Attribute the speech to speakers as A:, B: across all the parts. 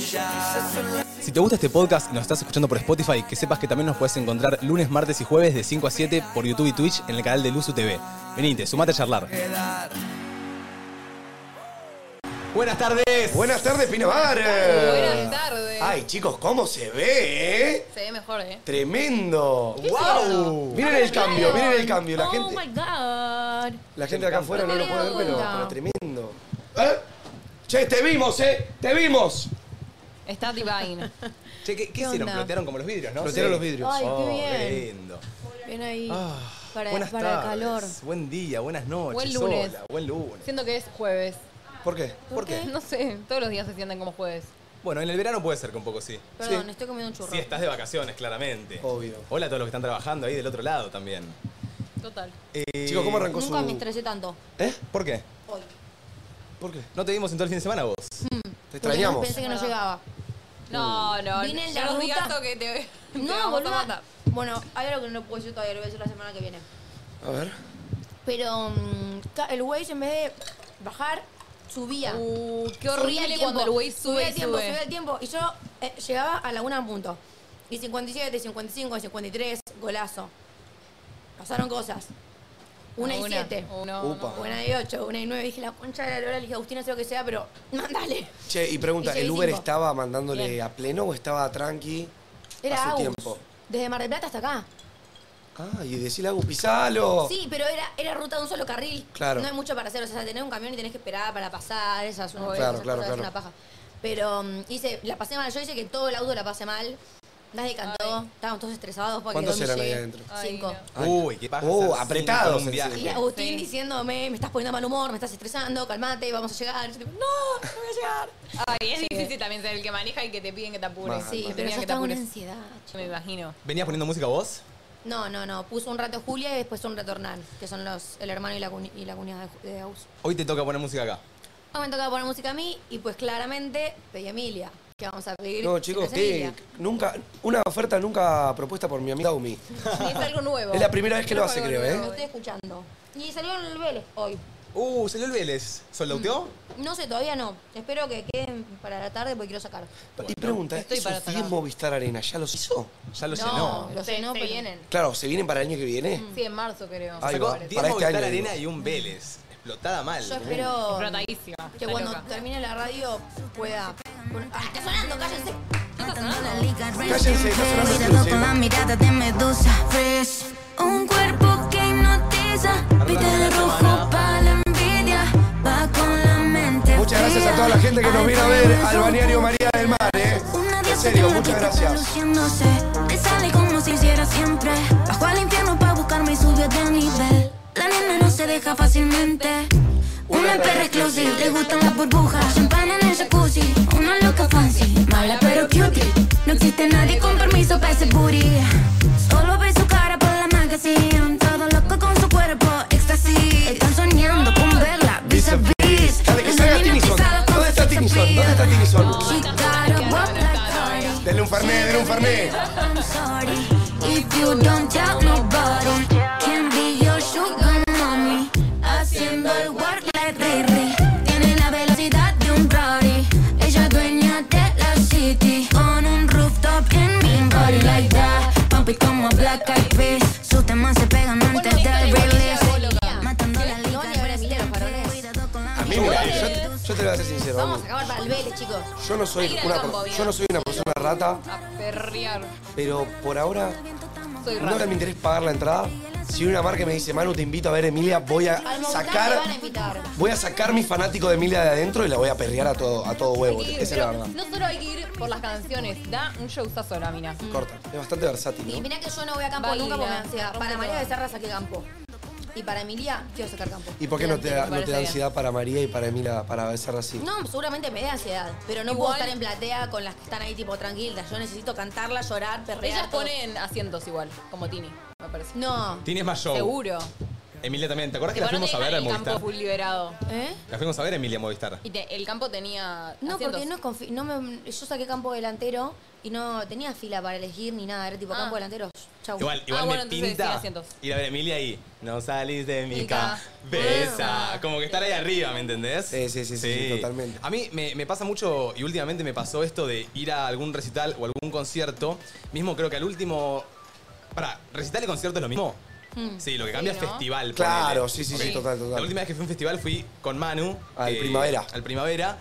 A: Si te gusta este podcast y nos estás escuchando por Spotify, que sepas que también nos puedes encontrar lunes, martes y jueves de 5 a 7 por YouTube y Twitch en el canal de Luzu TV. Venite, sumate a charlar. Buenas tardes.
B: Buenas tardes, Pino Bar.
C: Buenas tardes.
B: Ay, chicos, ¿cómo se ve? eh?
C: Se ve mejor, ¿eh?
B: Tremendo.
C: ¿Qué es
B: ¡Wow!
C: eso?
B: Miren el cambio, miren el cambio. La gente,
C: Oh my god.
B: la gente acá afuera no
C: No
B: lo
C: me
B: puede ver,
C: había
B: pero,
C: dado
B: pero
C: cuenta.
B: tremendo. ¿Eh? Che, te vimos, ¿eh? Te vimos.
C: Está divine.
A: Che, ¿qué, qué hicieron?
D: onda?
A: Flotearon como los vidrios, ¿no?
B: Flotearon
A: Sí.
B: los vidrios.
D: Ay, qué
A: Oh,
D: bien.
A: lindo.
D: Bien ahí.
B: Ah,
D: para
A: Buenas
D: para el
A: tardes,
D: calor.
A: Buen día, buenas noches.
C: Buen lunes.
A: hola, buen lunes.
C: Siento que es jueves.
B: ¿Por qué?
A: ¿Por qué?
C: No sé, todos los días se sienten como jueves.
A: Bueno, en el verano puede ser que un poco sí.
D: Perdón,
B: Sí.
D: estoy comiendo un churro.
A: Sí, estás de vacaciones, claramente.
B: Obvio.
A: Hola a todos los que están trabajando ahí del otro lado también.
C: Total.
B: Eh, Chicos, ¿cómo arrancó
D: Eh, Nunca
B: su...?
D: me estresé tanto.
A: ¿Eh? ¿Por qué?
D: Hoy.
B: ¿Por qué?
A: ¿No te vimos en todo el fin de semana vos?
B: Te
D: Porque yo
B: extrañamos.
D: Pensé que no
C: Es verdad.
D: llegaba.
C: No, no.
D: Vine en
C: ya
D: la
C: nos digas
D: ruta.
C: esto que te, te
D: No,
C: vamos a
D: boludo.
C: matar.
D: Bueno, hay algo que no puedo decir todavía, lo voy a decir la semana que viene.
B: A ver.
D: Pero mm, ca- el Waze en vez de bajar, subía.
C: Uh, qué
D: Subía
C: horrible
D: tiempo,
C: cuando el güey sube
D: subía
C: y
D: el tiempo,
C: sube.
D: subía el tiempo. Y yo eh, llegaba a la una en punto. Y 57, 55, 53, golazo. Pasaron cosas. Una y siete.
C: Uno,
B: Upa.
C: no.
D: Una y ocho, una y nueve. Dije, la concha de la lora, le dije, Agustín, no sé lo que sea, pero mandale.
B: Che, y pregunta,
D: Y llegué
B: ¿el Uber
D: cinco.
B: estaba mandándole
D: Bien.
B: a pleno o estaba tranqui?
D: Era
B: Hace
D: Agus.
B: tiempo.
D: Desde Mar del Plata hasta acá.
B: Ah, y decirle a Agus, pisalo.
D: Sí, pero era, era ruta de un solo carril.
B: Claro.
D: No hay mucho para hacer. O sea, tener un camión y tenés que esperar para pasar. Esas, una,
B: Claro,
D: esas
B: claro, claro.
D: cosas, es una paja. Pero mm, hice, la pasé mal. Yo hice que todo el auto la pasé mal. Nadie cantó.
C: Ay.
D: Estábamos todos estresados porque
B: ¿Cuántos
D: no me
B: eran ahí
D: llegué.
B: adentro?
C: Ay,
D: Cinco.
C: no.
B: Ay.
A: Uy, qué pasa.
B: Uh,
A: hacer cinco
B: apretados
A: con un
B: encima.
A: viaje.
D: Y Agustín
C: Sí.
D: diciéndome, me estás poniendo mal humor, me estás estresando, calmate, vamos a llegar. Y yo tipo, no, no voy a llegar.
C: Ay, es difícil también ser el que maneja y que te piden que te apures.
B: Mal,
D: Sí,
B: mal.
D: pero
C: Tenían
D: yo
C: que te
D: estaba con una
C: apures.
D: ansiedad.
C: Me imagino.
A: ¿Venías poniendo música vos?
D: No, no, no. Puso un rato Julia y después un rato Hernán, que son los, el hermano y la, cuni- y la cuñada de, Ju- de Agus.
A: Hoy te toca poner música acá.
D: Hoy me tocaba poner música a mí y pues claramente pedí a Emilia. Que vamos a pedir?
B: No,
D: Si
B: chicos,
D: es
B: que
D: Emilia.
B: nunca, una oferta nunca propuesta por mi amiga Umi.
C: Y es algo nuevo.
B: Es la primera vez que lo
C: Creo
B: hace,
C: algo
B: creo,
D: Lo
B: ¿eh?
C: nuevo.
D: estoy escuchando. Y salió en el Vélez hoy.
A: Uh, salió el Vélez. ¿Soldauteó?
D: No sé, todavía no. Espero que queden para la tarde porque quiero sacar.
B: Y pregunta,
C: Estoy para
B: ¿esos
C: sacar.
B: 10 Movistar Arena ya los hizo?
A: Ya lo
D: No.
A: llenó.
D: Lo sé, no,
C: se
D: pero-
C: vienen.
B: Claro, ¿se vienen para el año que viene?
C: Sí, en marzo creo.
B: Ahí
A: Sacó
B: va,
A: 10
B: para este
A: Movistar
B: año,
A: Arena y un Vélez. Explotada mal.
D: Yo espero
C: Explotadísima.
D: que
C: Está
D: cuando
C: loca.
D: termine la radio pueda. Bueno, ¡Ah, está sonando! ¡Cállense!
B: Cállense, está sonando el
E: Cuidado
B: cruce.
E: con la mirada de medusa Fresh Un cuerpo que hipnotiza Pide el rojo para la envidia Va con la mente
B: Muchas gracias a toda la gente que nos viene a ver al balneario María del Mar, ¿eh? En serio, muchas gracias.
E: Te sale como si hiciera siempre Bajo al infierno para buscarme y subió de nivel La nena no se deja fácilmente una perra exclusive, le gustan las burbujas Champán en el jacuzzi, una loca fancy Mala pero cutie No existe nadie con permiso para ese booty Solo ve su cara por la magazine Todo loco con su cuerpo, éxtasis Están soñando con verla, vis a vis
B: Dale, que salga Tinison. ¿Dónde está Tinison? ¿Dónde está Tinison?
E: She got a walk like Cardi
B: Denle un fernet, denle un fernet.
E: I'm sorry if you don't tell nobody. Can be your sugar mommy. Haciendo el work like Riri. Tiene la velocidad de un Rari. Ella es dueña de la city. On un rooftop en mi body like that. Pump it como Black Eyed Peas. Sus temas se pegan antes del release. Matando la
D: No van a llevar a Emilia los faroles.
B: A mí, mira, yo, yo te lo voy a ser sincero, vamos.
D: Vamos a acabar para el Vélez, chicos.
B: Yo no soy una, per- yo no soy una persona rata,
C: A perrear.
B: pero por ahora
C: Soy
B: no
C: raro.
B: era mi interés pagar la entrada. Si una marca me dice, Manu, te invito a ver Emilia, voy a
D: Al Movistar me
B: sacar...
D: van a invitar.
B: Voy a sacar mi fanático de Emilia de adentro y la voy a perrear a todo, a todo huevo.
C: Hay que ir,
B: Esa es la
C: pero
B: verdad.
C: No solo hay que ir por las canciones, da un showzazo la mina.
B: Corta. Es bastante
D: Y
B: versátil, ¿no?
D: mira que yo no voy a campo
C: Baila.
D: nunca porque me da ansiedad. Para María Becerra saqué campo. Y para Emilia quiero sacar campo.
B: ¿Y por qué no te da, no te da
C: Parece
B: ansiedad para María y para Emilia para Becerra así?
D: No, seguramente me dé ansiedad, pero no puedo
C: Igual-
D: estar en platea con las que están ahí tipo tranquilas. Yo necesito cantarla, llorar, perrear.
C: Ellas
D: todo.
C: ponen asientos igual, como Tini, me parece.
D: No.
A: Tienes más show.
C: Seguro.
A: Emilia también, ¿te acordás que la
C: Igual no
A: fuimos
C: te
A: a ver al
C: dejan el campo
A: Movistar?
C: full liberado.
D: ¿Eh?
A: La fuimos a ver a Emilia Movistar.
C: Y te- el campo tenía.
D: No,
C: asientos.
D: porque no, confi- no me, yo saqué campo delantero y no tenía fila para elegir ni nada. Era tipo
C: Ah.
D: campo delantero. Chau.
A: Igual, igual
C: Ah, bueno,
A: me
C: entonces sin
A: pinta
C: asientos.
A: ir a ver a Emilia y no salís de mi
C: Mi ca-
A: cabeza.
C: Ah.
A: Como que estar ahí arriba, ¿me entendés?
B: Sí, sí, sí, sí, totalmente.
A: A mí me, me pasa mucho, y últimamente me pasó esto de ir a algún recital o algún concierto. Mismo creo que al último... Para, recital y concierto es lo mismo. Sí, lo que cambia
C: Sí,
A: es
C: ¿no?
A: festival.
B: Claro,
A: ponele.
B: sí, sí,
A: Ok.
B: sí, total,
A: La
B: total.
A: última vez que fui a un festival fui con Manu. eh,
B: Al Primavera.
A: Al Primavera.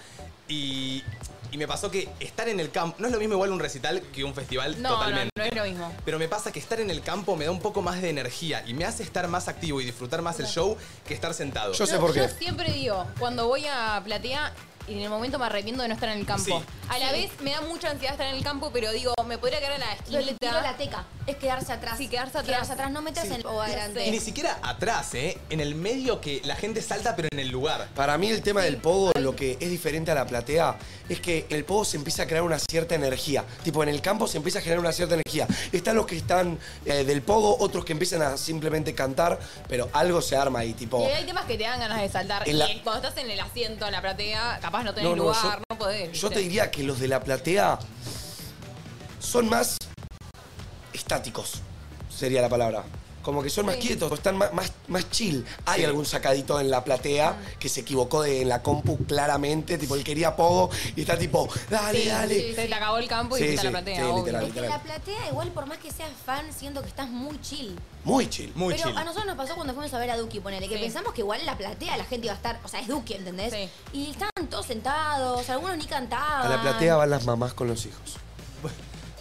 A: Y, y me pasó que estar en el campo... No es lo mismo igual un recital que un festival
C: No,
A: totalmente.
C: no, no es lo mismo.
A: Pero me pasa que estar en el campo me da un poco más de energía y me hace estar más activo y disfrutar más el show que estar sentado.
B: Yo sé
C: No,
B: por qué.
C: Yo siempre digo, cuando voy a platea, y en el momento me arrepiento de no estar en el campo.
A: Sí.
C: A la vez me da mucha ansiedad estar en el campo, pero digo, me podría quedar en la
D: Lo del tiro a la
C: esquinita.
D: teca es quedarse atrás.
C: Sí, quedarse atrás.
D: no metas en o
A: Y ni
D: adelante.
A: siquiera atrás, ¿eh? En el medio que la gente salta, pero en el lugar.
B: Para mí el tema del pogo, lo que es diferente a la platea, es que el pogo se empieza a crear una cierta energía. Tipo, en el campo se empieza a generar una cierta energía. Están los que están eh, del pogo, otros que empiezan a simplemente cantar, pero algo se arma ahí,
C: Y
B: tipo...
C: hay temas que te dan ganas de saltar.
B: Oh. En la-
C: Y cuando estás en el asiento, en la platea, capaz no tenés
B: No, no,
C: lugar,
B: yo-
C: no podés.
B: Yo te
C: ¿viste?
B: diría que los de la platea son más estáticos, sería la palabra. Como que son más quietos, están más, más, más chill. Hay algún sacadito en la
C: Ah.
B: platea que se equivocó de, en la compu claramente, tipo, él quería pogo y está tipo, dale,
C: Sí,
B: dale.
C: sí, Se te acabó el campo y
B: Sí,
C: fuiste
B: sí,
C: a la platea.
B: sí,
C: obvio.
B: literal.
D: Es que la platea, igual por más que seas fan, siento que estás muy chill.
B: Muy chill.
A: Muy
D: Pero
A: chill.
D: a nosotros nos pasó cuando fuimos a ver a Duki, ponele, que
C: Sí.
D: pensamos que igual en la platea la gente iba a estar, o sea, es Duki, ¿entendés?
C: Sí.
D: Y estaban todos sentados, algunos ni cantaban.
B: A la platea van las mamás con los hijos.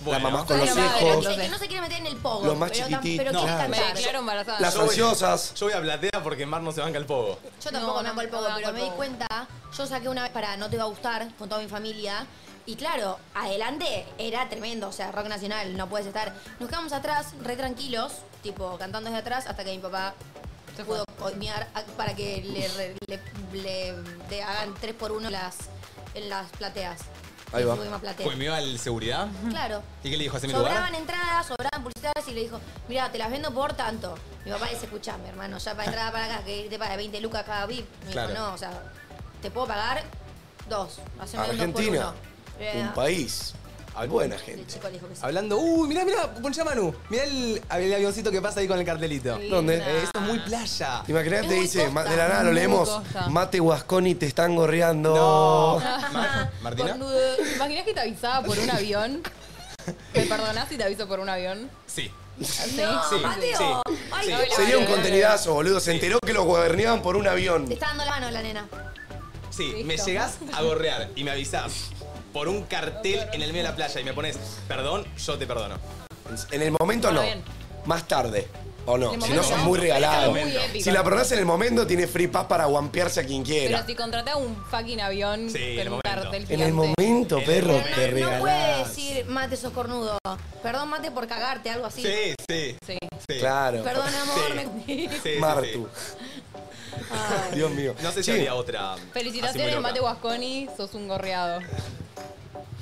A: Bueno,
B: las mamás con los
C: Bueno, madre,
B: hijos,
D: El que no se quiere meter en el pogo.
B: Los más
D: pero tam-
B: chiquititos.
D: Pero
A: No,
D: quiere
C: Me
D: cantar.
C: declaro embarazada.
B: las
A: Yo voy-
B: ansiosas.
A: Yo voy a platea porque Mar no se banca el pogo.
D: Yo tampoco
C: No,
D: me hago el
C: no,
D: pogo,
C: no,
D: pero
C: no,
D: me di
C: no.
D: cuenta, yo saqué una vez para No Te Va a Gustar con toda mi familia. Y claro, adelante era tremendo, o sea, rock nacional, no puedes estar. Nos quedamos atrás, re tranquilos, tipo cantando desde atrás, hasta que mi papá
C: Se fue.
D: pudo coimear a- para que le, re- le- le- te hagan 3 por 1 las, en las plateas.
B: Ahí
D: Y
B: va.
D: subimos a platea.
A: Pues me iba al seguridad.
D: Claro.
A: ¿Y qué le dijo? ¿Haceme lugar?
D: Sobraban entradas, sobraban pulseras y le dijo, mira, te las vendo por tanto. Mi papá dice, escuchame, hermano, ya para entrar para acá, que irte para 20 lucas cada VIP. Me
A: Claro.
D: dijo, no, o sea, te puedo pagar dos. Haceme un
B: Argentina,
D: dos por uno.
B: un país. Buena
D: El
B: gente.
D: chico le dijo que sí.
A: Hablando, uy, mirá, mirá, ponche a Manu. Mirá el, el avioncito que pasa ahí con el cartelito.
C: Sí.
B: ¿Dónde?
A: Eh, esto es muy playa.
B: Imagínate,
D: Es muy
B: dice, ma-
D: costa,
B: de la nada lo
C: muy
B: leemos.
C: costa.
B: Mate Guasconi te están gorreando.
A: No. Mar- Martina.
C: Cornudo. ¿Te imaginas que te avisaba por un avión? ¿Me perdonás si te aviso por un avión?
A: Sí.
C: Sí.
A: Sí,
D: Mateo.
A: sí,
D: Ay,
A: sí.
D: no, la
B: Sería un
D: madre.
B: contenidazo, boludo. Se enteró que lo guarneaban por un avión.
D: Te está dando la mano la nena.
A: Sí,
C: Listo.
A: me llegás a gorrear y me avisás por un cartel en el medio de la playa y me pones, perdón, yo te perdono.
B: En el momento
C: Bueno,
B: no.
C: bien.
B: Más tarde. O no.
C: En el
B: Si no,
C: momento
B: sos
C: no.
B: muy regalado.
A: Muy épico.
B: Si la perdonás en el momento, tiene free pass para guampearse a quien
C: Pero
B: quiera.
C: si contratás un fucking avión
A: Sí, en el
C: con
A: momento.
C: un cartel
B: En el
C: gigante.
B: momento,
A: En el
B: perro,
A: momento.
B: te
A: No
D: No puede
B: regalás.
D: decir, mate, este sos cornudo. Perdón, mate, por cagarte, algo así.
A: Sí, sí,
C: Sí.
A: sí.
B: Claro.
D: Perdón, amor.
A: Sí.
D: me-
A: Sí, sí,
B: Martu.
D: Ay.
B: Dios mío.
A: sí. No sé si
B: Che,
A: había otra. así
C: Felicitaciones,
A: muy
C: Mate
A: loca.
C: Guasconi, sos un gorreado.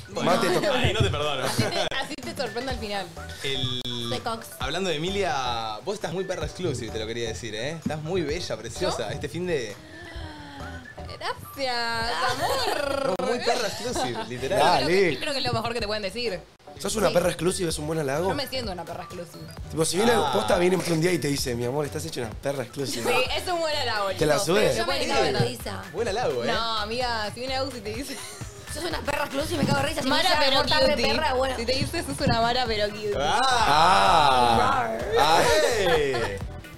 B: Mate to-
A: Ahí no te perdono.
C: Así te, así te sorprende al final.
A: El-
D: De Cox.
A: Hablando de Emilia, vos estás muy perra exclusive, te lo quería decir, ¿eh? Estás muy bella, preciosa. Este fin de.
C: Gracias, amor.
A: No, muy perra exclusive, literal.
B: Dale.
C: Creo que, creo que es lo mejor que te pueden decir.
B: ¿Sos una perra exclusiva? ¿Es un buen halago?
C: Yo me siento una perra exclusiva.
B: Tipo, si viene
A: Ah.
B: posta, viene un día y te dice, mi amor, estás hecha una perra exclusiva.
C: Sí, es un buen halago.
B: Te la
C: chicos,
B: sube.
C: pero
D: Yo
C: yo
D: me
C: me
D: cago de
C: cago en-
D: risa.
A: Buen halago, ¿eh?
C: No, amiga, si viene Agus y te dice.
D: Sos una perra exclusiva y me cago de risa. Si me
C: Mara
D: dice,
C: pero
D: amor, tarde,
C: cutie.
D: perra, bueno.
C: Si te dice, sos una Mara pero cutie.
A: ¡Ah! ¡Ay!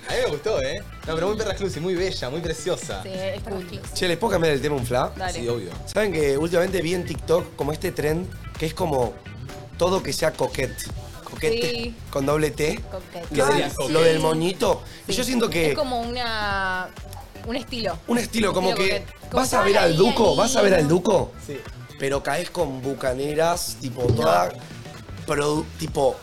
A: A mí me gustó, ¿eh? No, pero muy perra exclusive, muy bella, muy preciosa.
C: Sí, es
D: Perra
C: cool.
D: exclusiva.
B: Che, ¿les puedo cambiar el tema un fla?
C: Dale.
A: Sí, obvio.
B: Saben que últimamente vi en TikTok como este trend que es como todo que sea coquete. Coquete
C: Sí.
B: con doble T.
C: Coquete.
B: Lo,
A: Ay,
B: del,
A: sí.
B: lo del moñito. Y yo siento que
C: Es como una. un estilo.
B: un estilo como
C: estilo
B: que
C: coquete. Como
B: vas a ver al
C: ahí,
B: duco,
C: ahí.
B: vas a ver al duco,
A: Sí.
B: pero caes con bucaneras tipo toda produ- tipo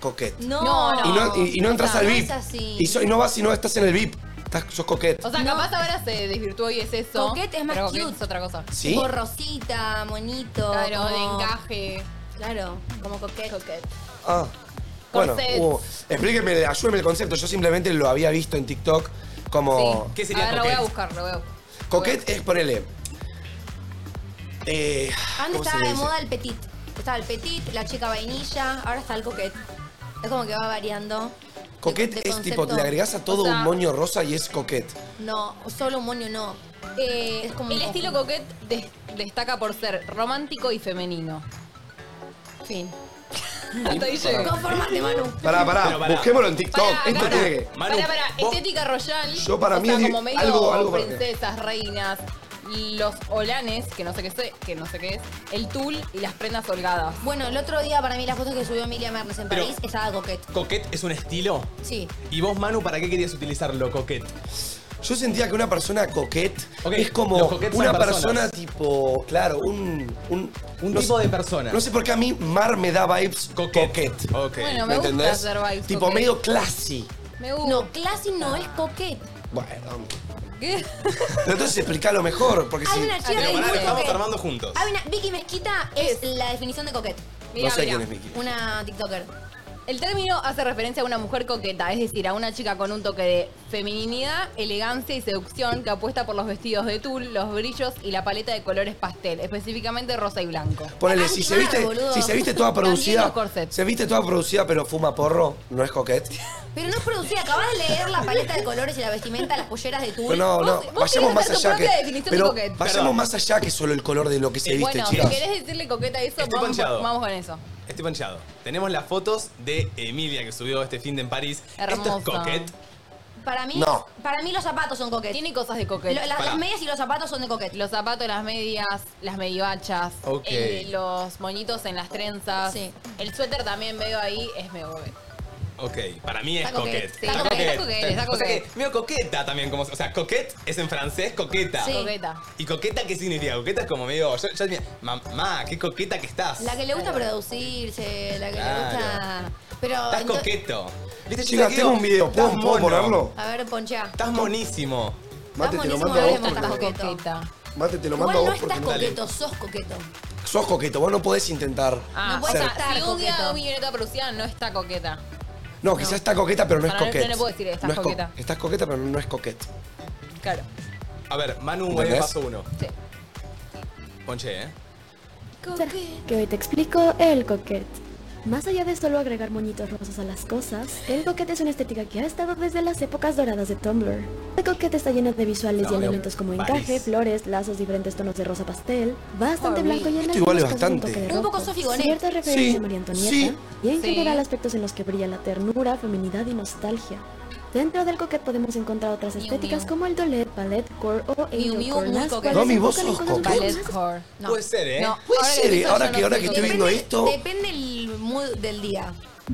B: coquete.
D: No,
C: No, no.
B: Y no, y, y no entras
D: no,
B: al
D: no
B: VIP.
D: es así.
B: Y, so- y no vas y no estás en el VIP. Estás, sos coquete.
C: O sea,
D: No.
C: capaz ahora se desvirtuó y es eso.
D: Coquete es más
C: pero coquete
D: cute.
C: Es otra cosa.
B: ¿Sí?
D: Tipo rosita, monito.
C: Claro, de
D: como-
C: encaje.
D: Claro, como coquet.
C: Coquete.
B: Ah. Bueno,
C: Corsets.
B: hubo- explíqueme, ayúdeme el concepto. Yo simplemente lo había visto en TikTok Como.
A: ¿Qué sería
C: a ver, lo voy a
A: coquet?
C: buscar, lo voy a buscar.
B: Coquette es ponele. Eh,
D: Antes
B: ¿cómo se
D: estaba
B: le
D: de
B: dice?
D: moda el petit. Estaba el petit, la chica vainilla, ahora está el coquete. Es como que va variando. de-
B: Coquette
D: de
B: es tipo,
D: concepto.
B: le agregás a todo
C: O sea-
B: un moño rosa y es coquette.
D: No, solo un moño no.
C: Eh,
D: Es como
C: el
D: un
C: estilo
D: ojo.
C: coquet des- destaca por ser romántico y femenino.
D: Fin.
C: Hasta ahí llego.
D: Conformate, Manu.
B: Pará, pará,
A: Pero pará.
B: busquémoslo en TikTok.
C: Pará,
B: Esto
C: pará.
B: tiene que.
A: Manu,
C: Pará, pará,
A: vos-
C: estética royal.
B: Yo para
C: o
B: mí
C: sea,
B: di-
C: como medio
B: algo- algo para-
C: princesas, reinas, los olanes, que no sé qué sé, que no sé qué es, el tul y las prendas holgadas.
D: Bueno, el otro día para mí las fotos que subió Emilia Mernes en
A: Pero-
D: París estaba coquete.
A: ¿Coquet es un estilo?
D: Sí.
A: ¿Y vos, Manu, para qué querías utilizarlo, coquet?
B: Yo sentía que una persona coquette
A: Ok,
B: es como
A: los coquettes son
B: una persona
A: personas.
B: tipo, claro, un. Un,
A: Un
B: no
A: tipo
B: sé-
A: de persona.
B: No sé por qué a mí Mar me da vibes
A: Coquet.
B: coquette.
A: Ok.
B: ¿Me
C: Bueno, me gusta
B: entendés?
C: hacer vibes.
B: tipo
C: coquet.
B: medio classy.
C: Me gusta.
D: No, classy no es coquete.
B: Bueno.
C: ¿Qué?
B: Pero entonces explícalo mejor, porque
D: Hay
B: si.
D: una chica
C: Pero
D: que
A: Pero
D: es
A: pará,
D: muy
A: lo estamos
D: coquet.
A: armando juntos.
D: Hay una. Vicky Mezquita es la definición de coquete.
C: Mirá,
B: no sé
C: mirá.
B: quién es Vicky.
D: Una TikToker.
C: El término hace referencia a una mujer coqueta, es decir, a una chica con un toque de femininidad, elegancia y seducción que apuesta por los vestidos de tul, los brillos y la paleta de colores pastel, específicamente rosa y blanco. Ah,
B: Ponele,
D: Ay,
B: si
D: qué
B: se,
D: mal,
B: viste,
D: boludo.
B: si se viste toda
C: También
B: producida.
C: los corsets.
B: Se viste toda producida, pero fuma porro, no es coquette.
D: Pero no es producida, acabas de leer la paleta de colores y la vestimenta, las polleras de
B: Pero
D: tul.
B: no,
C: Vos-
B: no,
C: vos
B: vayamos
C: querés
B: más
C: hacer tu
B: allá que.
C: propia definición de
B: Pero
C: coquette.
B: vayamos
A: Perdón.
B: más allá que solo el color de lo que se viste,
C: Eh, bueno, si
B: chicas.
C: querés decirle coqueta a eso,
A: Estoy
C: vamos,
A: ponchado.
C: vamos con eso.
A: Estoy panchado. Tenemos las fotos de Emilia que subió este fin de en París. Esto es
C: Hermoso.
A: coquet.
D: Para mí,
B: No.
D: para mí los zapatos son coquetes.
C: Tiene cosas de
D: Lo-
C: coqueta.
D: las,
A: Pará.
D: las medias y los zapatos son de coquete.
C: Los zapatos, las medias, las medivachas,
A: Ok.
C: el- los moñitos en las trenzas.
D: Sí.
C: El suéter también veo ahí, es medio coqueta.
A: Ok, para mí es
D: Está coquet,
A: coquet.
D: sí.
A: Está
D: Está
C: coquet,
A: coquet.
C: está coquet, está
A: O sea que
C: coquet.
A: medio coqueta también. Como, o sea, coquet es en francés coqueta.
D: Sí.
C: Coqueta.
A: ¿Y coqueta qué significa? Coqueta es como medio. Yo, yo- mira, mamá, qué coqueta que estás.
D: La que le gusta producirse, la que
A: Claro.
D: le gusta. Pero.
A: Estás
D: ento-
A: coqueto. ¿Viste,
B: Chicas,
A: que
B: tengo
A: digo,
B: un video, ¿puedo,
A: estás
B: puedo
A: mono,
B: ponerlo?
D: A ver, ponchea.
A: Estás monísimo.
B: Mate, te lo
D: buenísimo,
B: mando a vos
D: hablemos,
B: porque.
D: estás coqueto.
C: Coqueta.
B: Mate, te lo
D: Igual
B: mando a
D: no
B: vos
D: estás
B: porque.
A: dale.
D: coqueto, sos coqueto.
B: Sos coqueto, vos no podés intentar.
C: Ah,
D: No puede
C: o sea,
D: estar
C: si un día
D: coqueto.
C: hago mi violeta prusiana no está coqueta.
B: No, quizás está coqueta, pero no es
C: Para no-
B: coqueta.
C: no le puedo decir, eh, estás
B: es co-
C: coqueta.
B: estás coqueta, pero no es coqueta.
C: Claro.
A: A ver, Manu, eh,
B: ¿Entendés?
A: paso uno.
C: Sí.
A: Ponche, ¿eh?
F: Que hoy te explico el coquet. Más allá de solo agregar moñitos rosas a las cosas, el coquet es una estética que ha estado desde las épocas doradas de Tumblr. El coquet está lleno de visuales
A: No,
F: y
A: no,
F: elementos como
A: París.
F: encaje, flores, lazos, diferentes tonos de rosa pastel, bastante
C: Ay,
F: blanco y en
B: esto igual es
F: algunos casos un
B: bastante.
F: toque de
D: Un
F: rojo,
D: poco Sophie Gonet.
F: Ciertas referencias
B: Sí,
F: a María Antonieta
B: sí.
F: y en
C: Sí.
F: general aspectos en los que brilla la ternura, feminidad y nostalgia. Dentro del coquet podemos encontrar otras
D: Miu,
F: estéticas
D: miu.
F: como el dolet, palette, core o
D: Miu, miu,
F: core,
D: muy
F: las
D: coquet.
F: cuales
B: Domi, vos
F: enfocan en
B: sos
F: cosas
B: coquet.
F: muy
C: Ballet core.
D: No.
A: Puede ser, ¿eh?
C: No,
B: Puede
C: ahora
B: ser,
C: que lo pienso,
B: ahora
C: yo
B: que-
C: no
B: ahora
C: soy
B: que estoy
C: coqueta.
B: viendo esto.
D: Depende el mood del día,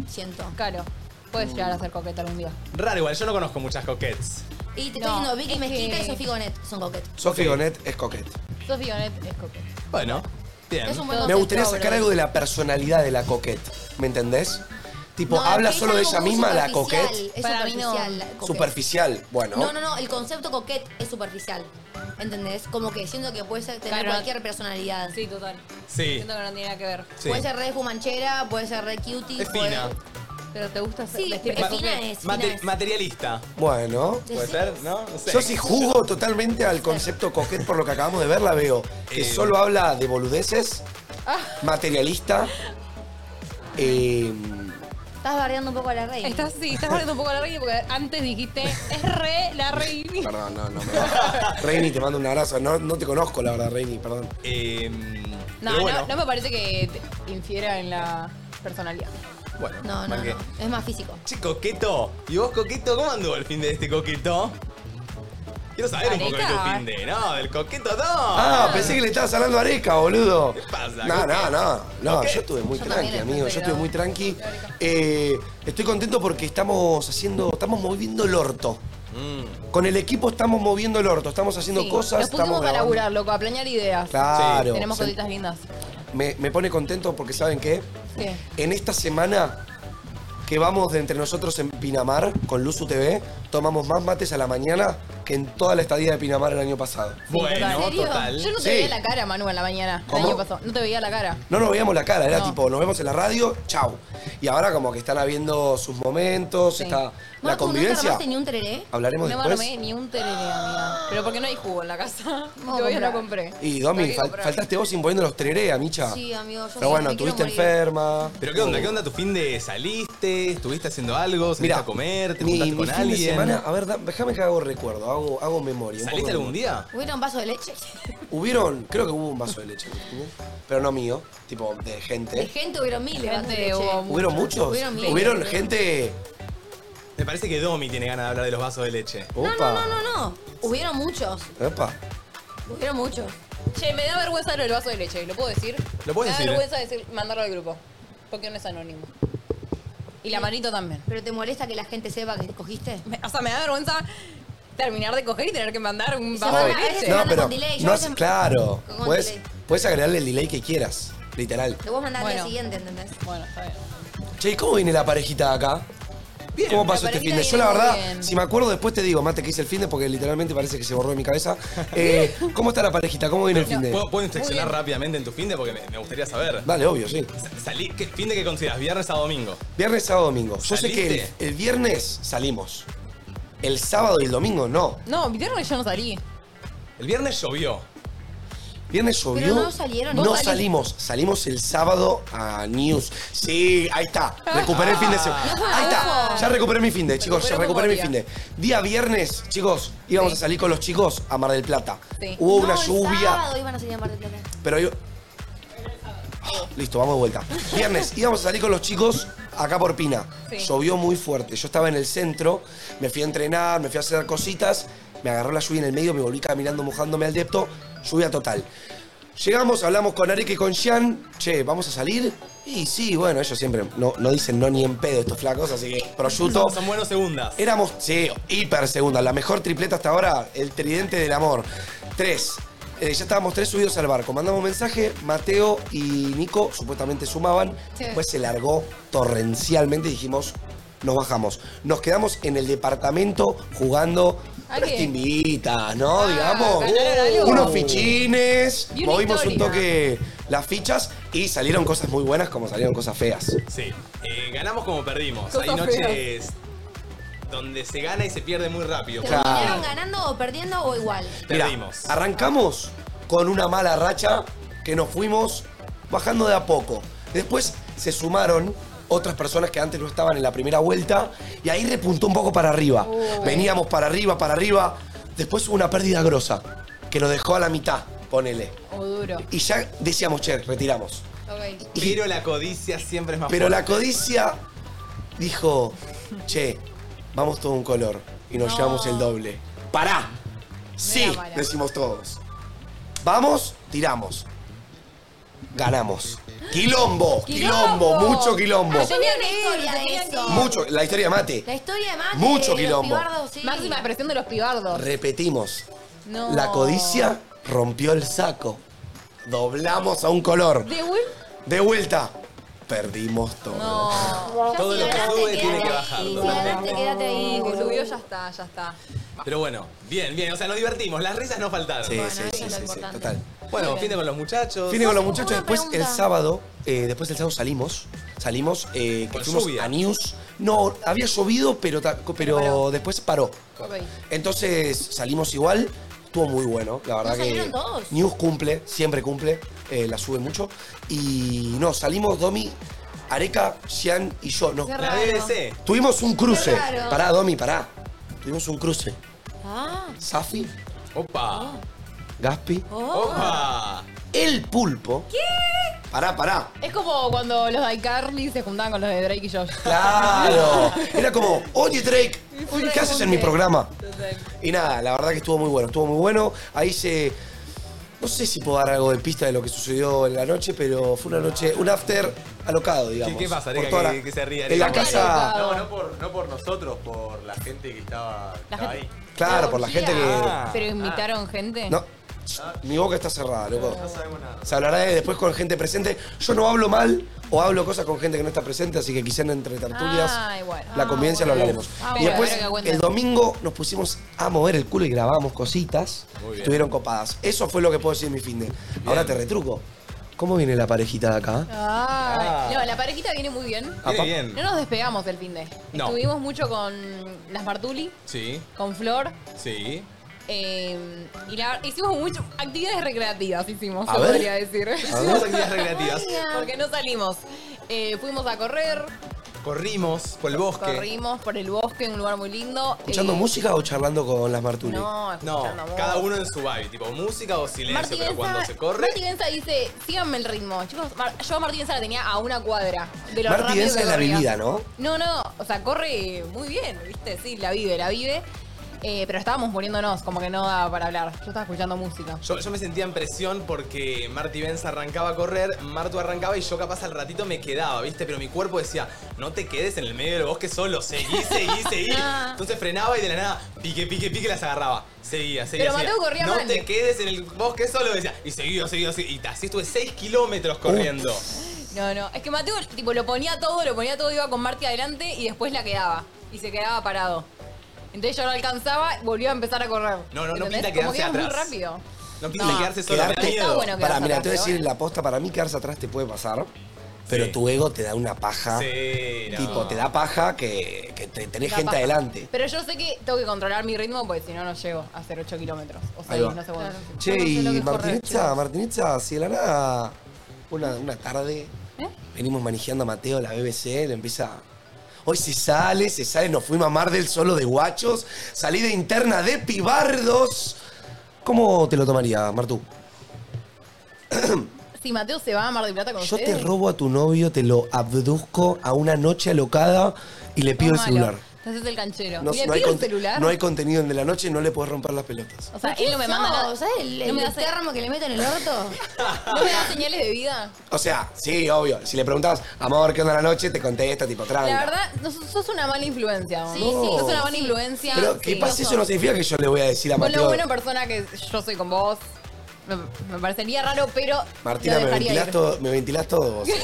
D: siento.
C: Claro. Puedes llegar a ser coqueta algún día.
A: Raro igual, yo no conozco muchas coquets.
D: Y te
C: No,
D: estoy diciendo, Vicky
C: es
D: Mezquita
C: que-
D: y Sofía Gonet son coquetos.
B: Sofi Gonet es coqueta.
C: Sofía Bonet es coqueta.
A: Bueno, bien.
D: Es un buen
B: Me
D: concepto, ¿eh?
B: gustaría sacar
D: bro.
B: algo de la personalidad de la coqueta. ¿Me entendés? Tipo,
D: No,
B: habla
D: es que
B: solo de
D: es
B: ella
D: algo muy
B: misma, la
D: superficial,
B: coqueta.
D: Es
C: Para mí no.
D: superficial. la coquet.
B: Superficial, bueno.
D: No, no, no, el concepto coquete es superficial. ¿Entendés? Como que siento que puede ser tener
C: Claro.
D: cualquier personalidad.
C: Sí, total.
A: Sí.
C: Siento que no tiene nada que ver.
A: Sí.
D: Puede ser re fumanchera, puede ser re cutie.
A: Es fina.
C: Pero te gusta
D: Sí,
C: vestir
D: es
C: coqueta?
D: fina es,
A: Mate-
D: fina es.
A: materialista.
B: Bueno.
A: ¿Puede ser? ¿No? No sé.
B: Yo sí jugo totalmente al concepto coquet por lo que acabamos de ver, la veo. Que
A: Eh.
B: solo habla de boludeces,
D: Ah.
B: materialista. eh,
D: Estás bardeando un poco a la reina.
C: Estás, sí, estás perdiendo un poco la reina porque antes dijiste, es re la reina.
B: perdón, no, no. me- Reini, te mando un abrazo. No, no te conozco, la verdad, Reini, perdón.
A: Eh,
C: No,
A: pero bueno,
C: no, no me parece que te infiera en la personalidad.
A: Bueno,
D: No, no,
A: banqué.
D: no. Es más físico.
A: Che, coqueto. ¿Y vos, coqueto? ¿Cómo anduvo el fin de este coqueto? Quiero saber un poco de tu
C: Areca.
A: fin de. No, del coqueto no.
B: Ah, pensé que le estabas hablando a Areca, boludo.
A: ¿Qué pasa?
B: No,
A: ¿Qué?
B: no, no. No,
A: ¿Qué?
B: yo estuve muy
D: Yo también
B: tranqui,
D: estoy
B: amigo. Yo
D: tranquila.
B: estuve muy tranqui. Eh, estoy contento porque estamos haciendo, estamos moviendo el orto. Con el equipo estamos moviendo el orto, estamos haciendo
C: Sí,
B: cosas.
C: Nos pusimos
B: estamos
C: a
B: grabando.
C: laburar, loco, a planear ideas.
B: Claro.
C: Tenemos
B: Se-
C: cositas lindas.
B: me, me pone contento porque saben qué?
C: ¿Qué?
B: En esta semana que vamos de entre nosotros en Pinamar con Luzu TV, tomamos más mates a la mañana que en toda la estadía de Pinamar el año pasado.
A: Bueno,
C: ¿En serio?
A: total.
C: Yo no te
B: Sí.
C: veía la cara, Manu, en la mañana. El
B: ¿Cómo?
C: año pasado. No te veía la cara.
B: No nos veíamos la cara, era
C: No.
B: tipo, nos vemos en la radio, chau. Y ahora como que están habiendo sus momentos,
C: Sí.
B: está la
D: Marco,
B: convivencia.
D: ¿Nunca armaste ni un tereré?
B: Hablaremos
C: No me
B: después.
C: armé ni un tereré, amiga. Pero porque no hay jugo en la casa.
D: Vamos a
C: Todavía no
D: comprar.
C: compré.
B: Y Domi,
C: Hay que
B: fal-
C: comprar.
B: faltaste vos imponiendo los tererea, Micha.
D: Sí, amigo, yo
B: Pero
D: sí,
B: bueno,
D: me quiero
B: estuviste
D: morir.
B: enferma.
A: Pero qué onda,
B: Uh.
A: qué onda tu fin de saliste, estuviste haciendo algo, saliste
B: Mirá,
A: a comer, te
B: mi,
A: juntaste
B: mi
A: con
B: fin
A: alguien.
B: de semana, a ver, da- déjame que hago recuerdo, hago, hago memoria. un poco
A: ¿Saliste
B: de
A: algún
B: memoria.
A: día?
D: ¿Hubiera un vaso de leche?
B: ¿Eh? Hubieron, creo que hubo un vaso de leche, ¿entendés? pero no mío, tipo de
D: De
B: gente.
D: gente hubieron miles de vasos de
C: Gente,
D: leche.
C: hubo-
B: ¿Hubieron muchos?
D: Hubieron miles.
B: gente...
A: Me parece que Domi tiene ganas de hablar de los vasos de leche.
D: No,
B: Opa,
D: no, no, no, no. Hubieron muchos.
B: Opa.
D: Hubieron muchos.
C: Che, me da vergüenza lo del vaso de leche. ¿Lo puedo decir?
A: Lo puedes
C: Me
A: decir,
C: da
A: eh.
C: vergüenza decir, mandarlo al grupo. Porque no es anónimo. Y la manito también.
D: ¿Pero te molesta que la gente sepa que cogiste?
C: Me- O sea, me da vergüenza terminar de coger y tener que mandar un
D: Sí,
C: vaso de
D: bueno, a veces
C: leche.
D: me
B: No,
D: mandan
B: pero
D: con delay, yo
B: no
D: a
B: hace-
D: veces-
B: claro.
D: con
B: Puedes,
D: delay.
B: puedes agregarle el delay que quieras, literal.
D: Lo vos mandás al día
C: Bueno.
D: siguiente, ¿entendés?
C: Bueno, está bien.
B: Che, ¿y ¿cómo viene la parejita acá? ¿Cómo pasó
C: la
B: este
C: parejita
B: fin de? Yo la
C: viene muy
B: verdad,
C: bien.
B: si me acuerdo después te digo, Mate, que hice el fin de porque literalmente parece que se borró de mi cabeza. Eh, ¿Cómo está la parejita? ¿Cómo viene el fin de?
A: ¿Puedo, puedo inspeccionar rápidamente en tu fin de? Porque me, me gustaría saber.
B: Dale, obvio, sí.
A: Sa- Salí, ¿qué, ¿Fin de que consideras? ¿Viernes a domingo?
B: Viernes, sábado, domingo. Yo sé que el,
A: ¿Saliste?
B: el viernes salimos. El sábado y el domingo no.
C: No, mi viernes yo no salí.
A: El viernes llovió.
B: Viernes llovió.
D: no salieron,
B: No,
D: ¿no?
B: salimos. Salimos el sábado a News. Sí, ahí está. Recuperé el fin de semana.
D: Ah,
B: Ahí está. Ya recuperé mi fin de, chicos. Ya
C: Recuperó
B: recuperé mi fin
C: memoria.
B: de. Día viernes, chicos, íbamos
C: Sí.
B: a salir con los chicos a Mar del Plata.
C: Sí.
B: Hubo una
D: No, el
B: lluvia,
D: sábado iban a salir a Mar del Plata.
B: pero yo. Listo, vamos de vuelta. Viernes, íbamos a salir con los chicos acá por Pina.
C: Sí.
B: Llovió muy fuerte. Yo estaba en el centro, me fui a entrenar, me fui a hacer cositas, me agarró la lluvia en el medio, me volví caminando mojándome al depto, lluvia total. Llegamos, hablamos con Areque y con Jean, che, ¿vamos a salir? Y sí, bueno, ellos siempre no, no dicen no ni en pedo estos flacos, así que prosciutto.
A: Son buenos segundas.
B: Éramos, sí, hiper segunda. La mejor tripleta hasta ahora, el tridente del amor. Tres. Eh, ya estábamos tres subidos al barco. Mandamos mensaje, Mateo y Nico supuestamente sumaban.
C: Sí.
B: Después se largó torrencialmente y dijimos, nos bajamos. Nos quedamos en el departamento jugando
C: ¿A
B: unas
C: qué?
B: timbitas, ¿no?
C: Ah,
B: Digamos. uh,
C: ganaron algo.
B: Unos fichines.
C: Y una
B: Movimos
C: historia.
B: un toque las fichas y salieron cosas muy buenas como salieron cosas feas.
A: Sí. Eh, ganamos como perdimos.
C: Cosas
A: Hay noches donde se gana y se pierde muy rápido.
B: Claro.
D: ¿Terminaron ganando o perdiendo o igual?
B: Mira,
A: Perdimos.
B: arrancamos con una mala racha que nos fuimos bajando de a poco. Después se sumaron otras personas que antes no estaban en la primera vuelta y ahí repuntó un poco para arriba. Veníamos para arriba, para arriba. Después hubo una pérdida grosa que nos dejó a la mitad, ponele.
C: O duro.
B: Y ya decíamos, che, retiramos.
C: Ok.
B: Y-
A: Pero la codicia siempre es más
B: pero la codicia dijo, che, vamos todo un color y nos llevamos el doble. ¡Pará! Sí,
C: mala.
B: decimos todos. Vamos, tiramos. Ganamos. Quilombo, quilombo, mucho quilombo.
C: Ah, tenía
D: Tenía
C: que
D: una
C: ir,
D: historia
C: tenía
D: de
C: que
D: eso.
C: ir.
B: Mucho, la historia de
D: La
B: mate.
D: historia de Mate,
B: Mucho
D: los
B: quilombo.
D: pibardos, sí.
C: Máxima presión de los pibardos.
B: Repetimos.
C: No.
B: La codicia rompió el saco. Doblamos a un color.
C: ¿De Will?
B: De vuelta. Perdimos todo.
C: No.
D: Ya
A: Todo
D: si
A: lo que
D: ganaste,
A: sube tiene
D: quédate
A: que
D: ahí.
A: bajarlo,
D: Si ganaste, quédate ahí.
C: que
D: boludo.
C: subió ya está, ya está.
A: Pero bueno, bien, bien. O sea, nos divertimos. Las risas no faltaron.
B: Sí,
D: Bueno,
B: sí,
D: eso
B: sí,
D: es
B: sí,
D: lo
B: sí,
D: importante.
B: total.
A: Bueno, fin de con los muchachos.
B: Vine con los muchachos,
D: Una
B: después el
D: pregunta.
B: sábado, eh, después del sábado salimos, salimos, eh, que
A: Con
B: fuimos
A: lluvia.
B: a News. No, había llovido, pero, ta- pero
C: paró.
B: después paró.
C: Ok.
B: Entonces salimos igual, estuvo muy bueno, la verdad
D: ¿No
B: que
D: salieron todos?
B: News cumple, siempre cumple, eh, la sube mucho. Y no, salimos Domi, Areca, Gian y yo. Nos,
D: Qué
A: La
D: raro.
A: BBC.
B: tuvimos un cruce.
D: Qué raro.
B: Pará, Domi, pará. Tuvimos un cruce.
D: Ah,
B: Safi,
A: Opa.
B: Gaspi,
D: oh.
A: Opa.
B: el pulpo. ¿Qué? Pará, pará.
C: Es como cuando los de iCarly se juntaban con los de Drake y Josh.
B: Claro. Ah, Era como, oye Drake, ¿qué haces en mi programa?
C: Total.
B: Y nada, la verdad que estuvo muy bueno, estuvo muy bueno. Ahí se... No sé si puedo dar algo de pista de lo que sucedió en la noche, pero fue una noche, un after alocado, digamos.
A: ¿Qué, qué pasa,
B: Por
A: Areca,
B: toda la-
A: que, que se ríe?
B: En la
A: Areca?
B: casa,
G: No, no por, no por nosotros, por la gente que estaba, estaba ahí.
B: claro, por la gente que...
A: Ah.
C: ¿Pero invitaron gente?
B: No, Mi boca está cerrada, loco. Se hablará de- después con gente presente. Yo no hablo mal o hablo cosas con gente que no está presente, así que quizás entre tertulias
C: Ah, igual.
B: la convivencia lo hablaremos.
C: Ah,
B: y
C: bueno,
B: después,
C: pero que aguante.
B: el domingo nos pusimos a mover el culo y grabamos cositas.
A: Muy bien.
B: Estuvieron copadas. Eso fue lo que puedo decir en mi fin de. Ahora te retruco. ¿Cómo viene la parejita de acá?
A: Ah.
C: Ay. No, la parejita viene muy bien.
A: Viene
B: Apa.
A: bien.
C: No nos despegamos del fin de.
A: No.
C: Estuvimos mucho con las Martuli,
A: Sí,
C: con Flor.
A: sí.
C: eh, y la- hicimos mucho actividades recreativas, hicimos,
B: A
C: se
B: ver.
C: podría decir.
A: Hicimos actividades recreativas.
C: Porque no salimos. Eh, fuimos a correr,
A: Corrimos por el bosque.
C: corrimos por el bosque, un lugar muy lindo.
B: ¿Escuchando
C: Eh,
B: música o charlando con las Martuni?
C: No,
A: No,
C: escuchando música.
A: cada uno en su vibe, tipo música o silencio,
C: Martín
A: pero cuando
C: Gonza-
A: se corre.
C: Martín Gonza dice, síganme el ritmo. Chicos, Mar- yo a Martín Gonza la tenía a una cuadra. De lo
B: Martí
C: rápido
B: Denza
C: que
B: es la
C: corría.
B: vivida, ¿no?
C: No, no, o sea, corre muy bien, ¿viste? Sí, la vive, la vive. Eh, pero estábamos muriéndonos, como que no daba para hablar. Yo estaba escuchando música.
A: Yo, yo me sentía en presión porque Marty Benz arrancaba a correr, Martu arrancaba y yo capaz al ratito me quedaba, ¿viste? Pero mi cuerpo decía, no te quedes en el medio del bosque solo, seguí, seguí, seguí. Entonces frenaba y de la nada, pique, pique, pique, las agarraba. Seguía, seguía,
C: Pero
A: seguía.
C: Mateo corría
A: No
C: mal.
A: te quedes en el bosque solo, decía. Y seguía, seguía, seguía. Y así estuve 6 kilómetros corriendo.
C: No, no. Es que Mateo, tipo, lo ponía todo, lo ponía todo, iba con Marty adelante y después la quedaba. Y se quedaba parado. Entonces yo lo alcanzaba y volvió a empezar a correr.
A: No, no, no
C: ¿Entendés?
A: pinta
C: como
A: quedarse
C: que ibas
A: atrás.
C: muy rápido.
A: No pinta quedarse solo, me da
B: Quedarte,
A: miedo.
C: bueno
B: para, mira, te
C: quedarse
B: voy a
C: atrás,
B: decir
C: ¿eh?
B: la posta, para mí quedarse atrás te puede pasar, pero
A: Sí.
B: tu ego te da una paja.
A: Sí, no.
B: Tipo, te da paja que, que te, tenés
C: Da
B: gente
C: paja.
B: adelante.
C: Pero yo sé que tengo que controlar mi ritmo porque si no, no llego a hacer 8 kilómetros. O
B: Ahí
C: 6,
B: va.
C: no sé cuánto.
B: Che,
D: Yo no sé lo que
B: y
D: es correr,
B: Martinitza,
D: chicos.
B: Martinitza, si de la nada, una, una tarde,
D: ¿Eh?
B: venimos manejando a Mateo, la BBC, le empieza... Hoy se sale, se sale, nos fuimos a Mar del solo de guachos, salida interna de pibardos. ¿Cómo te lo tomaría, Martú?
C: Si Mateo se va a Mar del Plata con
B: Yo te
C: ustedes,
B: robo a tu novio, te lo abduzco a una noche alocada y le pido el
C: tómalo.
B: celular.
C: Te haces el canchero.
B: No,
C: ¿Y le
B: no hay
C: pido el
B: conte-
C: celular?
B: no hay contenido en de la noche, no le puedes romper las pelotas.
C: O sea, él no me manda nada.
D: ¿Sabes el,
C: no, me da
D: el termo que le meto en el orto?
C: se- no me da señales de vida.
B: O sea, sí, obvio. Si le preguntabas, amor, ¿qué onda la noche? Te contesta, tipo, tranca.
C: La verdad, no, sos sos una mala influencia. vos.
D: Sí, sí,
C: Sos una
B: sí.
C: mala influencia.
B: Pero que
C: sí.
B: pase eso no significa que yo le voy a decir a
C: Con lo
B: Mateo.
C: buena persona que yo soy con vos, me, me parecería raro, pero
B: Martina,
C: lo
B: me
C: dejaría
B: ventilás,
C: ir.
B: todo, me ventilás todo vos. eh.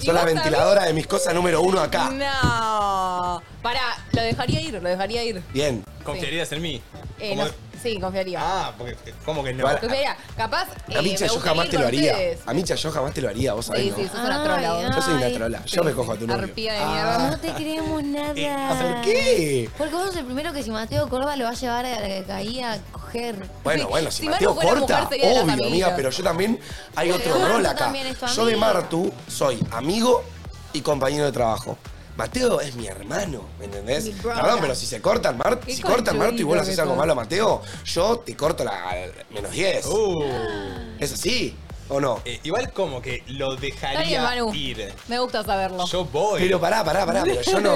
C: ¿Y
B: Sos la
C: vos
B: ventiladora de mis cosas número uno acá.
C: No. Pará, lo dejaría ir, lo dejaría ir.
B: Bien.
A: ¿Confiarías en mí?
C: Eh,
A: Como-
C: no- sí, confiaría.
A: Ah, porque, ¿cómo que no?
B: Vale.
C: Confiaría. Capaz.
B: A
C: eh,
B: mí,
C: me
B: cha, yo
C: gustaría
B: jamás
C: ir
B: te lo
C: con
B: haría.
C: ustedes.
B: A mí, cha, yo jamás te lo haría, vos sabés,
C: Sí,
B: ¿no?
C: sí, sos una trola.
D: Ay,
C: vos.
B: Yo soy una
D: Ay,
B: trola. Yo recojo a tu novio.
C: Arpía de
B: Ah.
C: mierda.
D: No te creemos
A: Eh,
D: nada.
B: ¿Por qué?
D: Porque vos sos el primero que si Mateo Corba lo va a llevar a la caída a coger.
B: Bueno,
C: Sí.
B: bueno, si,
C: Si
B: Mateo
C: Martu fuera
B: corta,
C: mujer, sería de las
B: obvio,
C: amiguitas.
B: amiga, pero yo también hay otro
D: Martu
B: rol acá.
D: también es tu
B: Yo de
D: amiga.
B: Martu soy amigo y compañero de trabajo. Mateo es mi hermano, ¿me entendés?
D: Mi brother.
B: Perdón, pero si se cortan, Martu,
C: Qué
B: si cortan Martu y vos le haces
C: conchudo
B: algo
C: que
B: malo a Mateo, yo te corto la la- Ah, menos 10.
A: Uh.
B: ¿Es así? ¿O no?
A: Eh, igual como que lo dejaría
C: Está bien, Manu.
A: ir.
C: Me gusta saberlo.
A: Yo voy.
B: Pero pará, pará, pará, pero yo no.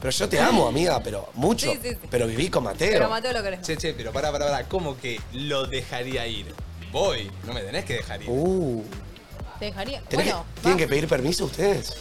B: Pero yo te amo, amiga, pero mucho.
C: Sí, sí, sí.
B: Pero viví con Mateo.
C: pero Mateo lo querés.
A: Che, che, pero pará, pará, pará. ¿Cómo que lo dejaría ir? Voy. No me tenés que dejar ir.
B: Uh,
C: Te dejaría.
B: ¿tenés que-
C: Bueno,
B: ¿Tienen que pedir permiso ustedes?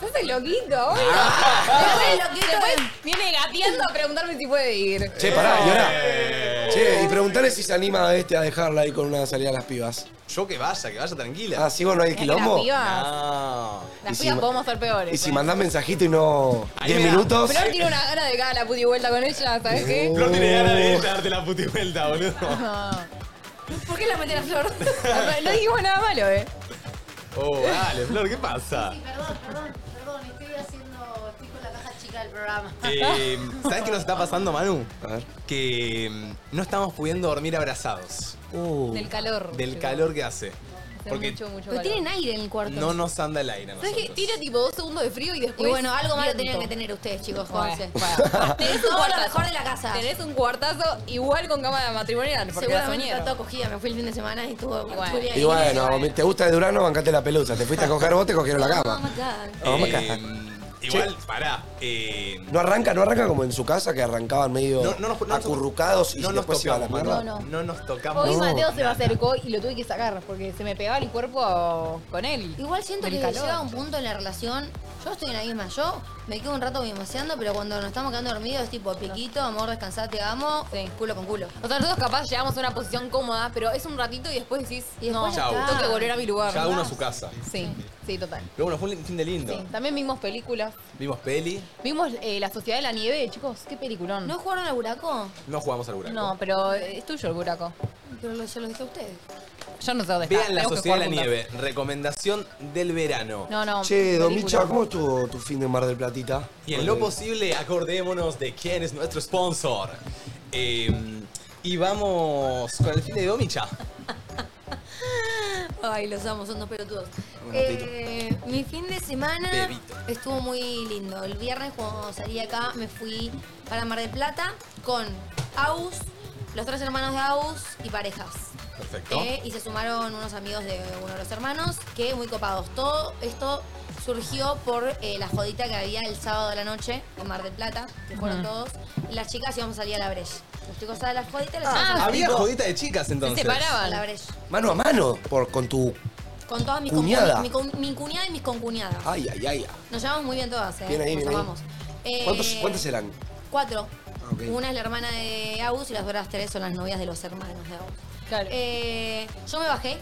C: sos el loquito, obvio.
B: Ah.
C: Sos el loquito. Después viene gateando a preguntarme si puede ir.
B: Che, pará, y
A: Eh.
B: ahora. Che, y preguntarle si se anima a este a dejarla ahí con una salida a las pibas.
A: Yo que vaya, que vaya tranquila.
B: Ah, si vos no hay
C: Es que las
B: quilombo.
C: pibas,
A: Ah.
C: las
B: Y si
C: pibas
B: ma-
C: podemos ser peores.
B: Y si
C: eh.
B: mandás eh. mensajito y no.
A: Ahí
B: 10
A: me da.
B: minutos.
C: Flor tiene una gana de cada la puti vuelta con ella, ¿sabes qué?
A: Flor tiene ganas de darte la puti vuelta, boludo.
C: ¿Por qué la meten a Flor? no dijimos nada malo, ¿eh?
A: Oh, dale, Flor, ¿qué pasa?
G: Sí, perdón, perdón, perdón, estoy haciendo, estoy con la caja chica del programa.
A: Eh, ¿Sabes qué nos está pasando, Manu?
B: A ver.
A: Que mm, no estamos pudiendo dormir abrazados
B: Uh.
C: Del calor.
A: del
C: Yo-
A: calor que hace.
C: Hace
A: Porque
C: mucho, mucho
D: Pero
C: calor.
D: tienen aire en el cuarto.
A: no nos anda el aire. a
C: ¿Sabes qué?
A: nosotros.
C: Tira tipo dos segundos de frío y
D: y
C: después.
D: bueno, algo malo
C: viento.
D: tenían que tener ustedes, chicos, jódanse.
C: Joder, para. Tenés un
D: Todo lo
C: cuartazo.
D: mejor de la casa.
C: Tenés un cuartazo igual con cama matrimonial. Porque la
D: Seguramente
C: soñé.
D: está todo cogida, me fui el fin de semana y estuvo
C: Igual.
D: estuve ahí.
B: Y
C: eh.
B: bueno, ¿te gusta de Durano? Bancate la pelusa. Te fuiste a coger vos, te cogieron la
D: Oh my
B: cama.
D: God.
A: Eh,
B: Vamos acá.
A: igual, pará. eh,
B: No arranca, no arranca como en su casa que arrancaban medio
A: No, no nos- no nos-
B: acurrucados y
A: no nos
B: después se iba a la
A: tocamos,
B: mierda.
A: Manu. No nos tocamos.
C: Hoy
B: No.
C: Mateo se me acercó y lo tuve que sacar porque se me pegaba el cuerpo con él.
D: Igual siento
C: Del
D: que
C: calor.
D: llega un punto en la relación. Yo estoy en la misma. Yo Me quedo un rato mimoseando, pero cuando nos estamos quedando dormidos es tipo piquito, amor, descansate, amo, culo con culo.
C: O sea, nosotros capaz llegamos a una posición cómoda, pero es un ratito y después decís, no,
A: ya está.
C: tengo que volver a mi lugar.
A: Cada uno a su casa.
C: Sí, sí, total.
A: Pero bueno, fue un fin de lindo.
C: Sí. También vimos películas.
A: Vimos peli,
C: Vimos eh, La Sociedad de la Nieve, chicos, qué peliculón.
D: ¿No jugaron al buraco?
A: no jugamos al buraco.
C: No, pero es tuyo el buraco.
D: Pero lo- se los dije a ustedes.
C: Yo no sé dónde está.
A: Vean La
C: tenemos que
A: Sociedad de la
C: jugar juntas.
A: Nieve, recomendación del verano.
C: No, no.
B: Che, Domicha,
C: película.
B: ¿cómo estuvo tu fin de Mar del Platita?
A: Y en lo posible, acordémonos de quién es nuestro sponsor. Eh, y vamos con el fin de Domicha.
D: Ay, los amo, son dos pelotudos.
B: Un
D: Eh, mi fin de semana
A: Bebito.
D: estuvo muy lindo. El viernes cuando salí de acá me fui para Mar del Plata con Aus, los tres hermanos de Aus y parejas.
A: Perfecto.
D: Eh, y se sumaron unos amigos de uno de los hermanos, que muy copados. Todo esto surgió por eh, la jodita que había el sábado de la noche en Mar del Plata, que fueron todos. Y las chicas íbamos a salir a la Breche. Los chicos a la jodita y
B: Ah,
D: las chicas a la-
A: Había jodita de chicas entonces.
C: Se separaban.
D: a la Breche.
B: Mano a mano, por, con tu...
D: Con todas mis
B: Cuñada.
D: concuñadas. Mi, con- mi cuñada y mis concuñadas.
B: Ay, ay, ay. ay.
D: Nos llevamos muy bien todas, ¿eh?
B: Bien ahí,
D: Nos
B: bien ahí.
D: amamos. Eh,
B: ¿Cuántos- ¿Cuántas eran?
D: Cuatro.
B: Ah, ok.
D: Una es la hermana de Agus y las otras tres son las novias de los hermanos de Agus.
C: Claro.
D: Eh, yo me bajé.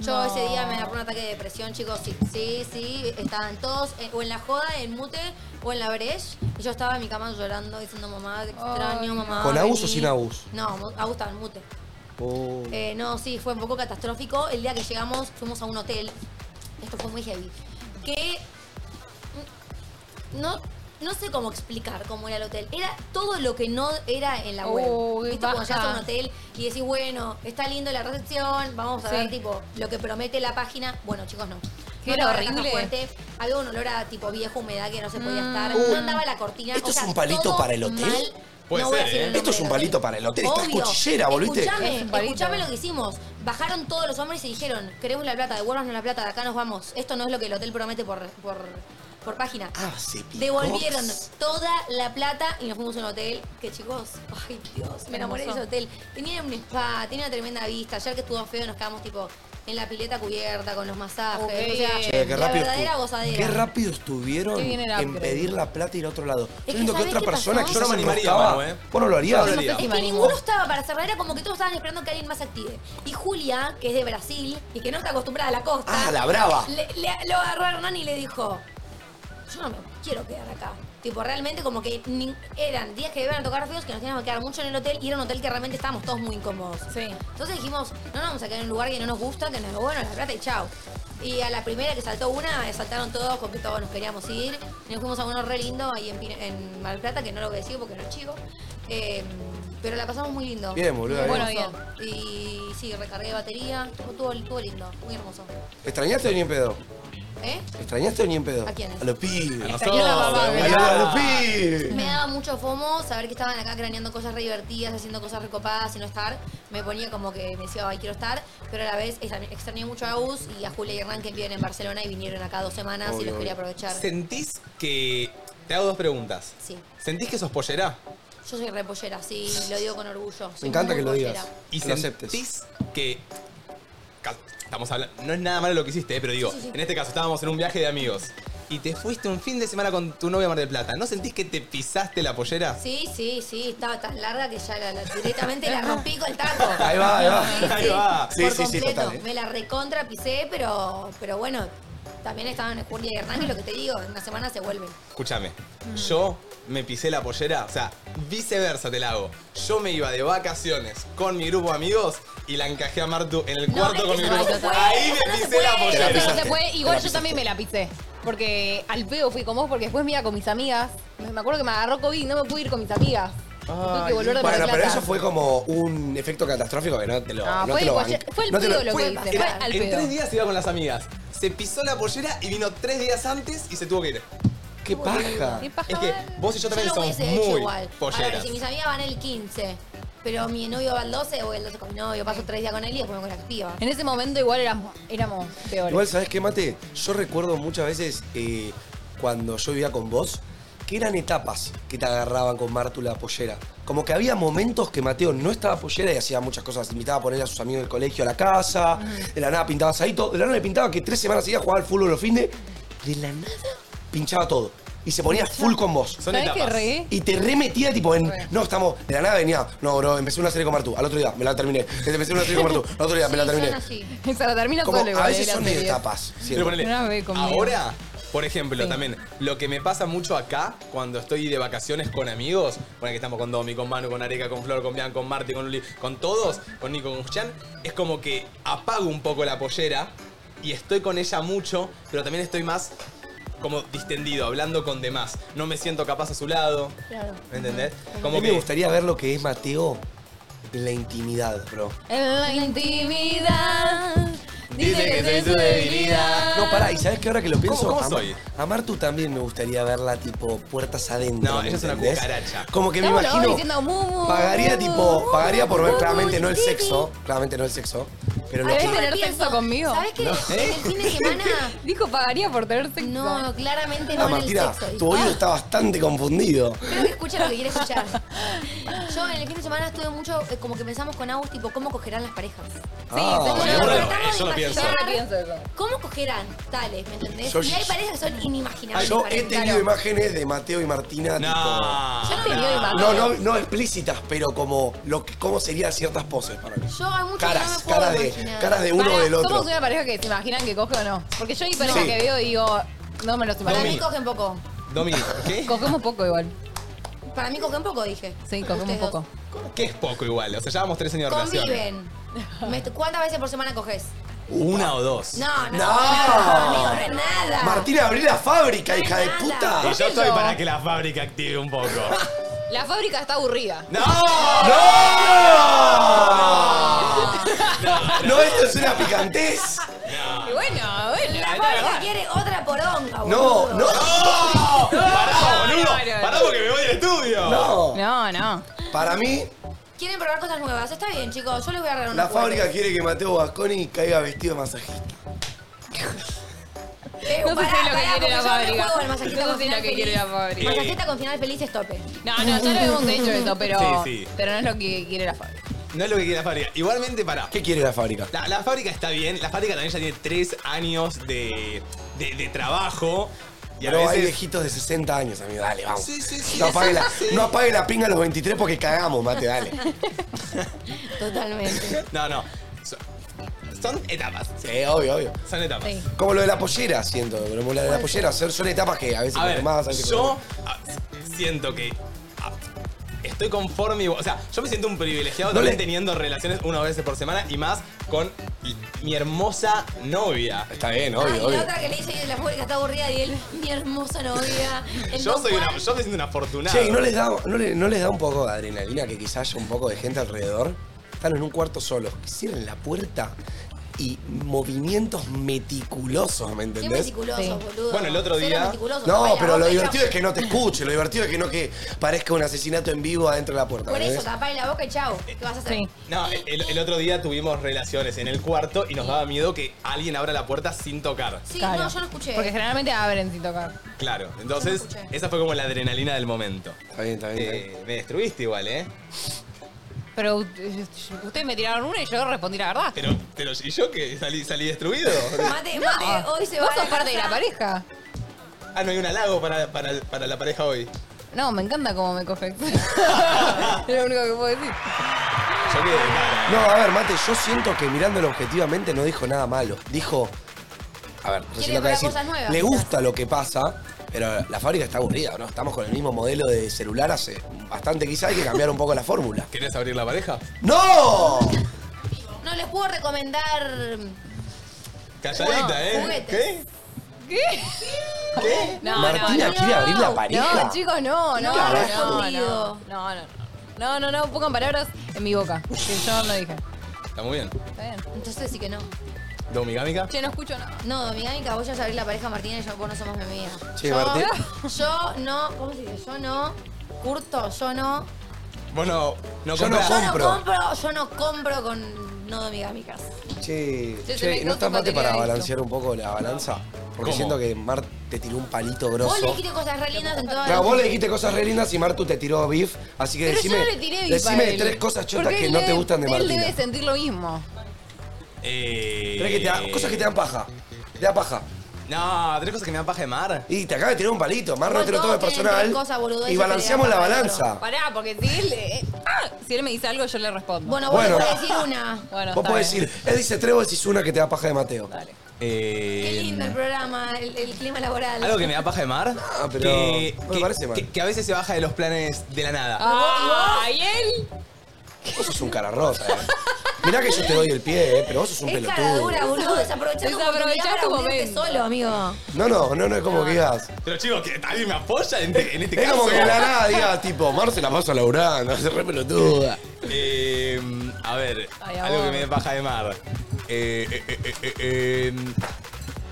D: Yo
C: No.
D: ese día me agarró un ataque de depresión, chicos. Sí, sí, sí. Estaban todos eh, o en la joda, en mute, o en la breche. Y yo estaba en mi cama llorando, diciendo, mamá, te
C: Ay,
D: extraño,
C: no.
D: mamá.
B: ¿Con Agus o
D: vení".
B: sin Agus?
D: No, mo- Agus estaba en mute.
B: Oh.
D: Eh, no, sí, fue un poco catastrófico. El día que llegamos, fuimos a un hotel. Esto fue muy heavy. Que. mm, No, no sé cómo explicar cómo era el hotel. Era todo lo que no era en la web.
C: Uy,
D: ¿Viste? Cuando
C: baja.
D: llegas a un hotel y decís, bueno, está lindo la recepción, vamos a
C: Sí.
D: ver, tipo, lo que promete la página. Bueno, chicos, no.
C: Qué
D: No la verdad,
C: horrible. Mm.
D: fuerte. Había un olor a tipo vieja humedad que no se podía estar.
B: Uy.
D: No andaba la cortina.
B: ¿Esto
D: o
B: es
D: sea,
B: un palito
D: todo
B: para el hotel?
D: mal.
A: Puede
D: No voy a
A: ser,
D: decir
A: ¿eh?
D: el nombre
B: Esto es un
D: del
B: palito
D: hotel.
B: para el hotel, esto es
D: Obvio.
B: cuchillera, boludete.
D: Escuchame,
C: Es un palito.
D: escuchame lo que hicimos. Bajaron todos los hombres y dijeron, queremos la plata, devuélvanos la plata, de acá nos vamos. Esto no es lo que el hotel promete por, por, por página.
B: Ah, se picó.
D: Devolvieron toda la plata y nos fuimos a un hotel. Que chicos, ay Dios, me enamoré de ese
C: Hermoso.
D: hotel. Tenía un spa, tenía una tremenda vista. Ayer que estuvo feo nos quedamos tipo en la pileta cubierta con los masajes.
C: Ok.
D: O sea,
C: Che,
B: Che, qué
D: la
B: rápido,
D: verdadera
B: estu-
D: gozadera.
B: qué rápido estuvieron
C: Qué bien el
B: en
C: upgrade.
B: pedir la plata y ir a otro lado. Yo
D: que
B: siento que
D: ¿sabés
B: otra
D: qué
B: persona
D: pasó?
B: que yo no me animaría,
A: Manu, ¿eh?
B: ¿Vos no lo harías?
A: Yo no lo haría.
D: Es
C: me
D: que
C: animo.
D: ninguno estaba para cerrar, era como que todos estaban esperando que alguien más se active. Y Julia, que es de Brasil y que no está acostumbrada a la costa,
B: Ah, la brava.
D: le, le- lo agarró a Hernán y le dijo, yo no me quiero quedar acá. Tipo, realmente como que ni- eran días que iban a tocar feos, que nos teníamos que quedar mucho en el hotel y era un hotel que realmente estábamos todos muy incómodos.
C: Sí.
D: Entonces dijimos, no nos vamos a quedar en un lugar que no nos gusta, que nos lo bueno, la plata y chao. Y a la primera que saltó una, eh, saltaron todos con que todos nos queríamos ir. Y nos fuimos a uno re lindo ahí en, Pine- en Mar del Plata, que no lo voy a decir porque no es chivo. Eh, pero la pasamos muy lindo.
B: Bien, boluda,
D: Muy
C: bien.
D: hermoso. Y sí, recargué batería. Estuvo, estuvo- estuvo lindo, muy hermoso.
B: ¿Extrañaste o ni en pedo?
D: ¿Eh?
B: ¿Extrañaste o ni en pedo?
D: ¿A quiénes?
B: A los pibes.
A: Nosotros,
C: Extrañó la mamá,
B: A
A: de
B: los-
A: verdad.
B: a los pibes.
D: Me daba mucho fomo saber que estaban acá craneando cosas re divertidas, haciendo cosas recopadas y no estar. Me ponía como que me decía, ay, quiero estar, pero a la vez extrañé extrañé mucho a Agus y a Julia y Hernán que viven en Barcelona y vinieron acá dos semanas y
B: Obvio,
D: los quería
B: obvio.
D: aprovechar.
A: ¿Sentís que... Te hago dos preguntas.
D: Sí.
A: ¿Sentís que sos pollerá?
D: Yo soy repollera, sí, lo digo con orgullo.
B: Me
D: soy
B: encanta
D: muy
B: que lo
D: pollera.
B: digas.
A: Y
B: Que lo
A: sentís
B: aceptes.
A: que. ca- Estamos hablando. No es nada malo lo que hiciste, eh, pero digo,
D: Sí, sí, sí.
A: en este caso estábamos en un viaje de amigos. Y te fuiste un fin de semana con tu novia a Mar del Plata. ¿No sentís que te pisaste la pollera?
D: Sí, sí, sí, estaba tan larga que ya la, la- directamente la rompí con el taco.
B: Ahí va, ahí va.
D: Sí,
A: Ahí
D: sí,
A: va.
B: Sí,
D: por
B: sí, sí,
D: completo.
B: total, ¿eh?
D: Me la recontra pisé, pero, pero bueno, también estaban Julia y Hernán y lo que te digo, en una semana se vuelven.
A: Escúchame.
C: Mm.
A: Yo me pisé la pollera. O sea, viceversa te la hago. Yo me iba de vacaciones con mi grupo de amigos y la encajé a Martu en el
D: No,
A: cuarto
D: es que
A: con mi
D: eso
A: grupo.
D: no se puede,
A: Ahí
D: eso
A: me
D: no
A: pisé
D: se
A: la
D: puede.
C: Eso
A: pollera.
C: no se
B: pisaste,
C: puede.
B: te la
C: Igual yo
B: pisaste.
C: también me la pisé. Porque al pedo fui con vos, porque después me iba con mis amigas. Me me acuerdo que me agarró COVID y no me pude ir con mis amigas. Tuve que volver de Mar
B: Bueno,
C: del
B: pero
C: Plata.
B: eso fue como un efecto catastrófico que no te lo,
C: No,
B: no
C: fue
B: te lo
C: el
B: banca-
C: coche- fue el
B: no te
C: pedo lo que hice,
B: era-
C: fue al
A: en
C: pedo.
A: tres días iba con las amigas. Se pisó la pollera y vino tres días antes y se tuvo que ir.
B: ¡Qué paja!
C: Qué paja.
A: Es que vos y yo también
D: lo
A: somos
D: hubiese hecho
A: muy
D: igual. A ver,
A: polleras.
D: si mis amigas van el 15, pero mi novio va el 12, voy el 12 con mi novio, paso tres días con él y después me con la piba.
C: En ese momento igual éramos, éramos peores.
B: Igual, ¿sabes qué, Mate? Yo recuerdo muchas veces eh, cuando yo vivía con vos que eran etapas que te agarraban con Martu la pollera. Como que había momentos que Mateo no estaba pollera y hacía muchas cosas. Invitaba a poner a sus amigos del colegio a la casa, de la nada pintaba asadito, de la nada le pintaba que tres semanas seguidas jugaba al fútbol los fines, de la nada pinchaba todo. y se ponía full con vos.
A: Son
C: ¿Sabes qué
A: etapas.
C: regué?
B: Y te remetía tipo en.
C: Re.
B: No, estamos. De la nada venía. No, bro, empecé una serie con Martu. Al otro día me la terminé. Empecé una serie con Martu. Al otro día me la
D: Sí,
B: terminé.
D: son así.
C: Se la termina
B: Como,
C: solo igual,
B: a veces
C: eh, la
B: son medio
C: serie.
B: etapas. siento.
A: Pero ponele,
C: Una vez conmigo.
A: ahora, por ejemplo,
C: Sí.
A: también, lo que me pasa mucho acá, cuando estoy de vacaciones con amigos, bueno, que estamos con Domi, con Manu, con Areca, con Flor, con Bian, con Marti, con Luli, con todos, con Nico, con Chan, es como que apago un poco la pollera y estoy con ella mucho, pero también estoy más como distendido, hablando con demás. No me siento capaz a su lado.
D: Claro.
A: ¿Me entendés?
B: A
A: Como
B: mí me
A: que
B: gustaría ver lo que es Mateo en la intimidad, bro.
C: En la intimidad.
A: Dice que soy su debilidad.
B: No, pará, y sabes que ahora que lo pienso,
A: cómo
B: a, Mar-
A: soy?
B: a Martu también me gustaría verla tipo puertas adentro.
A: No,
B: ¿me
A: ella es una
B: entendés?
A: cucaracha.
B: Como que me
C: Estamos los dos
B: imagino.
C: diciendo, "Oh, "Mu, mu,
B: pagaría
C: mu,
B: tipo.
C: mu,
B: Pagaría por ver
C: mu,
B: claramente no el
C: mu,
B: sexo. Claramente no el sexo. Pero lo
C: Ay,
B: que.
C: ¿Querés tener sexo conmigo?
D: ¿Sabes qué? El fin de semana.
C: Dijo, pagaría por tener sexo.
D: No, claramente
B: Ah,
D: no en el
B: Martina,
D: sexo.
B: tu oído está bastante confundido.
D: Creo que escucha lo que quiere escuchar. Yo en el fin de semana estuve mucho, eh, como que pensamos con Agus, tipo, ¿cómo cogerán las parejas?
B: Ah,
A: seguro.
D: Bueno,
A: bueno,
D: tratamos de
A: eso lo pienso.
D: imaginar
C: Yo no pienso eso.
D: ¿Cómo cogerán? Tales, ¿me entendés?
B: Yo-
D: y hay parejas que son inimaginables.
B: yo
D: para
B: he
D: mí,
B: tenido
D: claro.
B: imágenes de Mateo y Martina. tipo-
A: No.
D: Yo no
C: Te
D: me-
C: dio de mamá.
B: No, no, no explícitas, pero como lo que, cómo serían ciertas poses para mí.
D: Yo hay mucho que
B: Caras,
D: no me puedo
B: caras de-
D: imaginar.
B: caras de- uno
C: Pará,
B: o del otro.
C: Somos una pareja que se imaginan que coge o no. Porque yo hay pareja
B: Sí.
C: que veo y digo, no me los
D: Para
C: imagino.
A: Domi.
D: mí cogen poco.
A: Domi, ¿qué?
C: Cogemos poco igual.
D: Para mí cogen poco, dije.
C: Sí, cogemos
D: Ustedes dos.
C: poco.
A: ¿Qué es poco igual? O sea, llevamos tres años de relación.
D: Conviven. Me- ¿Cuántas veces por semana coges?
A: Una o dos.
D: No, no.
B: No. Ah.
D: amigo, no es nada.
B: Martina, abrí la fábrica,
D: No
B: hija
D: hay
B: de
D: nada.
B: puta.
A: Y yo
C: qué
A: estoy
C: no?
A: para que la fábrica active un poco.
C: La fábrica está aburrida.
A: ¡No!
B: ¡No! No, esto es una picantez.
C: Y bueno, bueno.
D: La fábrica quiere otra poronga,
B: No,
D: boludo.
B: no.
A: ¡Pará, boludo!
C: no, no.
A: ¡Pará porque me voy del estudio!
B: No.
C: No, no.
B: Para mí,
D: Quieren probar cosas nuevas. Está bien, chicos. Yo les voy a arreglar una
B: la fábrica quiere que Mateo Gasconi caiga vestido de masajista.
D: Eh,
C: No sé si es lo que quiere la fábrica.
D: el
C: No sé si
D: masajista con
C: es lo
D: final
C: que quiere
D: feliz.
C: la fábrica.
D: Masajista con final feliz es tope.
C: No, no, ya lo hemos dicho eso, pero,
A: Sí, sí.
C: pero no es lo que quiere la fábrica.
A: No es lo que quiere la fábrica. Igualmente, pará.
B: ¿Qué quiere la fábrica?
A: La, la fábrica está bien. La fábrica también ya tiene tres años de, de, de trabajo. Y a
B: Pero hay
A: veces...
B: viejitos de 60 años, amigo. Dale, vamos.
A: Sí, sí, sí.
B: No apague, la,
A: Sí.
B: no apague la pinga a los 23 porque cagamos, mate, dale.
D: Totalmente.
A: No, no. Son, son etapas.
B: Sí, Eh, obvio, obvio.
A: Son etapas.
C: Sí.
B: Como lo de la pollera, siento. Como lo de la pollera. Son, son etapas que a veces
A: A ver,
B: más, a veces
A: yo ah, siento que ah, estoy conforme. igual- O sea, yo me siento un privilegiado
B: No
A: también
B: le-
A: teniendo relaciones una vez por semana y más con mi hermosa novia.
B: Está bien,
D: Ay,
B: obvio,
D: la
B: obvio.
D: otra que le dice que la fábrica está aburrida y él, mi hermosa novia. en
A: Yo
D: dos
A: soy una,
D: cuadras.
A: yo me siento una afortunada.
B: Che, ¿y ¿no les, da, no, le- no les da un poco de adrenalina que quizás haya un poco de gente alrededor? Están en un cuarto solos, que cierren la puerta y movimientos meticulosos, ¿me
D: Qué
B: entendés?
D: meticuloso,
C: Sí.
D: boludo.
A: Bueno, el otro
D: Cero
A: día-
D: meticuloso,
B: No,
D: tapá la
B: pero lo
D: boca y
B: divertido
D: chau.
B: es que no te escuche, lo divertido es que no que parezca un asesinato en vivo adentro de la puerta.
D: Por eso,
B: ¿entendés?
D: tapá la boca y chao. ¿Qué vas a hacer?
C: Sí.
A: No, el, el otro día tuvimos relaciones en el cuarto y nos daba miedo que alguien abra la puerta sin tocar.
D: Sí,
C: Claro.
D: no, yo no escuché.
C: Porque generalmente abren sin tocar.
A: Claro, entonces
D: Yo no escuché.
A: esa fue como la adrenalina del momento.
B: Está bien, está bien. está bien.
A: Eh, me destruiste igual, ¿eh?
C: Pero eh, ustedes me tiraron una y yo respondí la verdad.
A: Pero, pero ¿y yo que salí, salí destruido?
D: Mate, mate, hoy se va
C: ¿Vos
D: a
C: sos parte de
D: casa.
C: la pareja?
A: Ah, no hay un halago para, para, para la pareja hoy.
C: No, me encanta cómo me coge. es lo único que puedo decir.
A: Yo quedé de cara.
B: No, a ver, Mate, yo siento que mirándolo objetivamente no dijo nada malo. Dijo. A ver, recién lo acabo de
D: probar
B: decir.
D: cosas nuevas,
B: le
D: quizás.
B: gusta lo que pasa, pero la fábrica está aburrida, ¿no? Estamos con el mismo modelo de celular hace bastante, quizá hay que cambiar un poco la fórmula.
A: ¿Querés abrir la pareja?
B: ¡No!
D: No les puedo recomendar.
A: Calladita,
D: No,
A: ¿eh?
D: juguetes.
A: ¿Qué?
C: No,
B: Martina
C: no, no.
B: quiere abrir la pareja.
C: No, chicos, no, no,
D: Claro.
C: no,
D: Escondido.
C: no, no, no. No, no, no, pongan palabras en mi boca. Que yo no dije.
A: ¿Qué? Está muy bien.
C: Está bien.
D: Entonces sí que no.
A: ¿Domigámica?
C: Che, no escucho nada.
D: No, Domigámica, vos ya sabés la pareja Martina y yo, vos no somos mi amiga.
B: Che,
D: yo,
B: Martín.
D: yo no, ¿cómo se dice? Yo no curto, yo no.
A: Bueno, no
B: Yo no
A: compras.
D: Yo no
B: Compro.
D: compro, yo no compro con no Domigámicas.
B: Che,
C: Che, se
B: che,
C: me
B: ¿y
C: quedó
B: ¿no está
C: tu
B: Mate
C: batería
B: para
C: adentro.
B: balancear un poco la balanza? Porque
A: ¿Cómo?
B: siento que Mart te tiró un palito grosso.
D: Vos le dijiste cosas re lindas en todas
B: Claro, vos le dijiste cosas re lindas y Martu te tiró beef, así que
C: Pero
B: decime,
C: yo no le tiré bipa a
B: decime
C: él.
B: tres cosas chotas
C: Porque
B: que
C: él
B: no te
C: debe-
B: gustan de
C: Él
B: Martina.
C: debe sentir lo mismo.
A: Eh,
B: Tres que te da- cosas que te dan paja. Te da paja.
A: No, tres cosas que me dan paja de mar.
B: Y te acaba de tirar un palito, más
D: Igual
B: retiró todo el
D: todos tienen
B: personal.
D: tres cosas, boludeces,
B: y
D: que le
B: balanceamos la
D: dan para
B: balanza.
C: Pará, porque si él, eh, ah, si él me dice algo, yo le respondo.
D: Bueno, vos
B: Bueno.
D: tenés que decir una.
C: Bueno,
B: Vos
C: está
B: podés
C: bien.
B: decir, él dice tres, vos decís una que te da paja de Mateo.
C: Dale.
A: Eh,
D: Qué lindo el programa, el, el clima laboral.
A: Algo que me da paja de mar.
B: No, Ah, pero
A: que,
B: no me
A: que-
B: parece mal.
A: que- que a veces se baja de los planes de la nada.
C: Ah, ¿y él?
B: Vos sos un cara rota, eh. Mirá que yo te doy el pie, eh, pero vos sos un
D: es cara
B: pelotudo.
D: dura, boludo. Desaprovechar tu
C: Desaprovechá
D: oportunidad
C: tu
D: para hundirte
C: momento.
D: solo, amigo.
B: No, no, no, no es como que digas.
A: Pero chicos, que alguien me apoya en, te- en este
B: Es
A: caso.
B: como que de la nada digas, tipo, Mar se la pasa laburando, es re pelotuda.
A: Eh, a ver,
C: Ay,
A: algo
C: amor.
A: que me dé paja de mar. Eh, eh, eh, eh, eh, eh,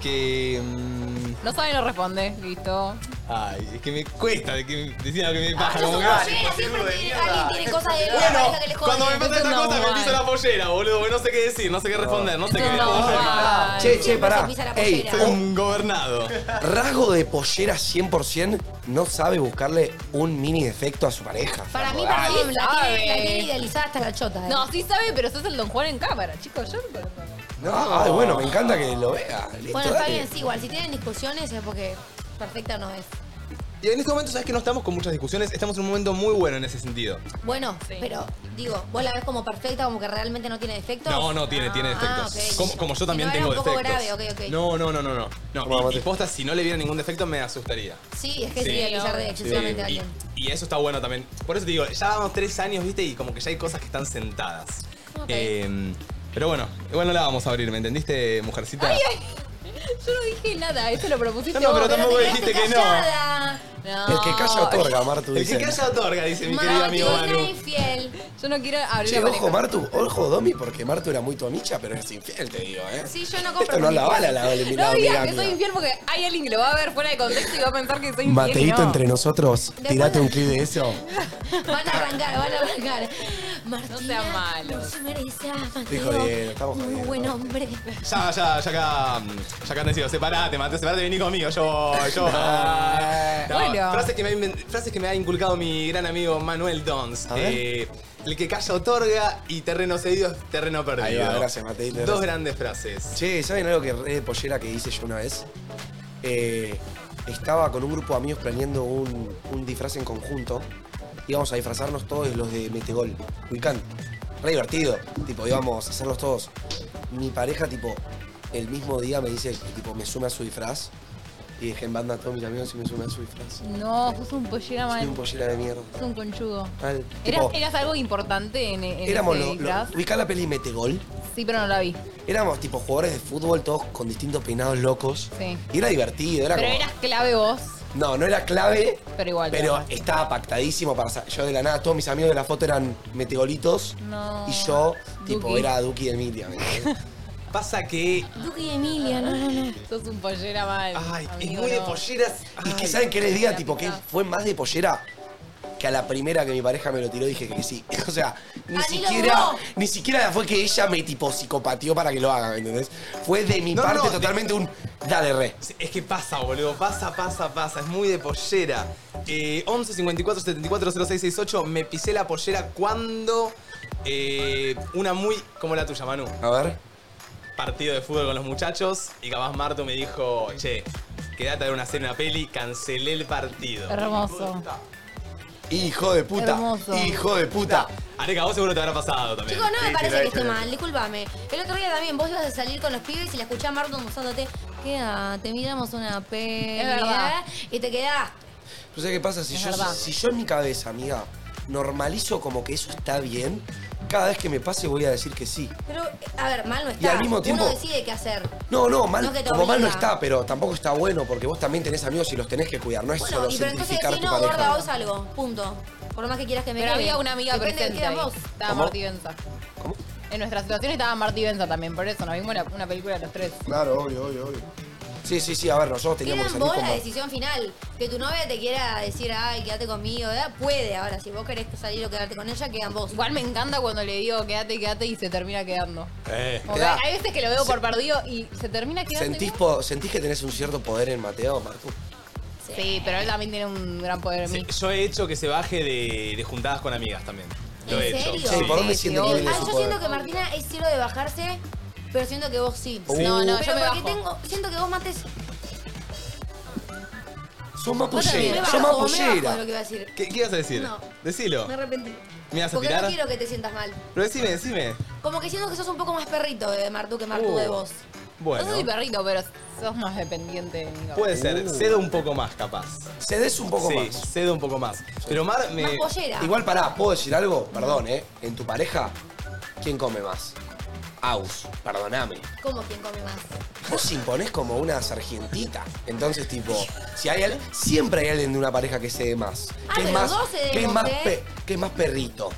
A: que. mm,
C: No sabe, no responde. Listo.
A: Ay, es que me cuesta de que decir algo que me dé paja.
D: Ah, yo
A: como
D: soy
A: que, ay,
D: pollera,
A: boludo,
D: siempre
A: de
D: tiene-
A: mierda.
D: alguien tiene cosas de la
A: Bueno,
D: pareja que les jode.
A: cuando me pasa
C: Eso
A: esta
C: no
A: cosa me
C: vale.
A: empieza la pollera, boludo. porque No sé qué decir, no sé qué responder, no sé
C: Eso
A: qué. me
C: no
A: da paja de mar.
C: Ay.
B: Che, che,
D: Siempre se
B: pará.
D: pisa la
B: Ey,
D: pollera.
A: Soy un gobernado.
B: rasgo de pollera 100% no sabe buscarle un mini defecto a su pareja.
D: Para mí,
B: Dale.
D: perdón, la tiene, la
C: sabe.
D: tiene idealizada hasta la chota. eh.
C: No, sí sabe, pero sos el Don Juan en cámara, chicos. Yo no
B: No, ay, bueno, me encanta que lo vea. Listo,
D: Bueno, está
B: dale.
D: bien, sí, igual. Si tienen discusiones es porque perfecta no es.
A: Y en este momento, sabes que no estamos con muchas discusiones, estamos en un momento muy bueno en ese sentido.
D: Bueno,
C: Sí.
D: pero digo, vos la ves como perfecta, como que realmente no tiene defectos.
A: No, no, tiene, tiene
D: Ah,
A: defectos.
D: ok.
A: como, como yo
D: Si
A: también
D: no,
A: tengo
D: era un poco
A: defectos.
D: grave, ok, ok.
A: No, no, no, no, no. No,
B: Toma,
A: y- y,
B: mate.
A: posta, si no le viera ningún defecto, me asustaría.
D: Sí, es que
A: Sí.
D: sí, idealizar de
A: Sí,
D: excesivamente a
A: y,
D: alguien.
A: y eso está bueno también. Por eso te digo, ya vamos tres años, viste, y como que ya hay cosas que están sentadas.
D: Ok.
A: Eh, pero bueno, igual no la vamos a abrir, ¿me entendiste, mujercita?
C: Yo no dije nada, eso lo propusiste
A: No, no,
C: vos.
A: pero tampoco
D: te
A: dijiste
D: quedaste
A: que no.
D: callada.
C: No.
B: El que calla otorga, Martu.
A: El que
B: dice.
A: calla otorga, dice mi querido
D: Martina
A: amigo Manu.
D: infiel.
C: Yo no quiero abrir
B: Che,
C: la pareja.
B: ojo, Martu, ojo, Domi, porque Martu era muy tu amicha, pero es infiel, te digo, ¿eh?
D: Sí, yo no compro.
B: Esto no la
D: mis-
B: vale la vale, mi
C: No digas
B: amiga
C: que soy
B: mía.
C: infiel porque hay alguien que lo va a ver fuera de contexto y va a pensar que soy infiel.
B: Mateito
C: no.
B: entre nosotros,
D: Después-
B: tirate un clip de eso.
D: Van a arrancar, van a arrancar. Martina,
C: No sean malos.
D: No se merece a
B: Estoy
D: Mateo.
B: jodiendo, estamos
D: Muy
B: jodiendo.
D: buen hombre.
A: Ya, ya, ya acá. mm, Ya acá han decidido, separate, Mateo, separate, vení conmigo. Yo, voy, yo. voy. No,
C: Bueno.
A: Frases que, me, ha invent- frases que me ha inculcado mi gran amigo Manuel Dons.
B: A ver.
A: Eh, el que calla otorga y terreno cedido es terreno perdido.
B: Ahí va, gracias, Mateito,
A: Dos
B: gracias.
A: grandes frases.
B: Che, ¿saben algo que re de pollera que hice yo una vez? Eh, estaba con un grupo de amigos planeando un, un disfraz en conjunto. Íbamos a disfrazarnos todos los de Metegol, Huicán. Re divertido. Tipo, íbamos a hacerlos todos. Mi pareja, tipo, el mismo día me dice, tipo, me suma a su disfraz. Y dejé en banda a todos mis amigos y me sumé a su disfraz.
C: No, puso un pollera
B: Soy un
C: mal.
B: pollera de mierda.
C: Puso un conchudo.
B: Mal.
C: ¿Eras,
B: Tipo,
C: eras algo importante en, en
B: éramos
C: ese
B: los...
C: disfraz?
B: los- Ubicá la peli Metegol.
C: Sí, pero no la vi.
B: Éramos, tipo, jugadores de fútbol, todos con distintos peinados locos.
C: Sí.
B: Y era divertido, era
C: Pero
B: como...
C: eras clave vos.
B: No, no era clave.
C: Pero igual,
B: Pero eh,
C: capaz.
B: estaba pactadísimo para. sa- Yo de la nada, todos mis amigos de la foto eran metegolitos.
C: No.
B: Y yo, tipo,
C: Duki.
B: era Duki de Emilia. ¿me entendés?
A: Pasa que.
D: Duque y Emilia, no, no, no.
C: Sos un pollera mal.
A: Ay, es
C: amigo,
A: muy de
C: no.
A: polleras.
B: y que
A: Ay.
B: saben que les diga, tipo, que
C: picada.
B: fue más de pollera que a la primera que mi pareja me lo tiró, dije que sí. O sea, ni
D: Ah, ni lo
B: siquiera.
D: dudó.
B: Ni siquiera fue que ella me tipo psicopateó para que lo haga, ¿me entendés? Fue de mi
A: No, no,
B: parte
A: no, de-
B: totalmente un. Dale re.
A: Sí, Es que pasa, boludo. Pasa, pasa, pasa. Es muy de pollera. Eh, 11 54 74 06 68. Me pisé la pollera cuando. eh, una muy como la tuya, Manu.
B: A ver.
A: Partido de fútbol con los muchachos. Y capaz Marto me dijo, che, quédate a ver una serie, una peli. Cancelé el partido.
C: Hermoso.
B: Hijo de puta.
C: Hermoso.
B: Hijo de puta.
A: Areca, vos seguro te habrá pasado también.
D: Chicos, no me
B: Sí,
D: parece
B: sí,
D: que
B: sí.
D: esté mal, discúlpame. El otro día también vos ibas a salir con los pibes y la escuché a Marco usándote. Quédate, miramos una peli.
C: Es verdad.
D: ¿eh? Y te quedaste.
B: Pero ¿sabes qué pasa? Si
C: Es
B: yo,
C: verdad.
B: si yo en mi cabeza, amiga, normalizo como que eso está bien, cada vez que me pase voy a decir que sí.
D: Pero, eh, a ver, mal no está.
B: Y al mismo tiempo-
D: Uno decide qué hacer.
B: No, no, mal,
D: No, que te
B: como mal no
D: obliga.
B: está, pero tampoco está bueno porque vos también tenés amigos y los tenés que cuidar. No es
D: Bueno,
B: solo
D: y pero entonces
B: simplificar
D: decís,
B: tu
D: no, gorda,
B: pareja.
D: hoy salgo. Punto. Por más que quieras que me
C: Pero
D: quede.
C: había una amiga
D: Depende
C: presente.
D: de qué
C: ahí.
D: vos.
C: Estaba
B: ¿Cómo?
C: Marty Benza.
B: ¿Cómo?
C: En nuestra situación estaba Marty Benza también, por eso nos vimos una, una película los tres.
B: Claro, obvio, obvio, obvio. Sí, sí, sí, a ver, nosotros
D: Queda
B: teníamos que
D: en
B: salir
D: vos
B: como...
D: la decisión final. Que tu novia te quiera decir, ay, quédate conmigo, ¿verdad? puede. Ahora, si vos querés salir o quedarte con ella, quedan vos.
C: Igual me encanta cuando le digo quédate, quédate y se termina quedando.
A: Eh.
C: Como que
B: Queda-
C: hay veces que lo veo por perdido y se termina quedando.
B: ¿Sentís,
C: igual.
B: po- ¿Sentís que tenés un cierto poder en Mateo, Marco?
C: Sí, pero él también tiene un gran poder en
A: Sí,
C: mí.
A: yo he hecho que se baje de, de juntadas con amigas también. Lo
D: ¿En
A: he hecho.
D: serio?
B: Che, ¿y ¿por dónde
C: sí,
B: siente
C: sí,
B: que
C: obvio.
B: viene
D: Ah,
B: su
D: yo
B: poder?
D: siento que Martina es cero de bajarse, pero siento que vos sí.
C: No, no, yo
D: pero
C: me
D: porque
C: bajo.
D: tengo, siento que vos mates
B: Son
D: Vos también,
B: mapulleras,
D: me
B: son
D: bajo, me bajo de lo
B: mapulleras.
D: que iba a decir.
A: ¿Qué, qué ibas a decir?
D: No.
A: Decilo.
D: Me arrepentí.
A: ¿Me vas a
D: Porque
A: tirar?
D: no quiero que te sientas mal.
A: Pero decime, decime.
D: Como que siento que sos un poco más perrito de Martu que Martu
A: Uh.
D: de vos.
A: Bueno,
C: No soy perrito, pero sos más dependiente. Nico.
A: puede ser.
B: Uh.
A: Cedo un poco más, capaz.
B: Cedes un poco
A: sí,
B: más.
A: cedo un poco más. Pero Mar me...
D: Más pollera.
B: Igual pará, ¿puedo decir algo? Perdón, ¿eh? En tu pareja, ¿quién come más? Aus, perdoname.
D: Como quien come más.
B: Vos imponés como una sargentita. Entonces, tipo, si hay al- siempre hay alguien de una pareja que se dé más.
D: Ah,
B: que es
D: pero
B: más,
D: dos cedemos,
B: que es más,
D: ¿eh?
B: pe- que es más perrito,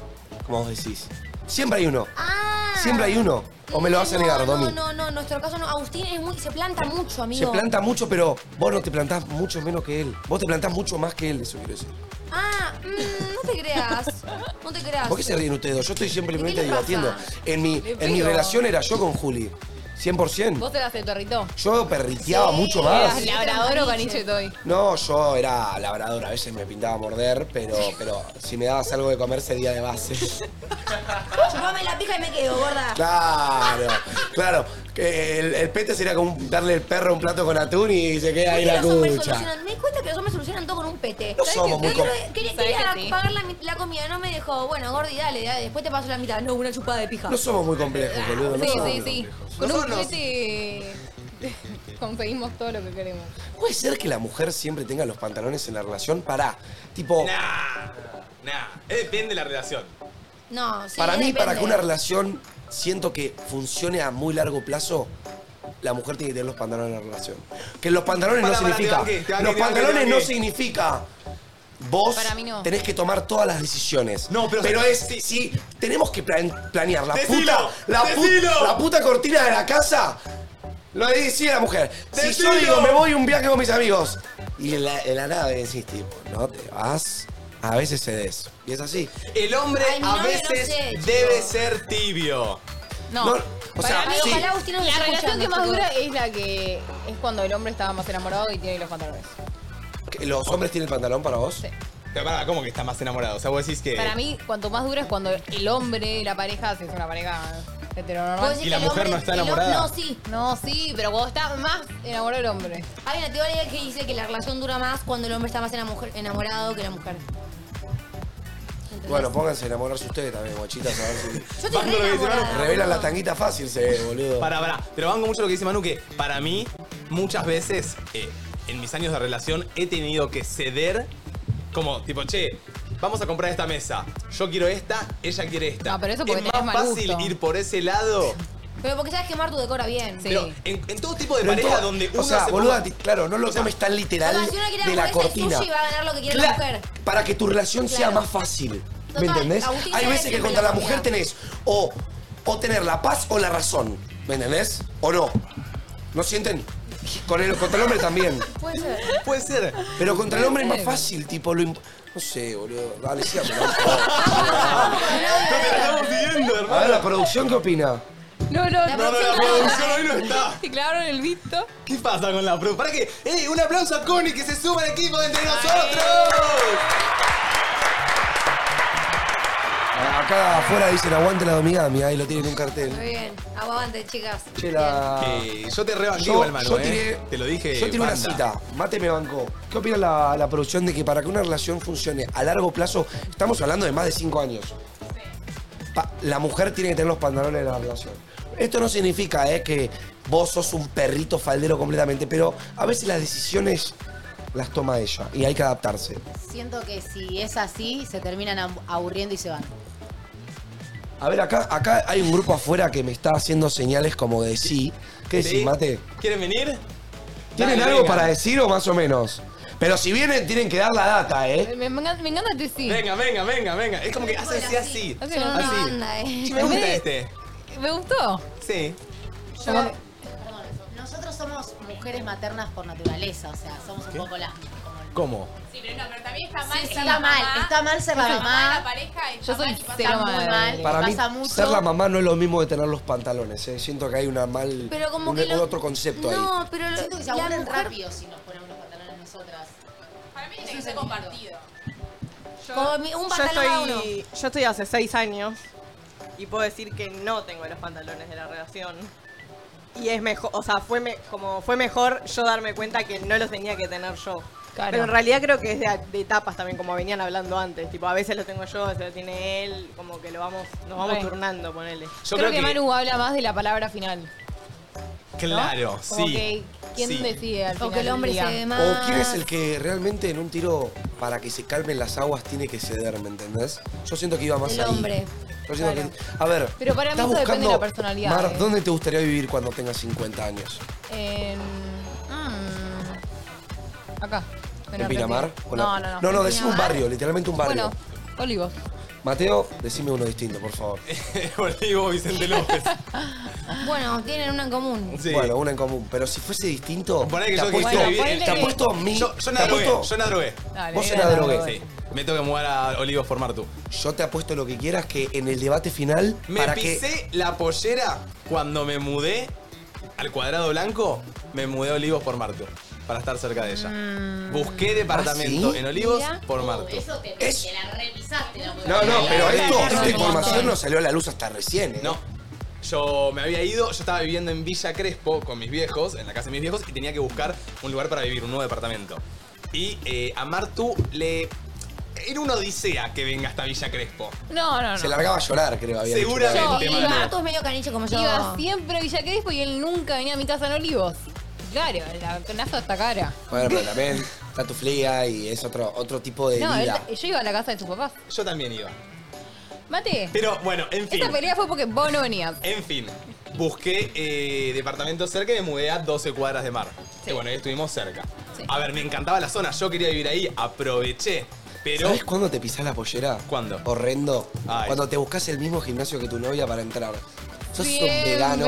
B: como vos decís. Siempre hay uno.
D: Ah.
B: Siempre hay uno. ¿O me lo vas a
D: No,
B: negar,
D: no,
B: Domi?
D: No, no, en nuestro caso no. Agustín es muy, se planta mucho,
B: Se
D: amigo.
B: planta mucho, pero vos no te plantás mucho menos que él. Vos te plantás mucho más que él, eso quiero decir.
D: Ah, mm, no te creas. No te creas.
B: ¿Por qué se ríen ustedes dos? Yo estoy siempre
D: ¿Y qué
B: simplemente
D: les pasa?
B: debatiendo. En mi,
C: Le
B: en mi
C: pego.
B: relación era yo con Juli. 100%.
C: ¿Vos eras el perrito?
B: Yo perriteaba
D: Sí,
B: mucho más.
C: Eras labrador o caniche doy.
B: No, yo era labrador, a veces me pintaba morder, pero, pero si me dabas algo de comer sería de base.
D: Chupame la pija y me quedo, gorda.
B: Claro, claro. Que el, el pete sería como un- darle al perro un plato con atún y se queda ahí la
D: los hombres
B: cucha.
D: solucionan? Me cuesta que los hombres solucionan todo con un pete.
B: No
D: ¿Sabés
B: somos
D: qué?
B: muy
D: Yo
B: com-
D: quería- Quería,
C: ¿Sabés
D: quería
C: que sí?
D: pagar la, mi- la comida, no me dejó. Bueno, Gordi, dale, dale, después te paso la mitad. No, una chupada de pija.
B: No somos muy complejos, boludo. No
C: Sí,
B: somos
C: sí,
B: muy
C: sí.
B: complejos.
C: Con un
A: Nosotros-
C: juguete Eh, conseguimos todo lo que queremos.
B: ¿Puede ser que la mujer siempre tenga los pantalones en la relación? Pará. Tipo,
A: Nah, nah. Eh, Depende de la relación.
D: No, sí,
B: para mí,
D: depende.
B: para que una relación siento que funcione a muy largo plazo, la mujer tiene que tener los pantalones en la relación. Que los pantalones
A: Pará,
B: no
A: pará,
B: significa.
A: te banqué, te banqué,
B: los
A: te banqué, te
B: pantalones no
A: banqué.
B: significa. Vos
C: Para mí no.
B: tenés que tomar todas las decisiones.
A: No, pero-
B: es si tenemos que plan- planear la
A: Decilo,
B: puta. La, pu-
A: decilo.
B: la puta cortina de la casa. Lo decía la mujer. Si yo
A: Decilo.
B: digo, me voy un viaje con mis amigos. Y en la, en la nada decís, tipo, no te vas. A veces cedes. Y es así.
A: El hombre
D: Ay, mi
A: a
D: novio no
A: veces
D: sé, chico.
A: debe ser tibio.
C: No.
B: No, o sea,
D: Ay,
B: sí.
D: Ojalá Agustín nos
C: La
D: esté
C: relación que
D: escuchando,
C: más
D: chicos.
C: dura es la que es cuando el hombre estaba más enamorado y tiene los pantalones.
B: ¿Que ¿Los hombres tienen pantalón para vos?
C: Sí.
A: Pero pará, ¿cómo que está más enamorado? O sea, vos decís que...
C: Para mí, cuanto más dura es cuando el hombre, la pareja, si es una pareja
D: ¿Vos
C: heteronormal.
D: decís
A: ¿Y la
D: que el
A: mujer no está
D: el hom-
A: enamorada?
D: No, sí.
C: No, sí, pero cuando está más enamorado el hombre.
D: Hay una teoría que dice que la relación dura más cuando el hombre está más enamo- enamorado que la mujer. ¿Entendés?
B: Bueno, pónganse a enamorarse ustedes también, guachitas, a ver si...
D: yo te
A: Banco lo que
D: re
A: dice Manu.
D: enamorada,
B: Revelan la
D: boludo.
B: tanguita fácil, se ve, boludo.
A: Pará, pará. Pero banco mucho lo que dice Manu, que para mí, muchas veces, eh, en mis años de relación, he tenido que ceder como, tipo, che, vamos a comprar esta mesa. Yo quiero esta, ella quiere esta.
C: No, pero eso porque
A: es más
C: tenés mal
A: fácil
C: gusto.
A: ir por ese lado.
D: Pero porque sabes que Martu decora bien.
C: Sí.
A: Pero en, en todo tipo de
B: Pero en
A: pareja
B: todo-
A: donde
B: O
A: uno
B: sea,
A: se
B: boluda,
A: ponga-
B: ti- claro, no lo tomes tan literal
D: Porque si uno quiere
B: de la
D: la mujer, ese
B: cortina.
D: sushi va a ganar lo que quiere
B: Cla-
D: la mujer.
B: Para que tu relación sea
D: Claro.
B: más fácil, ¿me
D: Total,
B: entendés?
D: Agustín
B: Hay
D: sabe
B: veces que
D: siempre
B: contra
D: la
B: la mujer
D: comida.
B: tenés o, o tener la paz o la razón, ¿me entendés? ¿O no? ¿No sienten? Con el, contra el hombre también.
C: Puede ser.
A: Puede ser.
B: Pero contra el hombre es más fácil, tipo, lo imp- No sé, boludo. Dale, sí,
A: No te la estamos siguiendo,
B: A
A: hermano.
B: ver, la producción qué opina.
C: No, no,
D: La
A: No, no, la producción hoy no está.
C: Se clavaron el visto.
A: ¿Qué pasa con la pro? ¿Para qué? ¡Ey! Un aplauso a Connie que se suma al equipo de entre nosotros.
B: Eh, Acá afuera dicen aguante la domigami, ahí lo tienen en un cartel.
D: Muy bien. Aguante, chicas.
B: Che, la-
A: Que Eh, yo te rebanqué
B: Yo,
A: igual, Manu,
B: yo
A: eh.
B: tiré,
A: Te lo dije.
B: yo tiré una
A: banda.
B: cita, mate me bancó. ¿Qué opina la, la producción de que para que una relación funcione a largo plazo, estamos hablando de más de cinco años? Pa- la mujer tiene que tener los pantalones de la relación. Esto no significa eh, que vos sos un perrito faldero completamente, pero a veces las decisiones las toma ella y hay que adaptarse.
H: Siento que si es así, se terminan am- aburriendo y se van.
B: A ver, acá, acá hay un grupo afuera que me está haciendo señales como de sí. ¿Qué decís,
A: ¿Sí?
B: mate?
A: ¿Quieren venir?
B: ¿Tienen
A: Dale,
B: algo
A: vengan.
B: para decir o más o menos? Pero si vienen, tienen que dar la data, ¿eh?
C: Me, me encanta, me encanta este sí.
A: Venga, venga, venga, venga. Es como que hace así, así.
C: Hace
D: Son una
A: Así.
D: banda, eh.
A: Sí, me gusta este.
C: Me gustó.
A: Sí.
H: Yo- perdón, nosotros somos mujeres maternas por naturaleza, o sea, somos un poco las.
A: ¿Cómo?
I: Sí, pero no, pero también está mal.
H: Sí,
I: ser
H: está
I: la
H: mal,
I: mamá,
H: está mal ser
I: la
H: la
I: mamá de la
H: mamá.
I: pareja.
C: Yo soy
H: Está
C: cero
H: muy
C: madre.
H: mal,
B: Para mí,
H: pasa mucho.
B: ser la mamá no es lo mismo de tener los pantalones, ¿eh? Siento que hay una mal,
D: Pero como
B: un,
D: que.
B: un
D: lo-
B: otro concepto ahí.
D: No, pero lo-
H: Siento que se
D: la
H: aburren
D: mujer-
H: rápido si nos ponemos los pantalones nosotras.
I: Para mí tiene que ser compartido.
D: Como mi- un
J: Yo
D: pantalón cada uno.
J: estoy, yo estoy hace seis años y puedo decir que no tengo los pantalones de la relación. Y es mejor, o sea, fue me- como fue mejor yo darme cuenta que no los tenía que tener yo.
C: Claro.
J: Pero en realidad creo que es de, de etapas también, como venían hablando antes. Tipo, a veces lo tengo yo, a veces lo tiene él, como que lo vamos, nos vamos
C: Re.
J: turnando, ponele.
C: creo, que, Manu habla más de la palabra final.
A: Claro,
C: Como
A: sí.
C: que, ¿quién
A: sí.
C: decide al
D: O
C: final?
D: que el hombre
C: del día?
D: se
B: Oh, O quién es el que realmente en un tiro, para que se calmen las aguas, tiene que ceder, ¿me entendés? Yo siento que iba más
D: El
B: ahí.
D: hombre.
B: Yo siento que- A ver.
C: Pero para mí
B: estás
C: eso depende de
B: buscando-
C: la personalidad,
B: Mar,
C: eh.
B: ¿dónde te gustaría vivir cuando tengas 50 años?
C: En- ¿eh? Em, mm, acá.
B: ¿En Pinamar? ¿O la-
C: No, no, no.
B: No, no,
C: ¿En
B: decime un
C: Pinamar?
B: barrio, literalmente un barrio.
C: Bueno, Olivos.
B: Mateo, decime uno distinto, por favor.
A: Olivo Vicente López.
D: Bueno, tienen una en común.
B: Bueno, uno en común. Pero si fuese distinto.
A: Poné que
B: te
A: yo
B: apuesto-
A: quisiera vivir en-
B: Te apuesto a mí.
A: Yo, yo
B: te
A: nada drogué,
B: apuesto-
A: yo nada drogué.
C: Dale,
B: Vos
C: era
B: era
C: la
B: drogué.
C: droga.
A: Sí. Me tengo que mudar a Olivos por Martu.
B: Yo te apuesto lo que quieras que en el debate final.
A: Me
B: para que.
A: pisé la pollera cuando me mudé al cuadrado blanco. Me mudé a Olivos por Martu para estar cerca de ella. Busqué departamento
B: ¿Ah, sí?
A: en Olivos
D: Mira.
A: por Martu.
H: Eso te,
B: Es-
H: te la revisaste. La
B: No, no, pero esto,
D: no,
B: esta
D: no,
B: información
D: no.
B: no salió a la luz hasta recién. ¿eh?
A: No. Yo me había ido, yo estaba viviendo en Villa Crespo con mis viejos, en la casa de mis viejos, y tenía que buscar un lugar para vivir, un nuevo departamento. Y eh, a Martu le. Era una odisea que venga hasta Villa Crespo.
C: No, no, no.
B: Se largaba a llorar, creo. Había dicho.
A: Seguramente,
D: Y
A: Manu.
D: Martu es medio caniche como yo.
C: Iba siempre a Villa Crespo y él nunca venía a mi casa en Olivos. Claro, la conazo hasta cara.
B: Bueno, pero también está tu fría y es otro, otro tipo de
C: No, él-
B: vida.
C: yo iba a la casa de sus papás.
A: Yo también iba.
C: Mate,
A: Pero bueno, en fin.
C: esa pelea fue porque vos no venías.
A: En fin, busqué eh, departamento cerca y me mudé a 12 cuadras de mar. Y bueno, ahí estuvimos cerca.
C: Sí.
A: A ver, me encantaba la zona, yo quería vivir ahí, aproveché. Pero.
B: ¿Sabes cuándo te pisás la pollera?
A: ¿Cuándo?
B: Horrendo.
A: Ay.
B: Cuando te buscas el mismo gimnasio que tu novia para entrar. Sos un
C: Siempre.
B: vegano.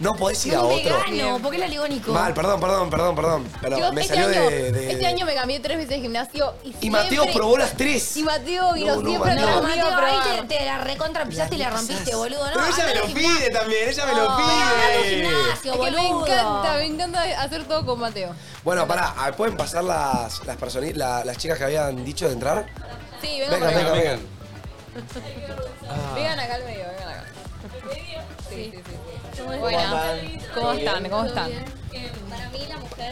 B: No podés ir a
D: Un
B: otro.
D: vegano, porque es aligónico.
B: Mal, perdón, perdón, perdón, perdón. Perdón,
C: Yo
B: me
C: este,
B: salió
C: año,
B: de, de-
C: este año me cambié tres veces de gimnasio y,
B: Y Mateo
C: siempre-
B: probó las tres.
C: Y Mateo vino
B: No, no,
C: siempre
B: Mateo.
C: atrás
D: No,
C: mío
D: Mateo,
C: a probar.
D: ahí te, te la recontra pisaste y la rompiste, boludo. No,
A: pero ella me
D: andá
A: lo
D: al gimnasio.
A: pide también, ella me
D: No,
A: lo
D: andá al
A: pide.
D: gimnasio,
C: Es que
D: boludo.
C: me encanta, me encanta hacer todo con Mateo.
B: Bueno, pará, ah, ¿pueden pasar las, las, personi- la- las chicas que habían dicho de entrar?
C: Sí, vengan
B: Vengan,
C: para acá.
B: vengan, vengan.
C: Vengan acá al medio, vengan acá. Sí, sí, sí. Buenas. ¿Cómo están? ¿Cómo están?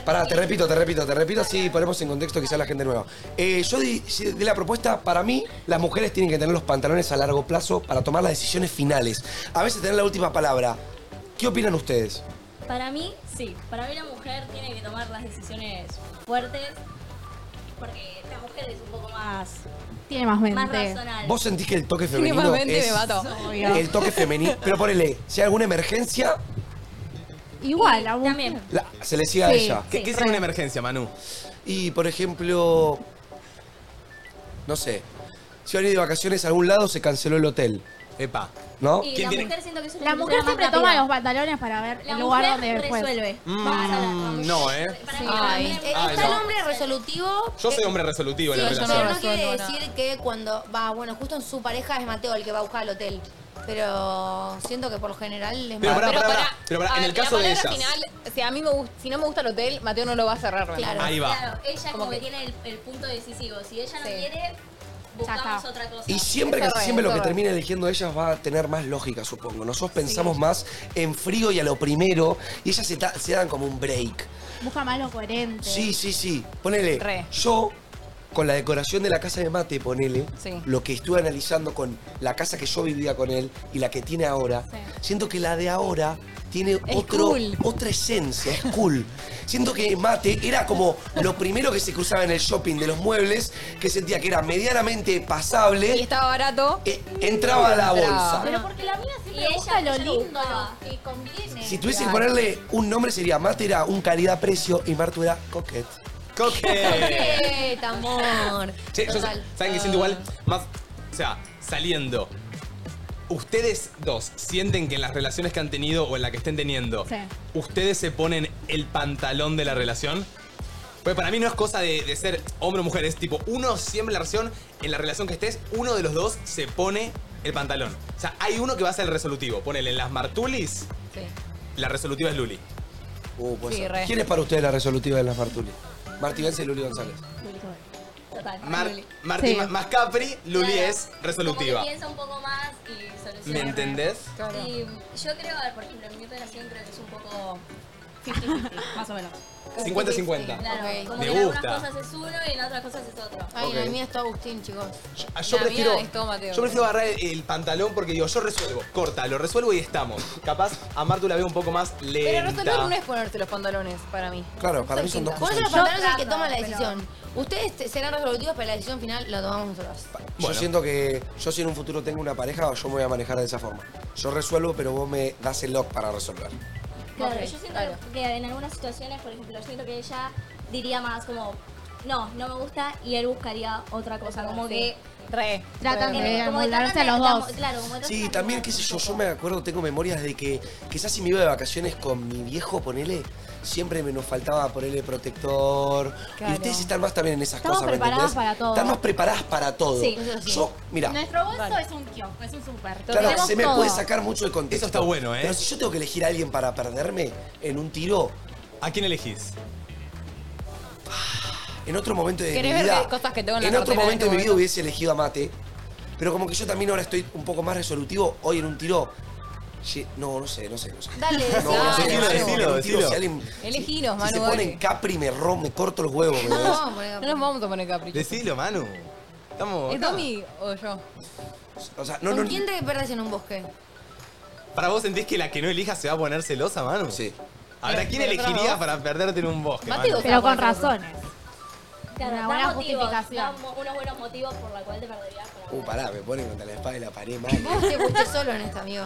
B: Pará, te repito, te repito, te repito, así ponemos en contexto quizás la gente nueva. Eh, yo di, sí, di la propuesta, para mí, las mujeres tienen que tener los pantalones a largo plazo para tomar las decisiones finales. A veces tener la última palabra. ¿Qué opinan ustedes?
K: Para mí, sí. Para mí la mujer tiene que tomar las decisiones fuertes porque la mujer es un poco más,
G: Tiene más mente.
K: más razonable.
B: ¿Vos sentís que el toque femenino
C: Últimamente
B: es
C: me mato.
B: el toque femenino? Pero ponele, si hay alguna emergencia,
G: Igual, a un...
K: También.
B: la- se le sigue a
G: Sí.
B: ella.
A: ¿Qué, qué es una emergencia, Manu?
B: Y, por ejemplo, no sé, si van a ir de vacaciones a algún lado, se canceló el hotel,
A: Epa.
B: ¿no?
K: Y
A: ¿Quién
K: la
A: tiene-
K: mujer siento que es una
G: La mujer
K: solución más
G: siempre toma
K: rápida.
G: los pantalones para ver
K: La
G: el lugar
K: mujer
G: donde después.
K: resuelve.
A: Mm,
K: Vamos a
B: Ah.
K: la- vamos.
A: no, ¿eh?
K: Ah, Para
C: Sí.
K: mí, para mí,
C: Ay.
K: para mí,
D: Eh,
A: Ay,
D: está
A: no.
D: el hombre resolutivo.
A: Yo soy
D: eh,
A: hombre resolutivo en
D: Sí,
A: la
D: yo
A: relación.
D: pero
C: no
D: no quiere
C: resuelvo nada.
D: decir que cuando va, bueno, justo en su pareja es Mateo el que va a buscar al hotel, pero siento que por lo general es
A: Pero
D: Mateo.
A: pará, pará, pará.
C: pará,
A: Pero pará,
C: a
A: en
C: ver,
A: el caso
C: la
A: de
C: palabra
A: ellas.
C: final, si, a mí me gust- si no me gusta el hotel, Mateo no lo va a cerrar. ¿verdad?
D: Claro.
A: Ahí va.
K: Claro, ella
C: Como
K: como
C: que-
K: que tiene el, el punto decisivo. Si ella no
C: Sí.
K: quiere, buscamos
G: está.
K: otra cosa.
B: Y siempre,
C: Eso
B: casi
C: es,
B: siempre lo
C: eso
B: que
C: es.
B: termina eligiendo ellas va a tener más lógica, supongo. Nosotros pensamos más en frío y a lo primero, y ellas se, ta- se dan como un break.
G: Busca más lo coherente.
B: Sí, sí, sí. Ponele,
C: Re.
B: yo, con la decoración de la casa de Mate, ponele,
C: Sí.
B: lo que estuve analizando con la casa que yo vivía con él y la que tiene ahora, siento que la de ahora tiene otro,
C: cool.
B: otra esencia, es cool. siento que Mate era como lo primero que se cruzaba en el shopping de los muebles, que sentía que era medianamente pasable.
C: Y estaba barato.
B: Eh, entraba a la
C: Entraba.
B: bolsa.
G: Pero porque la mina
K: Y
G: siempre
K: ella
G: busca lo
K: ella lo
G: lindo,
K: buscaba.
G: lo que conviene.
B: Si tuviese que ponerle un nombre sería Mate era un calidad-precio y Martu era coquet.
A: Coque.
D: Coqueta, amor.
A: Che, yo,
D: Total.
A: ¿Saben que siento igual? Más, o sea, saliendo. Ustedes dos sienten que en las relaciones que han tenido o en la que estén teniendo,
G: Sí.
A: ustedes se ponen el pantalón de la relación. Pues para mí no es cosa de, de ser hombre o mujer, es tipo, uno siempre en la relación, en la relación que estés, uno de los dos se pone el pantalón. O sea, hay uno que va a ser el resolutivo. Ponele en las martulis,
C: Sí.
A: la resolutiva es Luli.
B: Uh, puede
C: Sí,
B: ser.
C: re.
B: ¿Quién es para ustedes la resolutiva de las Martuli? Martí Vence y Luli González.
K: Total.
A: Mar-
K: Luli.
A: Marti
G: Sí.
A: ma- más Capri, Luli
K: Claro.
A: es resolutiva.
K: Como que piensa un poco más y soluciona.
A: ¿Me entendés?
K: Y yo creo, a ver, por ejemplo, en mi relación creo que es un poco 50-50, más o menos.
A: 50-50.
K: Claro, como
A: Me
K: que en
A: gusta.
K: algunas cosas es uno y en otras cosas es otro.
D: Ay,
A: Ok.
D: la mía es todo Agustín, chicos.
A: Ah, Yo
D: La
A: prefiero,
D: mía es todo Mateo.
A: yo prefiero agarrar el, el pantalón porque digo, yo resuelvo, corta, lo resuelvo y estamos. Capaz a Martu la veo un poco más
C: Pero
A: lenta.
C: resolver no es ponerte los pantalones para mí.
A: Claro, para
C: Son
A: mí son dos
C: distintas.
A: cosas
D: Por eso los
C: Yo
D: pantalones es el que
C: trato,
D: toma la
C: pero-
D: decisión. Ustedes te- serán resolutivos, pero la decisión final la tomamos nosotros.
B: Yo siento que yo si en un futuro tengo una pareja, yo me voy a manejar de esa forma. Yo resuelvo, pero vos me das el lock para resolver.
K: Claro,
D: Ok,
K: yo siento que en algunas situaciones, por ejemplo, siento que ella diría más como, no, no me gusta y él buscaría otra cosa, como que...
C: Re.
K: Tratan
H: re.
K: de
H: Como que
K: amoldarse a
H: tratan
K: los
H: de-
K: dos.
H: de-
K: Claro, como que
B: Sí, también, qué sé yo, yo me acuerdo, tengo memorias de que quizás si me iba de vacaciones con mi viejo, ponele, siempre me nos faltaba ponerle protector.
L: Claro.
B: Y ustedes están más también en esas
L: Estamos
B: cosas, ¿me
L: preparadas
B: entendés?
L: para todo.
B: Están más preparadas para todo.
L: Sí, eso sí.
B: Yo, mira,
L: Nuestro bolso es un kiosco, es un super.
B: Claro, se me puede sacar mucho el contexto.
A: Eso está bueno, ¿eh?
B: Pero si yo tengo que elegir a alguien para perderme en un tiro.
A: ¿A quién elegís?
B: En otro momento de mi
C: ¿Querés ver
B: vida.
C: qué cosas que tengo en la
B: en otro
C: cartera en
B: momento
C: este
B: de mi vida
C: momento?
B: hubiese elegido a Mate. Pero como que yo también ahora estoy un poco más resolutivo, hoy en un tiro. ye- No, no sé, no sé, no sé.
C: Dale,
B: no,
C: dale.
B: sé,
A: Decilo,
B: sé,
A: decilo,
B: en un tiro,
A: decilo.
B: Si, alguien-
C: Elegiros,
B: si
C: Manu.
B: se
C: dale.
B: ponen capri, me, ro- me corto los huevos. ¿me
C: No,
B: entendés?
C: no, eh. no nos vamos a poner capricho.
A: Decilo, Manu. Estamos.
C: ¿Es Tommy o yo?
B: O sea,
A: no,
D: ¿Con
A: no-
D: quién te perdés en un bosque?
A: ¿Para vos sentís que la que no elija se va a poner celosa, Manu?
B: Sí.
A: A ver, ¿a quién
D: Pero, pero,
A: elegirías
D: ¿vos?
A: para perderte en un bosque,
K: Mate,
A: Manu?
K: o sea,
L: Pero con
K: Bueno,
L: razones.
K: Claro,
L: Una
K: da
L: buena
K: motivos,
L: justificación.
K: da mo- unos buenos motivos por la cual te perderías.
B: Uh, pará, me ponen contra la espada y la pared mal.
D: Vos te fuiste solo en esta, amigo.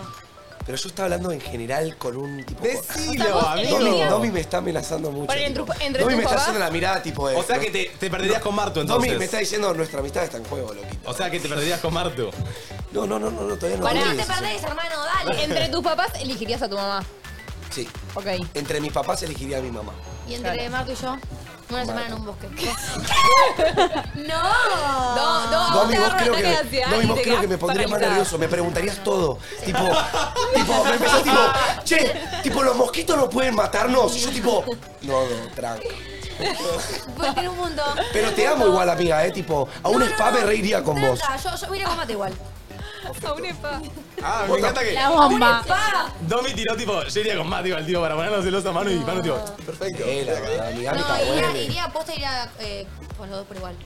B: Pero yo estaba hablando en general con un tipo.
A: Decilo,
B: Domi-
A: amigo.
B: Domi, Domi me está amenazando mucho.
C: Por entre
B: tipo.
C: tu-
B: Domi
C: entre tus
B: me está
C: papás.
B: haciendo la mirada tipo de.
A: O sea que te- te perderías con Martu, entonces.
B: Domi me está diciendo nuestra amistad está en juego, loquito.
A: O sea que te perderías con Martu.
B: No, no, no, no, no, todavía no.
C: Pará.
B: no,
C: ¿Quién
B: no,
C: te
B: no,
D: Perdés, hermano,
C: Dale,
D: dale.
C: entre tus papás elegirías a tu mamá.
B: Sí.
C: Ok.
B: Entre mis papás elegiría a mi mamá.
D: Y entre
C: Claro.
D: Marco y yo, una semana en un bosque. ¡No!
C: No, no, a vos
B: Domi,
C: te
B: vos
C: agarra un
B: creo
C: ataque de
B: que,
C: ansiedad
B: Domi,
C: y
B: vos
C: te
B: creo que
C: quedás
B: me pondrías más
C: paralizada.
B: nervioso, me preguntarías todo. Tipo, tipo, me empezás tipo, che, tipo, los mosquitos no pueden matarnos. Y yo tipo, no, no, tranqui.
D: Porque en un mundo.
B: Pero te amo igual, amiga, eh, tipo, a un spa me reiría con vos.
D: Tranca, yo, yo voy a ir a combate igual.
C: A un spa.
A: Ah, me encanta que.
D: bomba.
A: Domi tiró tipo, yo iría con Mati al tío para ponernos celosa a Manu y Manu tipo, perfecto.
B: Eh, la verdad, amiga,
D: No,
B: está
D: iría,
B: bueno.
D: iría aposta iría eh, con los dos por igual.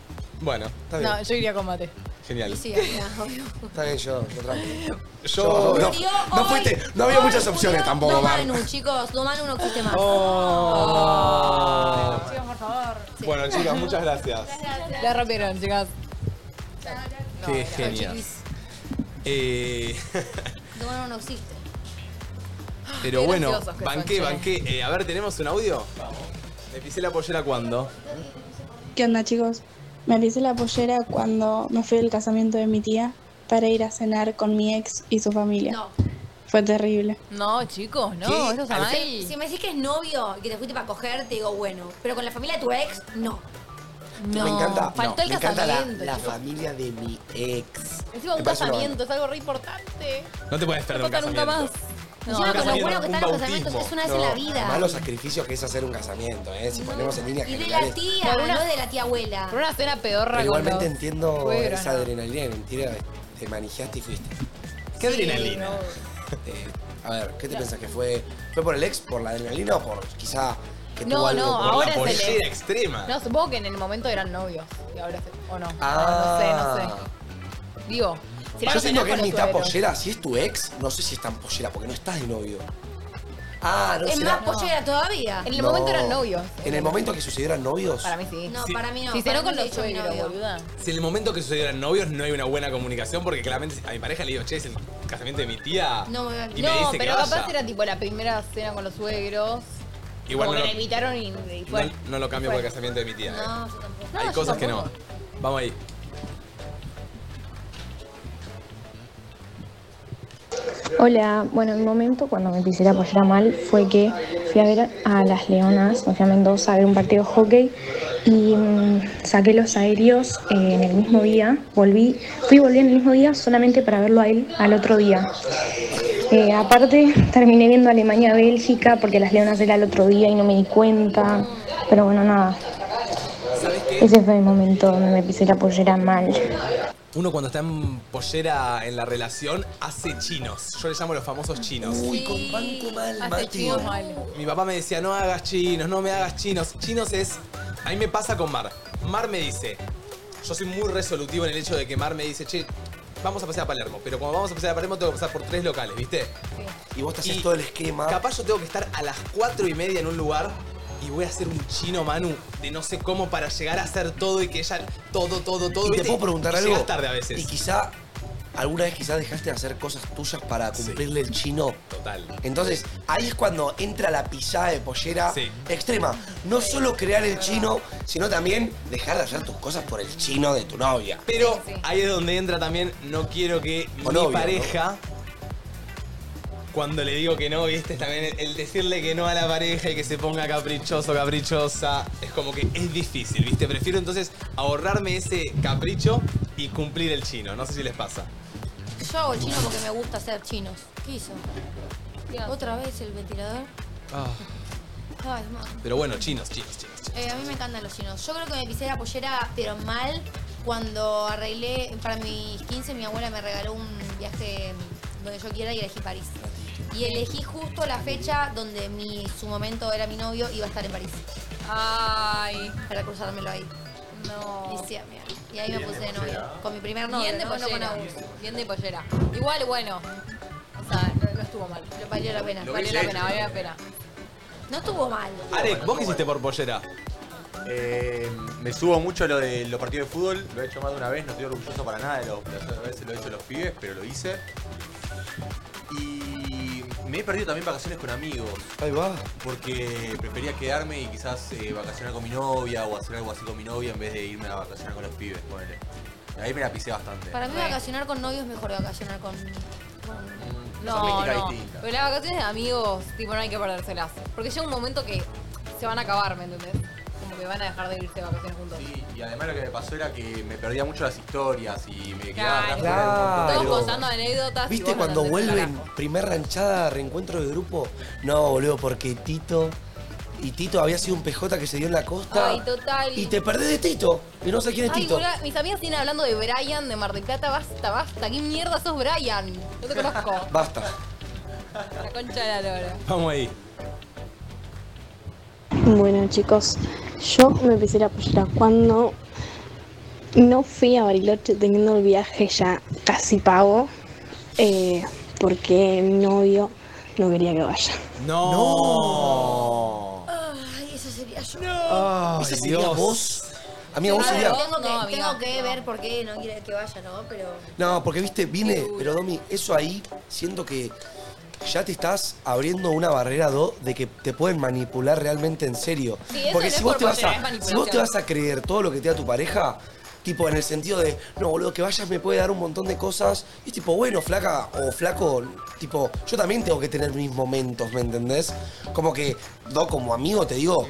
A: Bueno, está bien.
C: No, yo iría con mate.
A: Genial.
D: Sí, amiga, obvio.
B: Está bien, yo, yo tranqui.
A: Yo-
B: no,
D: Murió
B: no
D: hoy.
B: fuiste, no había muchas opciones tampoco,
D: No
B: Mar.
D: Manu, chicos, no Manu no existe más.
H: Chicos, por favor.
A: Oh. Bueno, chicas, muchas gracias.
C: La rompieron, chicas.
A: Qué genial.
D: Chiquis,
A: Eh,
D: no Manu no existe.
A: pero
D: Qué
A: bueno,
D: graciosos que
A: banqué,
D: son, che.
A: banqué. Eh, a ver, ¿tenemos un audio? Me pisé la pollera cuando.
M: ¿Qué onda chicos? Me pisé la pollera cuando me fui del casamiento de mi tía para ir a cenar con mi ex y su familia.
D: No.
M: Fue terrible.
C: No, chicos, no,
D: ¿Qué?
C: eso está mal.
D: Si, si me decís que es novio y que te fuiste para coger, te digo, bueno. Pero con la familia de tu ex, no.
C: No,
B: me encanta,
C: faltó
B: no,
C: el
B: me encanta la,
C: casamiento,
B: la
C: chicos.
B: familia de mi ex.
C: Encima
B: Me parece una
C: un
B: banda.
C: casamiento, es algo re importante.
A: No te puedes perder
C: No
A: un
C: pasa nunca más.
A: casamiento.
D: Encima
C: No,
D: con lo
A: casamiento,
D: bueno que
A: un
D: están los
A: bautismo.
D: casamientos, es una vez en
B: No,
D: la vida.
B: Más los sacrificios que es hacer un casamiento, ¿eh? Si ponemos en línea
D: Y de la tía,
C: Por una-
D: no de la tía abuela.
C: Por una cena
B: Pero
C: pedorra con
B: igualmente
C: los-
B: entiendo
C: suegros,
B: esa
C: ¿no?
B: adrenalina y mentira. Te manijeaste y fuiste.
A: ¿Qué adrenalina?
B: Eh, a ver, ¿qué te pensás que fue? ¿Fue por el ex, por la adrenalina o por quizá que
C: No,
B: tuvo algo
C: no,
B: con-
A: Por
C: ahora
A: la
C: es el
A: pollera
C: ex.
A: extrema.
C: No, supongo que en el momento eran novios. Y ahora se- o no.
B: Ah.
C: No sé, no sé. Digo, si no
B: Yo siento
C: lo tenés
B: que es
C: con los
B: mitad
C: suegros.
B: pollera. Si es tu ex, no sé si es tan pollera porque no estás de novio. Ah, no
D: es
B: será-
D: más pollera todavía.
C: En el
B: No.
C: momento eran novios.
B: En el momento que sucedieran novios.
C: Para mí sí.
D: No,
A: Sí.
D: para mí no.
C: Si
D: para
C: cenó
D: mí
C: con
D: me
C: los
D: dijo mi
C: suegros,
D: novio.
C: boluda.
A: Si en el momento que sucedieran novios no hay una buena comunicación porque claramente a mi pareja le digo, che, es el casamiento de mi tía.
D: No, me voy a-
A: y me
C: No,
A: dice
C: pero
A: que
C: capaz
A: vaya.
C: era tipo la primera cena con los suegros.
A: Igual
C: como
A: no
C: que la
A: lo,
C: invitaron y, y fue.
A: no- no lo cambio por el casamiento de mi tía. eh.
D: No, yo tampoco.
A: Hay
C: yo
A: cosas que no.
C: tampoco.
A: Vamos ahí.
N: Hola, bueno, mi momento cuando me pisé la pollera mal fue que fui a ver a las Leonas, me fui a Mendoza a ver un partido de hockey y mm, saqué los aéreos eh, en el mismo día, volví, fui y volví en el mismo día solamente para verlo a él al otro día. Eh, aparte, terminé viendo Alemania-Bélgica porque las Leonas era el otro día y no me di cuenta, pero bueno, nada. Ese fue el momento donde me pisé la pollera mal.
A: uno cuando está en pollera en la relación hace chinos. Yo le llamo los famosos chinos.
B: Uy, con banco mal, Mati.
A: Mi papá me decía, no hagas chinos, no me hagas chinos. Chinos es. A mí me pasa con Mar. Mar me dice. Yo soy muy resolutivo en el hecho de que Mar me dice, che, vamos a pasear a Palermo. Pero cuando vamos a pasear a Palermo, tengo que pasar por tres locales, ¿viste?
B: Y vos te haces todo el esquema.
A: Capaz yo tengo que estar a las cuatro y media en un lugar. Y voy a hacer un chino Manu de no sé cómo para llegar a hacer todo y que ella todo, todo, todo.
B: Y te
A: ¿viste?
B: puedo preguntar
A: Y
B: algo.
A: llegas tarde a veces.
B: Y quizá, alguna vez quizás dejaste de hacer cosas tuyas para cumplirle el chino.
A: Total.
B: Entonces, ahí es cuando entra la pisada de pollera extrema. No solo crear el chino, sino también dejar de hacer tus cosas por el chino de tu novia.
A: Pero ahí es donde entra también, no quiero que
B: O
A: mi
B: novio,
A: pareja, cuando le digo que no, viste, también el- el decirle que no a la pareja y que se ponga caprichoso, caprichosa, es como que es difícil, viste. Prefiero entonces ahorrarme ese capricho y cumplir el chino, no sé si les pasa.
D: Yo hago el chino porque me gusta hacer chinos. ¿Qué hizo? ¿Otra vez el ventilador? Ay, ma.
A: Pero bueno, chinos, chinos, chinos.
D: Eh, a mí me encantan los chinos. Yo creo que me pisé la pollera, pero mal, cuando arreglé para mis 15, mi abuela me regaló un viaje donde yo quiera y elegí París. Y elegí justo la fecha donde mi, su momento era mi novio iba a estar en París. Ay. Para cruzármelo ahí. No. Y, sí, amiga. Y ahí me puse de novio. Con mi primer novio.
C: Bien de
D: ¿no? No con
C: pollera.
D: Agus.
C: Bien de pollera. Igual, bueno. O sea, no, no estuvo mal.
D: Pero valió la pena.
C: Valió la pena, valió la pena.
D: No estuvo mal.
A: Arek, ¿vos qué hiciste por pollera?
O: Eh, me subo mucho a lo de los partidos de fútbol, lo he hecho más de una vez, no estoy orgulloso para nada de lo de las otras veces lo he hecho a los pibes, pero lo hice. Y me he perdido también vacaciones con amigos.
B: Ahí va.
O: Porque prefería quedarme y quizás eh, vacacionar con mi novia o hacer algo así con mi novia en vez de irme a vacacionar con los pibes, ponele. Ahí me la pisé bastante.
D: Para mí vacacionar con novio es mejor que vacacionar con...
O: Son
C: No,
O: míticas
C: no.
O: distintas.
C: Pero las vacaciones de amigos, tipo, no hay que perdérselas. Porque llega un momento que se van a acabar, ¿me entendés? Como que van a dejar de irse de vacaciones juntos.
O: Y además lo que me pasó era que me perdía mucho las historias y me quedaba
C: Claro.
O: atrás con un montón
B: Claro.
O: de
C: Todos
O: cosas.
C: contando anécdotas. y
B: ¿Viste
C: Ah, vos no
B: cuando
C: entendés un
B: vuelven, primer ranchada, reencuentro de grupo? No, boludo, porque Tito. Y Tito había sido un PJ que se dio en la costa.
C: Ay, total.
B: Y te perdés de Tito. Y no sé quién es
C: Ay,
B: Tito.
C: boluda, mis amigas siguen hablando de Brian de Mar del Plata. Basta, basta. ¿Qué mierda sos Brian? No te conozco.
B: Basta.
C: La concha de la lora.
A: Vamos ahí.
M: Bueno chicos, yo me empecé la pollera cuando no fui a Bariloche teniendo el viaje ya casi pago eh, porque mi novio no quería que vaya.
A: No.
D: Ay, eso sería yo.
B: Ay,
A: Esa sería
B: Dios.
A: vos.
B: Amiga, vos
D: A ver,
B: sería.
D: Tengo que,
C: No, amiga,
D: tengo que ver por qué no quiere que vaya, ¿no? Pero.
B: No, porque viste, vine, pero Domi, eso ahí siento que ya te estás abriendo una barrera do, de que te pueden manipular realmente en serio.
C: Sí, eso
B: porque
C: no
B: si
C: es
B: vos
C: por
B: te vas
C: poseer,
B: a,
C: es
B: si
C: manipulación.
B: vos te vas a creer todo lo que te da tu pareja, tipo en el sentido de, no, boludo, que vayas me puede dar un montón de cosas. Y es tipo, bueno, flaca o flaco, tipo, yo también tengo que tener mis momentos, ¿me entendés? Como que, do, como amigo te digo,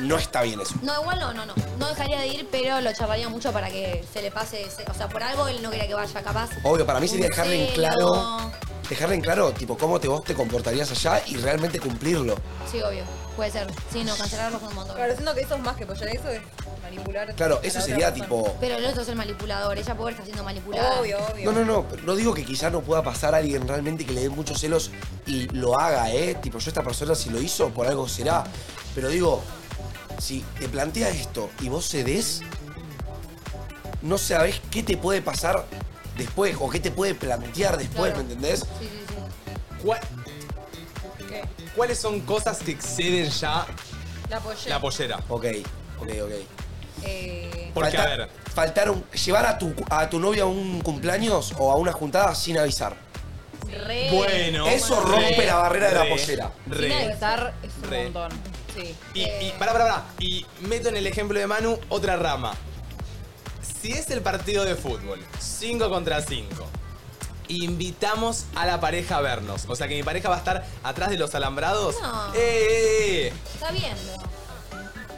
B: no está bien eso.
D: No, igual no, no, no. No dejaría de ir, pero lo charlaría mucho para que se le pase. ese- o sea, por algo él no quería que vaya, capaz.
B: Obvio, para mí sería
D: Un
B: dejarle en
D: celo.
B: claro. Dejarle en claro, tipo, cómo te vos te comportarías allá y realmente cumplirlo.
D: Sí, obvio. Puede ser. Sí, no, cancelarlo fue un montón. Pero
C: siento que eso es más que pollar, eso es manipular.
B: Claro, eso sería tipo.
D: Pero el otro es el manipulador. Ella pobre está siendo manipulada. Obvio,
B: No, no, no. No digo que quizá no pueda pasar a alguien realmente que le dé muchos celos y lo haga, ¿eh? Tipo, yo esta persona si lo hizo, por algo será. Pero digo, si te planteas esto y vos cedes, no sabés qué te puede pasar después o qué te puede plantear después,
A: Claro.
B: ¿me entendés?
C: Sí, sí, sí.
A: ¿Cuál- ¿Cuáles son cosas que exceden ya
C: La pollera.
A: la pollera?
B: Ok, ok, ok.
C: Eh,
A: Porque, a
B: Falta-
A: ver.
B: Faltar un- llevar a tu, a tu novia a un cumpleaños o a una juntada sin avisar.
C: re-
A: Bueno.
B: Eso rompe
A: Re,
B: la barrera de la
A: re,
B: pollera.
A: re.
C: Sin avisar es un
A: Re.
C: montón. Sí.
A: Y, y pará, pará, pará. Y meto en el ejemplo de Manu otra rama. Si es el partido de fútbol, 5 contra 5, invitamos a la pareja a vernos. O sea que mi pareja va a estar atrás de los alambrados.
D: No.
A: ¡Eh, eh, eh!
D: Está viendo.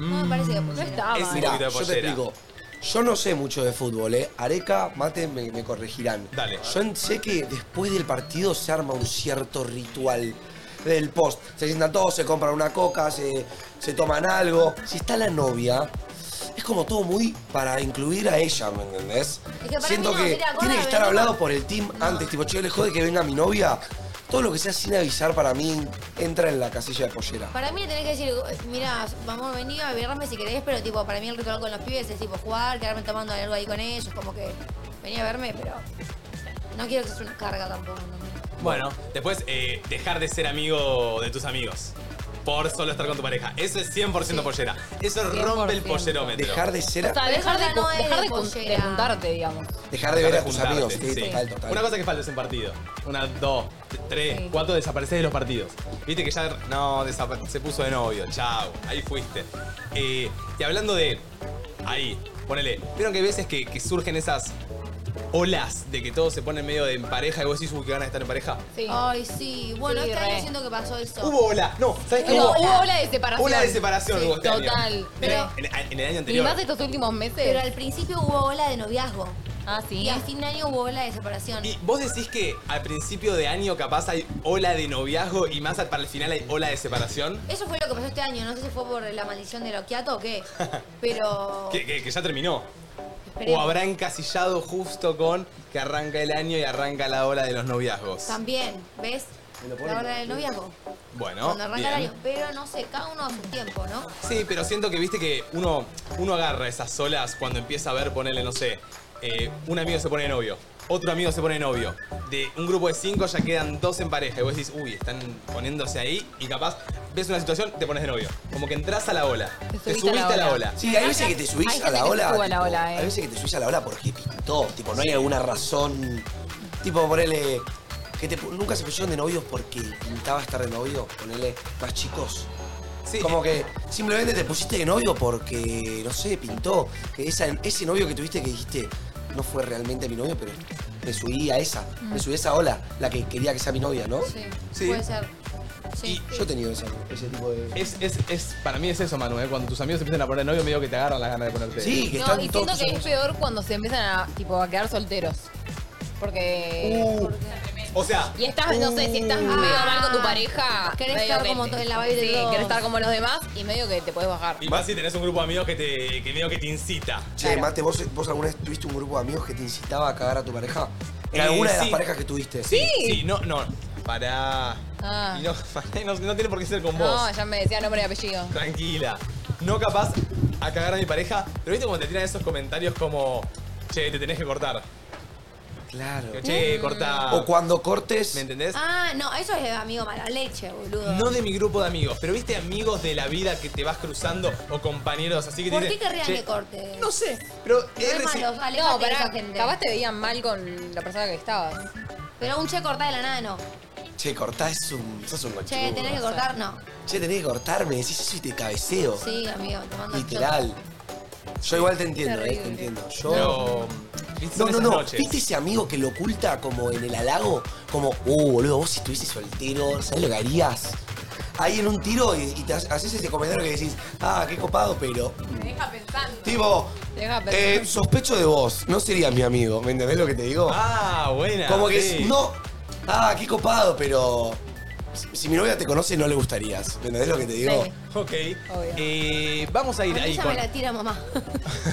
C: Mm.
D: No me parece que No estaba.
A: Es-
B: Mirá,
A: poquito
B: yo
A: de
B: te
A: pollera.
B: explico. Yo no sé mucho de fútbol, ¿eh? Areca, Mate me, me corregirán. Dale. Yo sé que después del partido se arma un cierto ritual del post. Se sientan todos, se compran una coca, se, se toman algo. Si está la novia, es como todo muy para incluir a ella, ¿me entendés?
D: Es que para
B: Siento
D: mí no,
B: que
D: sería gorda,
B: tiene que estar
D: veneno.
B: hablado por el team antes, tipo, che, le jode que venga mi novia. Todo lo que sea sin avisar para mí entra en la casilla de pollera.
D: Para mí le tenés que decir, mira, vamos a venir a verme si querés, pero tipo, para mí el ritual con los pibes es tipo jugar, quedarme tomando algo ahí con ellos, como que venía a verme, pero no quiero que sea una carga tampoco. ¿no?
A: Bueno, después eh, dejar de ser amigo de tus amigos. Por solo estar con tu pareja. Eso es 100% pollera. Eso rompe el
C: 100%.
A: pollerómetro.
B: Dejar de ser-
C: O sea, dejar de,
D: Pero no es
C: dejar de
D: de
C: jun-
D: pollera.
C: de juntarte, digamos.
B: Dejar de ver a tus
A: juntarte,
B: amigos, sí, total, total.
A: Una cosa que falta es en partido. Una, dos, t- tres, cuatro, desapareces de los partidos. Viste que ya, no, desapa- se puso de novio, chao, ahí fuiste. Eh, y hablando de, ahí, ponele, vieron que hay veces que, que surgen esas olas de que todos se ponen medio de en pareja y vos decís, uy, que van a estar en pareja.
D: Ay, sí. Bueno,
C: Sí,
D: este
C: re.
D: año siento que pasó eso.
A: Hubo ola, no, ¿sabes qué?
C: Hubo, hubo ola de separación.
A: Ola de separación
C: Sí,
A: hubo este año.
C: Total. Pero,
A: En, en- en el año
C: y
A: anterior.
C: más estos últimos meses.
D: Pero al principio hubo ola de noviazgo.
C: Ah, sí.
D: Y al fin de año hubo ola de separación.
A: Y vos decís que al principio de año capaz hay ola de noviazgo y más al- para el final hay ola de separación.
D: Eso fue lo que pasó este año, no sé si fue por la maldición de Loquiato o qué, pero
A: Que, que- que ya terminó. O
D: Esperemos.
A: habrá encasillado justo con que arranca el año y arranca la ola de los noviazgos.
D: también, ¿ves?
A: Me lo ponen
D: La ola
A: como
D: del noviazgo.
A: Bueno,
D: Cuando arranca el
A: bien.
D: año, pero no sé, cada uno a su tiempo, ¿no?
A: Sí, pero siento que viste que uno, uno agarra esas olas cuando empieza a ver, ponele, no sé, eh, un amigo se pone de novio, otro amigo se pone de novio. De un grupo de cinco ya quedan dos en pareja y vos decís, uy, están poniéndose ahí y capaz ves una situación, te pones de novio. Como que entras a la ola, te
C: subiste
A: subiste
C: a la
A: a la
C: ola.
A: ola.
B: Sí, hay veces que te subís
C: Hay
B: a
C: gente
B: la
C: que
B: ola.
C: se sube a la
B: tipo,
C: ola, eh.
B: Hay veces que te subís a la ola porque pintó. Tipo, no hay alguna razón. Tipo, ponele. Que te, pu- nunca se pusieron de novios porque pintaba estar de novio. Ponele más chicos. Como que simplemente te pusiste de novio porque, no sé, pintó. Que esa, ese novio que tuviste que dijiste, no fue realmente mi novio, pero me subí a esa.
D: Mm.
B: Me subí a esa ola, la que quería que sea mi novia, ¿no?
D: Sí, puede ser. Sí.
B: Yo he tenido esa- ese tipo de.
A: Es, es, es, para mí es eso, Manu, ¿eh? cuando tus amigos empiezan a poner novio, medio que te agarran las ganas de ponerte.
B: Sí,
C: no, y siento que es peor cuando se empiezan a, tipo, a quedar solteros. Porque...
B: Uh.
A: O sea,
C: Y estás, no sé, si estás
D: Uh.
C: medio mal con tu pareja.
D: Querés
C: medio
D: estar
C: que
D: como
C: te-
D: to- en la vibe de
C: Sí,
D: todos.
C: querés estar como los demás y medio que te puedes bajar.
A: y más si tenés un grupo de amigos que, te, que medio que te incita.
B: Che, Mate, ¿vos, ¿vos alguna vez tuviste un grupo de amigos que te incitaba a cagar a tu pareja? En
A: Eh,
B: alguna de las
A: sí.
B: parejas que tuviste.
A: Sí, sí, no, no, pará. Y no, no, no tiene por qué ser con
C: Ah. No,
A: vos.
C: ya me decía nombre y apellido.
A: Tranquila. No capaz a cagar a mi pareja, pero viste cuando te tiran esos comentarios como, che, te tenés que cortar.
B: Claro.
A: Que, che, corta.
B: O cuando cortes.
A: ¿Me entendés?
D: Mm. Ah, no, eso es amigo mala leche, boludo.
A: No de mi grupo de amigos, pero viste amigos de la vida que te vas cruzando o compañeros, así que te
D: ¿Por qué
A: dicen,
D: querrían
A: "Che,
D: que corte?
A: No sé, pero
D: es malo, alejate
C: No,
D: de
C: pará,
D: esa gente.
C: capaz te veían mal con la persona que estabas.
D: Pero un che cortá de la nada, no.
B: Che, cortá es un. sos un
D: Che,
B: conchudo.
D: tenés que cortar, no.
B: Che, tenés que cortarme, decís eso y te cabeceo.
D: Sí, amigo, te mando el
B: Literal. Yo igual te entiendo, eh,
D: Terrible.
B: te entiendo. Yo.
A: Pero,
B: No, no,
A: esas
B: no.
A: noches?
B: ¿Viste ese amigo que lo oculta como en el halago? Como, uh, boludo, vos si estuviese soltero, ¿sabés lo que harías? Ahí en un tiro y, y te ha- haces ese comentario que decís, ah, qué copado, pero.
I: Me deja pensando.
B: Tipo,
C: Deja
B: Eh, sospecho de vos, no serías mi amigo, ¿me entendés lo que te digo?
A: Ah, buena.
B: Como que
A: sí.
B: es- no, ah, qué copado, pero si, si mi novia te conoce no le gustarías, ¿me entendés lo que te digo?
D: Sí.
A: Ok. Eh, vamos a ir
D: A mí
A: ahí
D: ya
A: con.
D: me la tira mamá.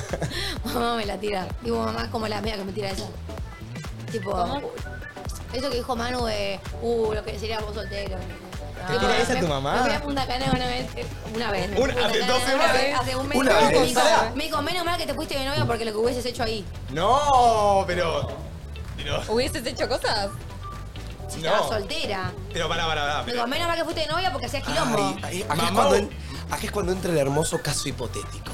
D: mamá me la tira. Digo, mamá es como la mía que me tira esa. Tipo, eso que dijo Manu de, uh, lo que sería vos soltero.
A: ¿Te tira esa tu mamá?
D: Ah, Me fui a Punta Cana una vez. eh, Una vez. me fui
A: Una-
D: a Punta
A: hace
D: Cana
A: dos
D: una
A: semanas.
D: vez, Hace un mes.
A: ¿Eh? Una
D: Me
A: vez.
D: dijo,
A: Pará.
D: me dijo, menos mal que te fuiste de novia porque lo que hubieses hecho ahí.
A: No, pero. Pero,
C: ¿Hubieses hecho cosas?
D: Si
A: No.
D: estabas soltera.
A: pero pará, pará, pará.
D: Me
A: pero-
D: dijo, menos mal que fuiste de novia porque hacías quilombo.
B: Ay, ay, acá, es cuando en- acá es cuando entra el hermoso caso hipotético.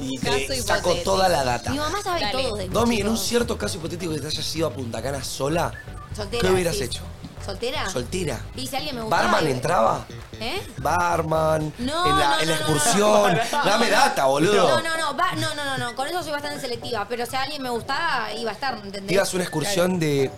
B: Y te
D: Caso
B: saco
D: hipotético.
B: toda la data.
D: Mi mamá sabe
C: Dale.
D: todo de mí,
B: Domi, en
D: chicos.
B: un cierto caso hipotético que te hayas ido a Punta Cana sola,
D: Soltera,
B: ¿qué hubieras
D: sí.
B: hecho?
D: ¿Soltera?
B: Soltera.
D: Y si alguien me gustaba.
B: ¿Barman
D: y-
B: entraba?
D: ¿Eh?
B: Barman,
D: No,
B: en la, en la
D: no, no, no,
B: excursión.
D: no.
B: Dame data, Ah, boludo.
D: No, no, no, va- no, no, no, no, con eso soy bastante selectiva, pero si a alguien me gustaba, iba a estar, ¿entendés?
B: Te ibas a una excursión de.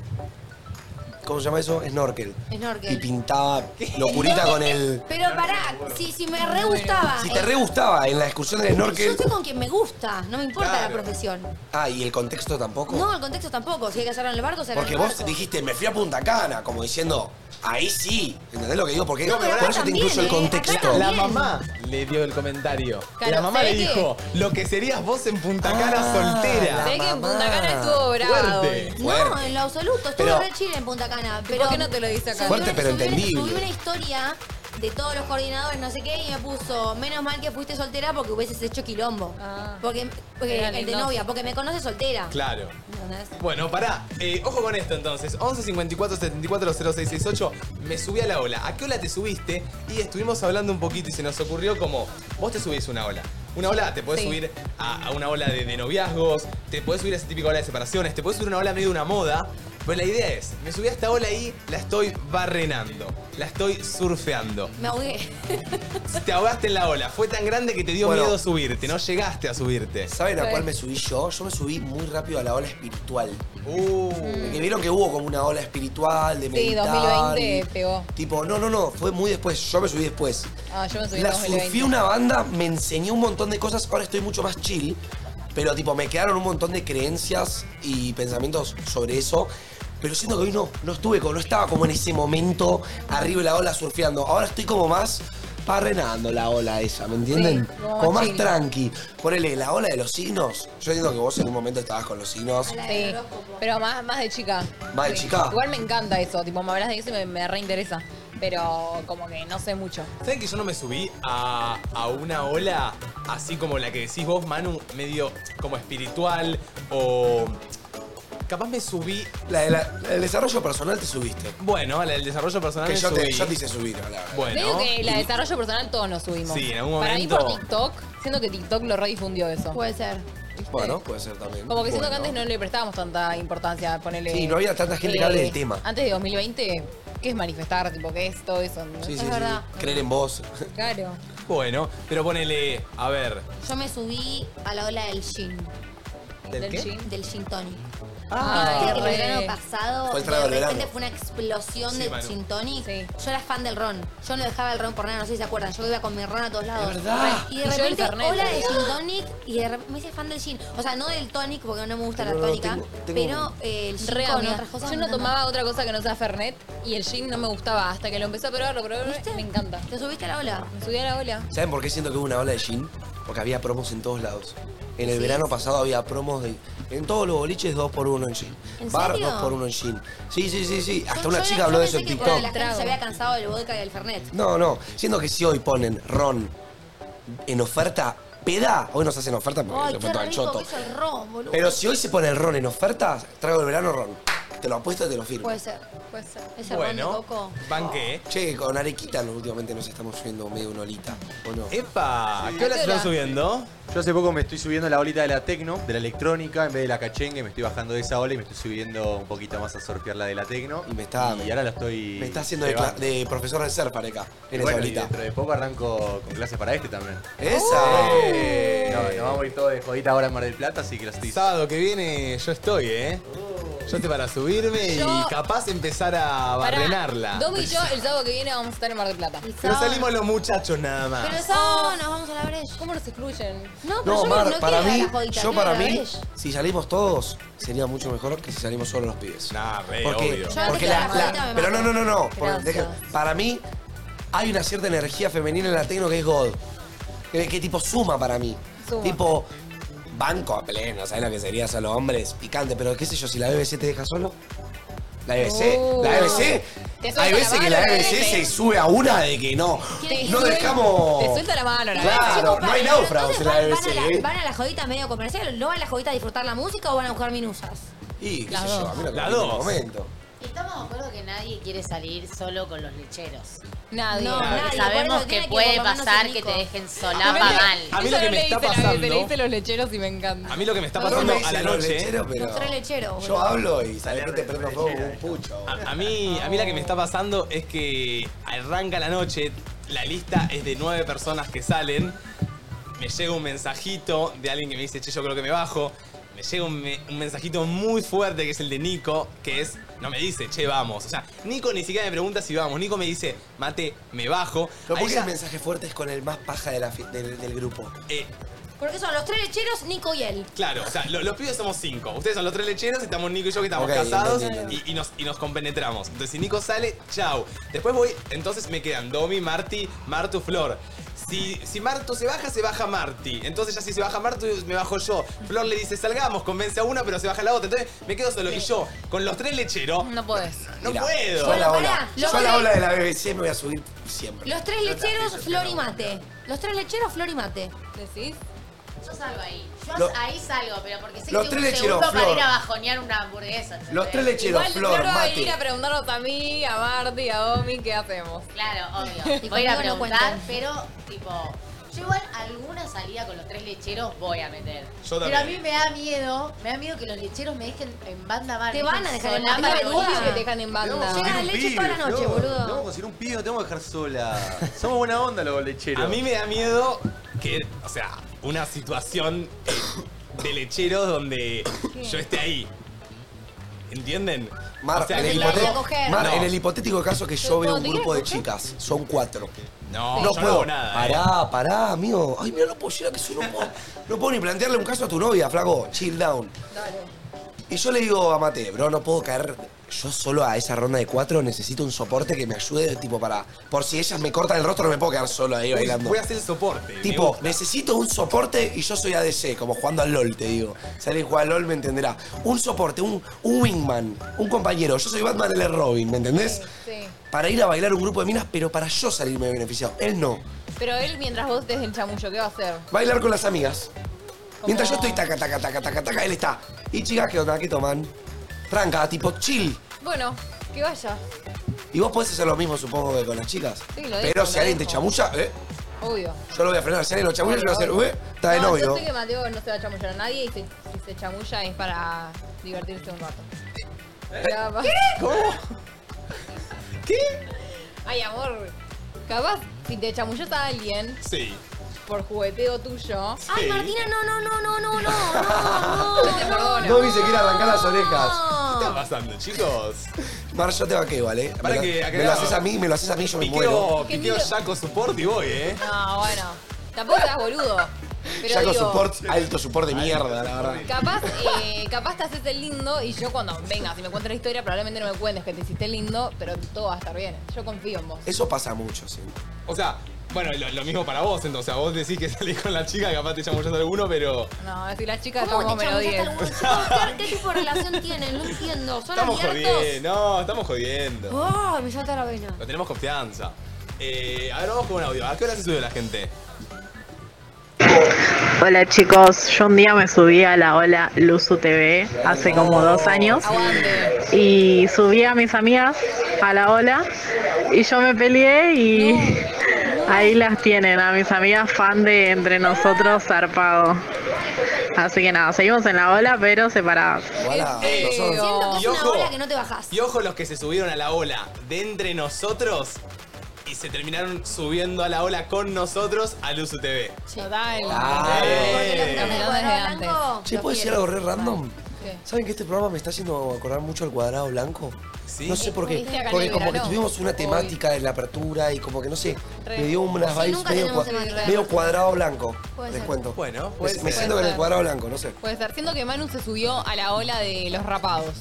B: ¿Cómo se llama eso? Snorkel.
D: Snorkel.
B: Y pintaba locurita con el.
D: Pero pará, si, si me re gustaba.
B: Si te re
D: eh,
B: gustaba en la excursión del
D: Yo
B: snorkel.
D: estoy con quien me gusta, no me importa
B: Claro.
D: la profesión.
B: Ah, y el contexto tampoco.
D: No, el contexto tampoco. Si hay que hacerlo en el barco, se haga en
B: Porque
D: el
B: vos
D: barco.
B: dijiste, me fui a Punta Cana, como diciendo, ahí sí. ¿Entendés lo que digo? Porque
D: No, pero
B: por
D: acá
B: eso te
D: también,
B: incluyo el
D: ¿eh? Acá
B: contexto.
A: La mamá le dio el comentario.
C: Claro,
A: la mamá
C: ¿sabés
A: le dijo, lo que serías vos en Punta Cana soltera.
C: Sé que en Punta Cana estuvo bravo. eh.
A: Fuerte.
D: No, en lo absoluto. Estuvo
A: Pero-
D: re chile en Punta Cana. Pero
C: ¿Por qué no te lo dice acá?
D: Subí
B: Fuerte,
D: una-
B: pero
D: subí una-
B: entendible.
D: Subí una historia de todos los coordinadores, no sé qué, y me puso, menos mal que fuiste soltera porque hubieses hecho quilombo. Porque, porque-
C: Ah. Era
D: el de
C: lindo.
D: novia, porque me conoces soltera.
A: Claro.
D: ¿Entendés?
A: Bueno, pará. Eh, ojo con esto entonces. 11 54 74 0668. Me subí a la ola. ¿A qué ola te subiste? Y estuvimos hablando un poquito y se nos ocurrió como. Vos te subís una ola. Una ola te podés
C: Sí.
A: subir a, a una ola de, de noviazgos, te podés subir a esa típica ola de separaciones, te podés subir a una ola medio de una moda. Pero la idea es, me subí a esta ola y la estoy barrenando, la estoy surfeando.
D: Me ahogué.
A: Te ahogaste en la ola, fue tan grande que te dio
B: Bueno.
A: miedo subirte, no llegaste a subirte.
B: ¿Saben a
A: Sí.
B: cuál me subí yo? Yo me subí muy rápido a la ola espiritual.
A: Uh.
B: Que vieron que hubo como una ola espiritual de
C: Sí,
B: meditar.
C: 2020 pegó.
B: y- tipo, no, no, no, fue muy después. Yo me subí después.
C: Ah, yo me subí en
B: La
C: 2020.
B: surfí una banda, me enseñó un montón de cosas, ahora estoy mucho más chill, pero tipo me quedaron un montón de creencias y pensamientos sobre eso. Pero siento que hoy no, no estuve, como- no estaba como en ese momento arriba de la ola surfeando. Ahora estoy como más parrenando la ola esa, ¿me entienden?
C: Sí, como
B: como más
C: chill.
B: tranqui. Ponele la ola de los signos. Yo entiendo que vos en un momento estabas con los signos.
C: Sí, pero más, más de chica.
B: Más de
C: Sí.
B: chica.
C: Igual me encanta eso, tipo, me hablas de eso y me, me reinteresa. Pero como que no sé mucho.
A: ¿Saben que yo no me subí a, a una ola así como la que decís vos, Manu, medio como espiritual o... Capaz me subí...
B: La, de la- la del desarrollo personal te subiste.
A: Bueno, la del desarrollo personal
B: Que
A: me
B: yo te,
A: subí.
B: yo te hice subir, la verdad.
A: Bueno.
C: Medio que la de desarrollo personal todos nos subimos.
A: Sí, en algún
C: Para mí
A: momento-
C: por TikTok, siento que TikTok lo redifundió eso. Puede ser.
B: Bueno, puede ser también.
C: Como que siento que
B: Bueno.
C: antes no le prestábamos tanta importancia, ponerle.
B: Sí, no había tanta gente que hable del tema.
C: Antes de 2020, ¿qué es manifestar? Tipo, ¿qué es todo eso? ¿No?
B: Sí,
C: es
B: sí, sí.
C: verdad.
B: Creer en vos.
C: Claro.
A: Bueno, pero ponele... A ver...
D: Yo me subí a la ola del gin.
A: ¿Del ¿Del qué? gin?
D: Del gin tonic.
A: Ah,
D: Viste que
A: re.
D: el verano pasado
A: Fue el trago
D: de
A: del
D: repente
A: verano.
D: fue una explosión
A: Sí,
D: de
A: Manu.
D: gin tonic. Yo era fan del ron. Yo no dejaba el ron por nada, no sé si se acuerdan. Yo iba con mi ron a todos lados.
C: verdad.
D: Y
C: Y
D: de
C: yo el
D: repente
C: Fernet.
D: ola de gin tonic y de repente me hice fan del gin. O sea, no del tonic porque no me gusta la
C: No, no,
D: tónica,
C: tengo- tengo-
D: pero eh, el gin
C: Re
D: con
C: amiga.
D: otras cosas. me
C: Yo no
D: encanta.
C: tomaba otra cosa que no sea Fernet y el gin no me gustaba hasta que lo empecé a probar, lo probé, me encanta.
D: ¿Te subiste a la ola?
C: Me subí a la ola.
B: ¿Saben por qué siento que hubo una ola de gin? Porque había promos en todos lados. En el
C: Sí.
B: verano pasado había promos de. En todos los boliches 2x1 en gin.
D: ¿En
B: Bar
D: serio?
B: 2x1 en gin. Sí, sí, sí, sí. Hasta
D: Yo-
B: una
D: yo-
B: chica
D: yo
B: habló de eso
D: pensé
B: en
D: que
B: TikTok.
D: porque La gente se había cansado del vodka y del fernet.
B: No, no. Siento que si hoy ponen ron en oferta, peda. Hoy nos hacen oferta porque
D: Ay,
B: lo
D: qué
B: faltaba el
D: rico
B: choto.
D: que es el ron, boludo.
B: Pero si hoy se pone el ron en oferta, traigo el verano ron. Te lo apuesto y te lo firmo.
D: Puede ser, puede ser. Ese
A: Bueno.
D: ron de coco.
A: Banqué.
B: Che, con Arequita no, últimamente nos estamos subiendo medio una olita. ¿O no?
A: ¡Epa! ¿Qué ola se están subiendo?
O: Yo hace poco me estoy subiendo la olita de la tecno, de la electrónica, en vez de la cachengue, me estoy bajando de esa ola y me estoy subiendo un poquito más a surfear la de la tecno. Y
B: me está.
O: Y ahora la estoy.
B: Me está haciendo de, cla-
O: llevando.
B: de profesor de surf, Areca. En esa
O: Bueno, y
B: olita.
O: dentro de poco arranco con clases para este también.
B: ¡Esa!
O: Eh, No, nos vamos a ir todos de jodita ahora en Mar del Plata, así que las estoy.
A: Sábado que viene yo estoy, ¿eh? Yo estoy para subirme
C: Yo-
A: y capaz empezar a
C: Pará,
A: barrenarla.
C: Domi y yo el sábado que viene vamos a estar en Mar del Plata.
A: Pero salimos los muchachos nada más.
C: Pero
D: sábado nos vamos a la brecha.
C: ¿Cómo nos excluyen?
D: No,
B: No, Mar, para mí, yo para mí, si salimos todos, sería mucho mejor que si salimos solo los pibes.
A: Nah, re, obvio.
D: Yo antes
B: porque
D: que
B: la,
D: la
B: la-
D: jodita me
B: pero no,
D: mato.
B: no, no, no. porque
D: Gracias.
B: deja- para mí, hay una cierta energía femenina en la tecno que es God. Que, que tipo suma para mí.
C: Suma.
B: Tipo, banco a pleno, ¿sabes lo que sería solo hombres? Picante, pero qué sé yo, si la BBC te deja solo. La BBC,
N: Uh.
C: Oh.
B: la BBC.
C: Te suelta
B: Hay
C: la
B: veces que
C: mano,
B: la
C: la
B: BBC se
C: BBC.
B: sube a una de que no.
C: Te
B: No
C: suel-
B: dejamos.
C: Te suelta la mano, la
B: Claro,
C: verdad.
B: no hay náufragos en la
D: Van
B: BBC.
D: a la,
B: ¿eh?
D: van a la jodita medio comercial, ¿no van a la jodita a disfrutar la música o van a buscar minusas?
B: Y qué
D: Las
B: sé
D: dos.
B: yo, a mí lo que
A: Las
B: me
A: dos.
B: comento.
H: Estamos de acuerdo que nadie quiere salir solo con los lecheros.
C: Nadie.
H: No,
C: Nadie.
H: porque
C: Por
H: Sabemos
C: eso
H: que
C: tiene que
H: puede
C: por lo menos
H: pasar
C: el
H: que
C: Nico.
H: te dejen solapa
C: A mí-
H: mal.
A: a mí lo que
C: Eso no
A: me
C: le
A: está
C: dicen a la BBC,
A: pasando-
C: Le hice los lecheros y me encanta.
A: A mí lo que me está
C: No,
A: pasando
B: no me
A: a la
B: dicen los
A: noche.
B: lecheros, pero-
D: Los tres lecheros.
B: Yo
D: boludo.
B: hablo y sale que te prendo fuego con un pucho.
A: A, a mí, a mí la que me está pasando es que arranca la noche, la lista es de nueve personas que salen, me llega un mensajito de alguien que me dice, che, yo creo que me bajo, me llega un, me- un mensajito muy fuerte que es el de Nico, que es, no me dice, che, vamos. O sea, Nico ni siquiera me pregunta si vamos. Nico me dice, mate, me bajo.
B: No,
A: Ahí
B: porque
A: ya-
B: el mensaje fuerte es con el más paja de la fi- del, del grupo.
A: eh,
D: Porque son los tres lecheros, Nico y él.
A: Claro, o sea, lo- los pibes somos cinco. Ustedes son los tres lecheros, estamos Nico y yo que estamos
B: Ok,
A: casados
B: entendí, entendí.
A: Y, y nos, y nos compenetramos. Entonces, si Nico sale, chau. Después voy, entonces me quedan Domi, Marti, Martu, Flor. Si, si Martu se baja, se baja Marti. Entonces ya si se baja Martu, me bajo yo. Flor le dice, salgamos, convence a una, pero se baja la otra. Entonces me quedo solo. Y yo, con los tres lecheros,
C: No podés.
A: no
B: Mirá,
A: puedo.
B: Yo a la
D: Bueno,
B: ola,
D: pará,
B: yo
D: lo
B: a la
D: que-
B: ola de la BBC me voy a subir siempre.
D: Los tres lecheros, flor y mate. Los tres lecheros, flor y mate.
C: ¿Decís?
H: Yo salgo ahí. Yo
B: Lo-
H: ahí salgo, pero porque sé
B: Los
H: que
B: tres
H: tengo un
B: lecheros,
H: segundo para
B: Flor.
H: ir a bajonear una hamburguesa. ¿entendés?
B: Los tres lecheros,
C: Igual
B: Flor,
C: Flor va a
B: mate.
C: venir a preguntarnos a mí, a Marti, a Omi, ¿qué hacemos?
H: Claro,
C: Y
H: obvio. Voy a ir a
C: conmigo no
H: preguntar,
C: cuentan.
H: pero tipo, yo igual alguna salida con los tres lecheros voy a meter.
A: Yo
H: Pero a
A: también.
H: mí me da miedo, me da miedo que los lecheros me dejen en banda mal.
D: Te van a dejar en
H: Sola,
D: banda,
H: boluda.
D: obvio que te dejan
O: Tengo
D: en
O: que
D: banda.
O: conseguir
D: Llega la
O: un
D: leche
O: pibe,
D: toda la noche,
O: no,
D: boludo.
O: Tengo que conseguir un pibe, no tengo que dejar sola. Somos buena onda los lecheros.
A: A mí me da miedo que, o sea, una situación eh, de lecheros donde yo esté ahí. ¿Entienden?
B: Mar,
A: O sea,
B: en, el
A: que la-
B: hipotético- Mar, eh,
A: No.
B: en el hipotético caso que yo veo
A: Pero
B: un
A: cuando te
B: grupo de
A: quieras
B: chicas, son cuatro.
A: No, yo no
B: puedo.
A: hago nada, eh.
B: pará, pará, amigo. Ay, mira lo pollera que soy, no puedo. No puedo ni plantearle un caso a tu novia, flaco. Chill down.
D: Dale.
B: Y yo le digo a Mate, bro, no puedo caer yo solo a esa ronda de cuatro. Necesito un soporte que me ayude, tipo, para. Por si ellas me cortan el rostro, no me puedo quedar solo ahí
A: Voy-
B: bailando.
A: Voy a hacer el soporte. me
B: Tipo,
A: gusta.
B: necesito un soporte y yo soy ADC, como jugando al LOL, te digo. Si alguien juega al LOL, me entenderá. Un soporte, un, un wingman, un compañero. Yo soy Batman, él es Robin, ¿me entendés?
C: Sí.
B: Para ir a bailar un grupo de minas, pero para yo salirme beneficiado. Él no.
C: Pero él, mientras vos estés en chamullo, ¿qué va a hacer?
B: Bailar con las amigas. Mientras yo estoy taca, taca, taca, taca, taca, él está. Y chicas, ¿qué onda? ¿Qué toman? Tranca, tipo chill.
C: Bueno, que vaya.
B: Y vos podés hacer lo mismo, supongo, que con las chicas.
C: Sí, lo dejo,
B: pero
C: lo
B: si alguien te
C: dejo.
B: chamulla, eh,
C: Obvio.
B: yo lo voy a frenar. Si alguien lo chamulla, yo lo voy a hacer, eh, está de
C: no,
B: novio.
C: Yo sé que Mateo no se va a chamullar a nadie y si, si se chamulla es para divertirse un rato. Nada más.
A: ¿Cómo?
C: Ay, amor. Capaz, si te chamullas a alguien
A: Sí.
C: por jugueteo tuyo.
D: Ay, Martina, no, no, no, no, no, no, no.
C: Yo te perdono.
B: Dobby se quiere arrancar las orejas.
A: ¿Qué está pasando, chicos?
B: Mar, yo te vaqueo, ¿vale?
A: Para
B: eh. me,
A: que-
B: lo,
A: acá-
B: me lo haces a mí, me lo haces a mí, yo me muero.
A: Piqueo, piqueo Jaco Support y voy, ¿eh?
C: No, bueno. Tampoco seas boludo. Pero
B: Yaco
C: digo,
B: support, alto support de mierda, la verdad.
C: Capaz, eh, capaz te haces el lindo y yo cuando venga, si me cuentas la historia, probablemente no me cuentes que te hiciste lindo, pero todo va a estar bien. Yo confío en vos.
B: Eso pasa mucho, sí.
A: O sea, bueno, lo, lo mismo para vos, entonces. A vos decís que salís con la chica, capaz te chamullas a alguno, pero.
C: No, si las chicas
D: ¿Cómo
C: somos
D: te
C: menos
D: chamullaste
C: 10.
D: alguno? Chicos, ¿Qué qué tipo de relación tienen? No entiendo. ¿Son
A: Estamos
D: abiertos?
A: jodiendo. No, estamos jodiendo.
D: Oh, me salta la vena.
A: No tenemos confianza. Eh, a ver, vamos con un audio. ¿A qué hora se subió la gente?
P: Hola chicos, yo un día me subí a la ola Luzu TV hace como dos años y subí a mis amigas a la ola y yo me peleé y ahí las tienen, a mis amigas fan de Entre Nosotros Zarpado. Así que nada, seguimos en la ola pero separados.
A: Eh,
D: Siento que es
A: y
D: una
A: ojo,
D: ola que no te bajás.
A: Y ojo los que se subieron a la ola de entre nosotros y se terminaron subiendo a la ola con nosotros a Luz TV.
C: Total.
B: Ah.
C: Desde antes.
B: Che, ¿puedo decir algo re random? ¿Saben que este programa me está haciendo acordar mucho al cuadrado blanco? No sé por qué.
C: Estuviste acá en
B: Porque
C: el
B: como que
C: verano.
B: tuvimos una temática en la apertura y como que no sé,
C: Re.
B: me dio unas
C: Sí,
B: vibes
C: nunca
B: medio,
C: tenemos
B: cua-
C: temática.
B: medio cuadrado blanco.
C: Puede
B: Les
C: ser.
B: cuento.
A: Bueno,
B: me,
A: puede
B: me
A: ser.
B: siento que en el cuadrado blanco, no sé.
C: Puede ser. Siento que Manu se subió a la ola de los rapados.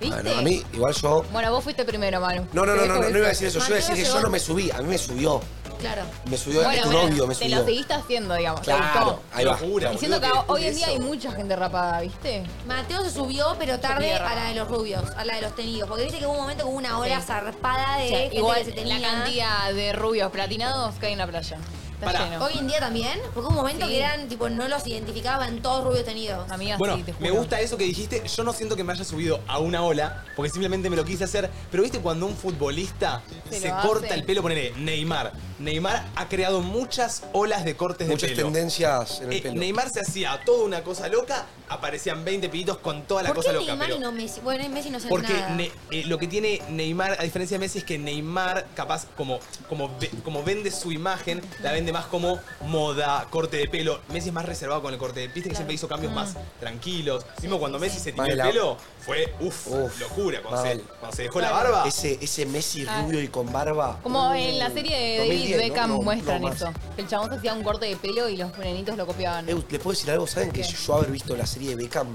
C: ¿Viste?
B: Bueno, a mí, igual yo.
C: Bueno, vos fuiste primero, Manu.
B: No, no,
C: Te
B: no, no,
C: dejo
B: no, no iba a decir eso. Yo iba a
C: Mateo
B: decir que
C: se
B: yo
C: va.
B: no me subí, a mí me subió.
D: Claro.
B: Me subió
C: Bueno,
B: tu
C: bueno,
B: novio, me
C: Te lo
B: subió.
C: seguiste haciendo, digamos. te
B: Claro,
C: gustó.
B: ahí va.
C: Y siento que hoy en día hay mucha gente rapada, ¿viste?
D: Mateo se subió, pero tarde
C: tierra.
D: a la de los rubios, a la de los tenidos. Porque viste que hubo un momento que hubo una ola
C: Sí.
D: zarpada de
C: O sea,
D: gente
C: igual
D: que se tenía.
C: la cantidad de rubios platinados que hay en la playa. Está lleno.
D: Hoy en día también, porque hubo un momento que eran, tipo, no los identificaban todos rubios tenidos.
C: Amigas,
A: Bueno, me gusta eso que dijiste. Yo no siento que me haya subido a una ola, porque simplemente me lo quise hacer. Pero viste cuando un futbolista
C: Se
A: se,
C: lo
A: corta
C: hace.
A: el pelo, ponele Neymar. Neymar ha creado muchas olas de cortes
B: Muchas
A: de pelo.
B: tendencias en el
A: Eh,
B: pelo.
A: Neymar se hacía toda una cosa loca, aparecían 20 pibitos con toda la
D: ¿Por
A: cosa
D: qué
A: loca.
D: Neymar
A: pero-
D: y no Messi? Bueno, Messi no hace
A: Porque
D: nada.
A: Ne- eh, lo que tiene Neymar, a diferencia de Messi, es que Neymar, capaz, como, como, ve- como vende su imagen, la vende entiende más como moda, corte de pelo. Messi es más reservado con el corte de pista que siempre hizo cambios
O: Mm.
A: más tranquilos. Mismo cuando Messi se tiró
B: Mal
A: el
B: la-
A: pelo, fue uff, locura. Cuando se,
B: Mal.
A: cuando se dejó la barba.
B: Ese, ese Messi
C: Ah.
B: rubio y con barba.
C: Como en la serie de David
B: 2010, ¿no?
C: Beckham
B: No, no
C: muestran
B: más.
C: eso. Que el chabón se hacía un corte de pelo y los nenitos lo copiaban.
B: Eh, ¿Les puedo decir algo? ¿Saben que
C: ¿Qué?
B: yo haber visto la serie de Beckham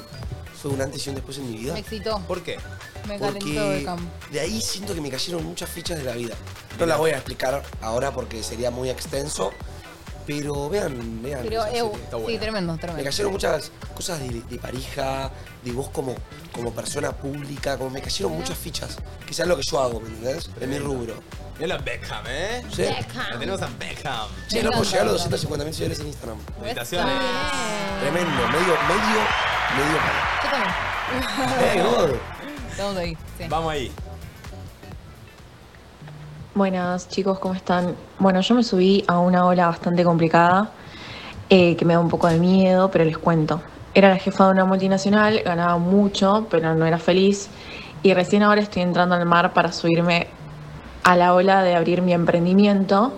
B: fue un antes y un después en mi vida?
C: Me excitó.
A: ¿Por qué?
C: Me calentó
B: Porque
C: Beckham.
B: de ahí siento que me cayeron muchas fichas de la vida. No las voy a explicar ahora porque sería muy extenso, pero vean, vean.
C: Pero,
B: esa
C: eu,
B: serie, está
C: sí,
B: buena.
C: tremendo,
B: Me
C: tremendo.
B: cayeron muchas cosas de, de pareja, de vos como, como persona pública, como me cayeron muchas fichas. Que sea lo que yo hago, ¿me entendés? En mi rubro.
A: Mira a Beckham, ¿eh?
B: Sí. Beckham.
A: La tenemos a Beckham.
B: Che, no, por llegar a los 250.000 seguidores en Instagram.
A: Felicitaciones.
B: Tremendo, medio, medio, medio.
C: Yo
B: Eh,
C: también.
B: gordo.
C: Estamos ahí, sí.
A: Vamos ahí.
N: Buenas chicos, ¿cómo están? Bueno, yo me subí a una ola bastante complicada eh, que me da un poco de miedo, pero les cuento. Era la jefa de una multinacional, ganaba mucho, pero no era feliz. Y recién ahora estoy entrando al mar para subirme a la ola de abrir mi emprendimiento.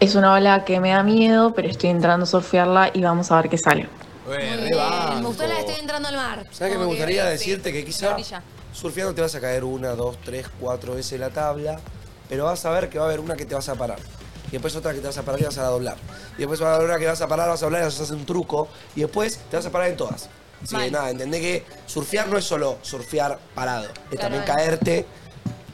N: Es una ola que me da miedo, pero estoy entrando a surfearla y vamos a ver qué sale.
D: Muy bien. Eh, Me gustó la de estoy entrando al mar.
B: ¿Sabes que me
D: Como
B: gustaría
D: sí,
B: decirte que
D: la
B: quizá
D: orilla.
B: surfeando te vas a caer una, dos, tres, cuatro veces la tabla, pero vas a ver que va a haber una que te vas a parar. Y después otra que te vas a parar y vas a doblar. Y después va a haber una que vas a parar, vas a doblar y vas a hacer un truco. Y después te vas a parar en todas. Así que
O: Mal.
B: nada, entendé que surfear no es solo surfear parado. Es
C: Claro,
B: también
C: bueno.
B: caerte,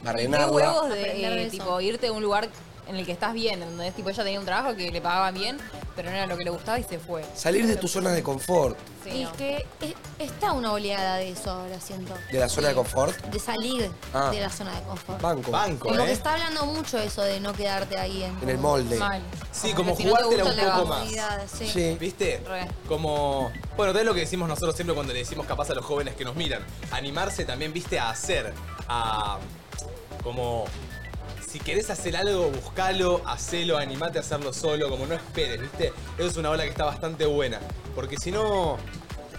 C: Qué
B: arenarla.
C: huevos de,
D: Aprender de
C: eh,
D: eso.
C: tipo, irte a un lugar en el que estás bien, donde tipo, ella tenía un trabajo que le pagaban bien, pero no era lo que le gustaba y se fue.
B: Salir de tus zonas de confort.
D: Y es que es- está una oleada de eso ahora, siento.
B: ¿De la zona de confort?
D: De salir
B: Ah.
D: de la zona de confort.
B: Banco. Banco,
D: Como
B: ¿eh?
D: que está hablando mucho eso de no quedarte ahí en,
B: En el molde.
D: Mal.
A: Sí, como
D: que si no te
A: jugártela
D: gustan
A: un
D: las
A: poco más.
D: actividades, sí.
A: ¿Viste?
D: Re.
A: Como. Bueno, es lo que decimos nosotros siempre cuando le decimos capaz a los jóvenes que nos miran. Animarse también, viste, a hacer. A. Como. Si querés hacer algo, buscalo, hacelo, animate a hacerlo solo, como no esperes, ¿viste? Eso es una ola que está bastante buena. Porque si no,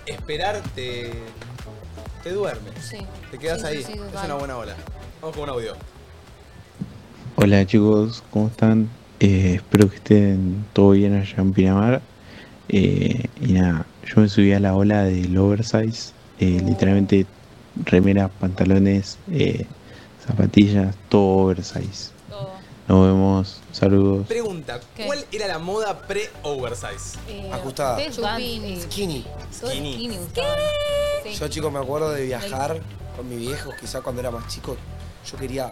A: esperar te, te duerme.
D: Sí.
A: Te quedas
D: Sí, sí,
A: ahí.
D: sí,
A: es
D: total.
A: una buena ola. Vamos con un audio.
Q: Hola chicos, ¿cómo están? Eh, espero que estén todo bien allá en Pinamar. Eh, y nada, yo me subí a la ola del oversize, eh, literalmente remeras, pantalones, eh, zapatillas, todo oversize. Nos vemos, saludos.
A: Pregunta: ¿cuál era la moda pre-oversize?
B: Ajustada.
C: Ustedes usaban, eh,
B: Skinny.
C: todo
B: Skinny.
C: skinny usaban. Sí.
B: Yo, chicos, me acuerdo de viajar con mis viejos, quizá cuando era más chico. Yo quería,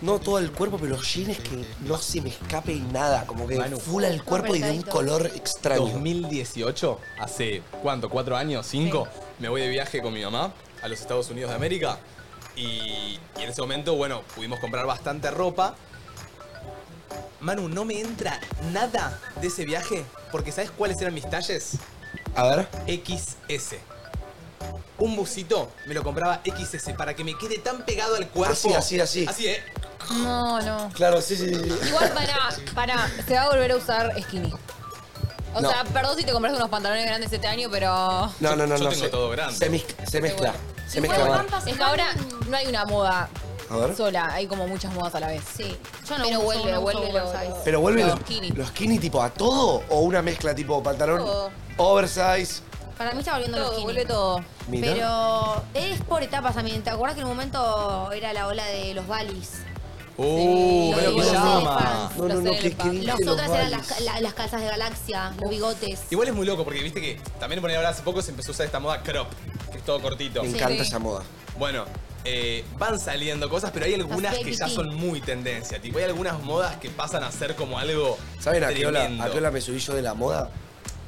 B: no todo el cuerpo, pero los jeans que no se me escape nada. Como que
A: Manu.
B: fula el cuerpo y de un color extraño.
A: 2018, hace cuánto, cuatro años, cinco, me voy de viaje con mi mamá a los Estados Unidos de América y, y en ese momento, bueno, pudimos comprar bastante ropa. Manu, no me entra nada de ese viaje porque ¿sabes cuáles eran mis talles?
B: A ver.
A: XS. Un busito me lo compraba XS para que me quede tan pegado al cuerpo.
B: Así, así, así.
A: Así, ¿eh?
C: No, no.
B: Claro, sí, sí, sí.
C: Igual para, para, se va a volver a usar skinny. O
B: No.
C: sea, perdón si te compras unos pantalones grandes este año, pero.
B: No, no, no,
A: Yo
B: no.
A: tengo
B: se,
A: todo grande.
B: Se, mezc-
D: Este
B: se mezcla. Se
C: Igual
B: mezcla. mal.
C: Es que ahora no hay una moda
B: A ver.
C: sola, hay como muchas modas a la vez. Sí.
D: Yo no
C: pero
D: uso,
C: vuelve,
D: no uso
C: vuelve lo- lo-
B: Pero vuelve
C: lo
B: los,
C: skinny.
B: los skinny tipo a todo o una mezcla tipo pantalón
D: Todo.
B: oversize.
D: Para mí está volviendo
C: Todo,
D: los
C: vuelve todo.
B: Mira.
D: Pero es por etapas también. ¿Te acuerdas que en un momento era la ola de los balis?
A: ¡Uh!
D: Sí,
A: medio
D: los
A: pijama.
D: elephants,
B: No, no, no,
D: los
B: que- que
D: elephants.
B: dije
D: Las
B: los
D: otras eran las,
B: balis.
D: la- las calzas de galaxia, los bigotes.
A: Igual es muy loco porque viste que también por ahí ahora hace poco se empezó a usar esta moda crop, que es todo cortito.
B: Me encanta esa moda.
A: Bueno, eh, van saliendo cosas, pero hay algunas
B: Las
A: que
B: baby
A: ya
B: tee.
A: son muy tendencia. Tipo, hay algunas modas que pasan a ser como algo.
B: ¿Saben a qué, ola,
A: tremendo.
B: a qué ola me subí yo de la moda?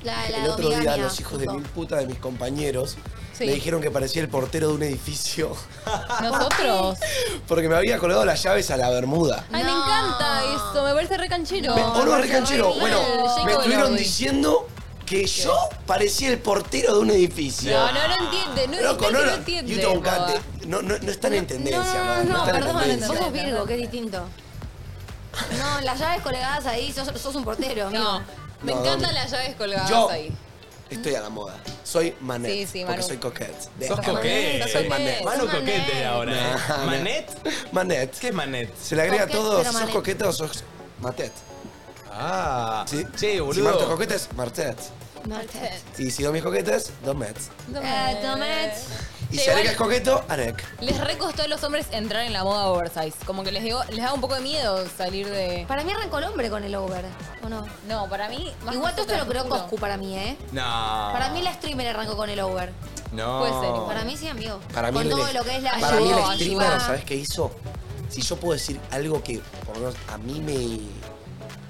D: La, la
B: El otro día
D: domigamia,
B: los hijos de
D: justo.
B: mil puta de mis compañeros
D: Sí.
B: me dijeron que parecía el portero de un edificio
C: Nosotros.
B: porque me había colgado las llaves a la bermuda.
C: Ay, me encanta eso, me parece recanchero.
B: Me- o no, recanchero.
C: Ay,
B: Bueno,
C: el Jacob
B: me estuvieron
C: Elordi.
B: diciendo que yo parecía el portero de un edificio.
C: No, no, no entiende, no,
B: Loco,
C: entiende,
B: no,
C: no
B: no,
C: entiende,
B: you don't
C: boba.
B: get it. no, no, no están en tendencia,
D: No,
B: man,
D: no,
B: están en
D: perdón,
B: tendencia.
D: vos sos Virgo, que es distinto. No, las llaves colgadas ahí, sos, sos un portero. No,
C: Me
B: No,
C: encantan
B: no.
C: las llaves colgadas
B: Yo.
C: ahí.
B: Estoy a la moda. Soy Manet.
C: Sí, sí,
B: porque
C: Manu.
B: soy coquete.
A: Sos coquete.
B: Soy Manet.
A: Manu coquete ahora. eh.
B: Nah,
A: ¿Manet?
B: Manet.
A: ¿Qué es Manet?
B: Se le agrega
A: Coquete,
B: todo,
A: pero
B: sos
A: Manet.
B: coquete o sos matet.
A: Ah. Che, boludo.
B: Si Marto Coquetes, Martet. Y si Domi es Coquetes, Domets.
C: Eh, Tomet.
B: Y
C: Che,
B: si Areca
C: igual-
B: es coqueto, Arek.
C: Les recostó a los hombres entrar en la moda oversize. Como que les, dio- les daba un poco de miedo salir de.
D: Para mí arrancó el hombre con el over, ¿o no?
C: No, para mí. más
D: Igual todo esto lo
C: nosotras,
D: creó
C: te juro.
D: Coscu para mí, ¿eh?
B: Ah.
A: No.
D: Para mí la streamer arrancó con el over.
B: No.
D: Para mí sí, amigo.
B: Ah. Para mí,
D: con
B: el-
D: todo lo que es la
B: para mí
D: ayuda,
B: el streamer,
D: ayuda.
B: ¿sabes qué hizo? Si yo puedo decir algo que por lo menos a mí me,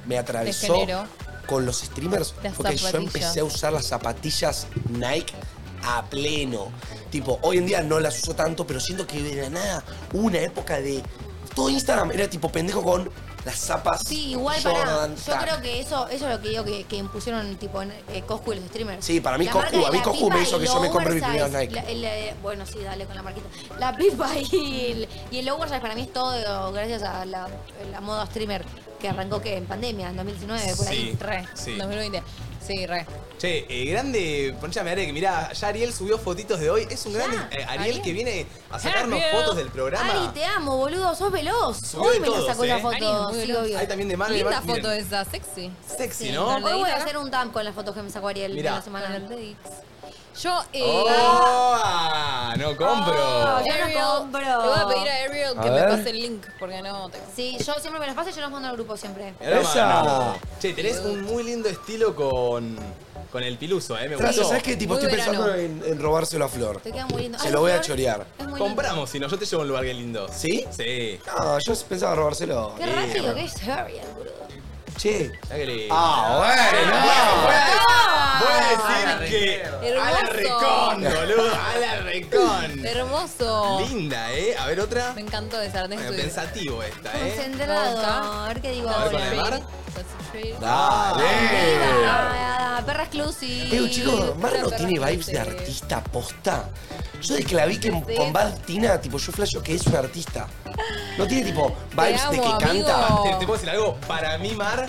B: me atravesó
C: generó.
B: con los streamers,
C: Las
B: porque yo
C: zapatillas.
B: empecé a usar las zapatillas Nike a pleno. Tipo, hoy en día no las uso tanto, pero siento que de la nada hubo una época de todo Instagram era tipo pendejo con las zapas.
D: Sí, igual para.
B: Jordan,
D: Yo
B: tac.
D: creo que eso, eso es lo que digo que, que impusieron tipo en, eh, Coscu y los streamers.
B: Sí, para mí
D: La
B: Coscu,
D: marca de
B: a mí
D: la
B: Coscu
D: pipa
B: me hizo
D: y
B: que
D: lo
B: yo me compre mis
D: oversize,
B: primeros Nike.
D: la- el, eh, bueno, sí, dale con la marquita. La pipa y el, y el oversize para mí es todo gracias a la, la moda streamer que arrancó que en pandemia, en 2019, por ahí.
A: Sí, sí.
C: 2020. Sí, re.
A: Che, eh, grande, ponchame Arek, mirá, ya Ariel subió fotitos de hoy. Es un gran eh, Ariel, que viene a sacarnos
D: Ariel.
A: fotos del programa.
D: Ah, Ari, te amo, boludo, sos veloz.
A: Subió
D: Hoy
A: de
D: me
A: todos,
D: la sacó
A: ¿eh?
D: la
A: Ari
D: foto,
A: es muy
D: sí,
A: veloz.
D: obvio.
A: Hay también de Marvel,
C: Linda
A: Marvel,
C: foto
A: miren.
C: esa, sexy.
A: Sexy, ¿no?
D: Hoy voy a hacer un dump con las fotos que me sacó Ariel
A: Mirá.
D: de la semana.
C: Yo, eh.
A: ¡Oh! ah, ¡No compro!
D: yo
C: Ariel,
D: no compro.
C: Le voy a pedir a Ariel
A: A
C: que
A: ver.
C: me pase el link porque no tengo.
D: Sí, yo siempre me las paso y yo las mando al grupo siempre.
A: Mirá,
B: ¡Esa!
A: mano. Che, tenés un muy lindo estilo con, con el piluso, ¿eh? Me
B: Gracias,
A: gustó.
B: ¿sabes qué? Tipo, estoy pensando en, en robárselo a Flor.
D: Te queda muy lindo.
B: Se
D: Ay,
B: lo voy a
D: Flor,
B: chorear.
D: es muy lindo.
A: Compramos, si no, yo te llevo a un lugar que lindo.
B: ¿Sí?
A: Sí.
B: No, yo pensaba robárselo.
D: Qué rápido que es Ariel, boludo.
B: Eh, Che.
A: Eh, Ah,
C: Ah,
A: Voy a decir que.
C: Hermoso.
A: A la recón, boludo. A la recón.
D: Oh.
C: Hermoso.
A: Linda, ¿eh? A ver otra.
C: Me encantó esa arte
A: Eh,
C: estudio.
A: Pensativo esta, ¿eh?
D: Concentrado. A ver qué digo
A: A ver, con la de
D: ahora.
A: Mar.
D: Ah, Perra exclusiva.
B: Pero chicos, Mar no
D: Perra
B: tiene vibes de
D: exclusiva.
B: artista posta. Yo de que la vi que
D: Sí.
B: con Bad Tina, tipo, yo flasheo que es un artista. No tiene tipo vibes de que
A: Ah,
B: canta.
A: ¿Te, te puedo decir algo? Para mí, Mar.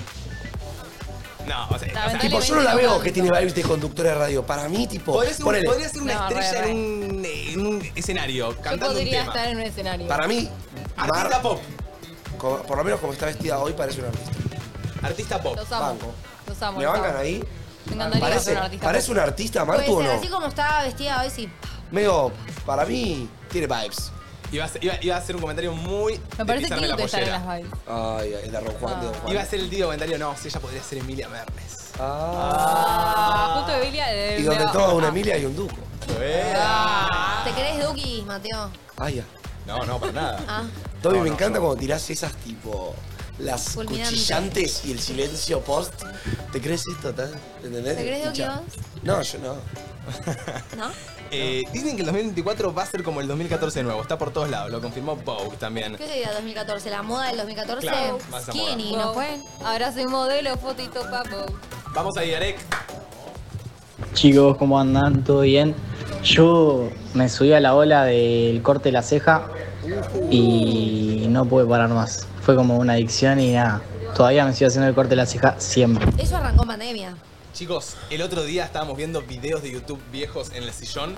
A: No, o sea. o sea,
B: Tipo, yo no la veo que tiene vibes de conductora de radio. Para mí, tipo.
A: Podría ser, un-
B: ponele,
A: podría ser una
C: No, re,
A: estrella
C: re.
A: en un, en un escenario,
C: Yo
A: cantando un
C: podría
A: tema.
C: estar en un escenario.
B: Para mí,
A: Artista
B: Mar-
A: pop.
B: co- por lo menos como está vestida hoy, parece un artista.
A: Artista pop.
C: Los amo.
B: Banco.
C: Los amo.
B: ¿Me
C: los
B: bancan
C: amo.
B: ahí?
C: Me encantaría
B: Parece,
C: ser un artista.
B: parece un artista, Martu, o
D: Puede ser,
B: no?
D: así como está vestida hoy, sí.
B: Mego, para mí, tiene vibes.
A: Iba a, ser- iba- iba a ser un comentario muy.
C: Me parece lindo estar en las Ah. vibes.
B: Ay, el de Ron Juan, de Don Juan.
A: Iba a ser el tío comentario, no, si ella podría ser Emilia Mernes.
C: Ah, justo Emilia de.
B: Y donde
C: de-
B: toda una Emilia y un Duco.
D: Ah, ¿Te querés Duki, Mateo?
B: Ay, ya.
A: Ah. No, no, para nada.
D: Ah.
B: Toby, me encanta cuando tirás esas tipo. Las
D: Fulminante.
B: cuchillantes y el silencio post. ¿Te crees esto, tal? ¿Entendés?
D: ¿Te crees Duki
B: Hincha.
D: vos?
B: No, yo no.
D: ¿No?
A: Eh, dicen que el 2024 va a ser como el 2014 de nuevo, está por todos lados, lo confirmó Vogue también.
D: ¿Qué sería 2014? ¿La moda del 2014?
A: Claro, más a moda.
D: Skinny,
C: Wow.
D: ¿no fue?
C: Ahora soy modelo, fotito, papo.
A: Vamos eh, ahí, Arek.
R: Chicos, ¿cómo andan? ¿Todo bien? Yo me subí a la ola del corte de la ceja
A: Uh.
R: y no pude parar más. Fue como una adicción y nada. Todavía me sigo haciendo el corte de la ceja siempre.
D: Eso arrancó en pandemia.
A: Chicos, el otro día estábamos viendo videos de YouTube viejos en el sillón.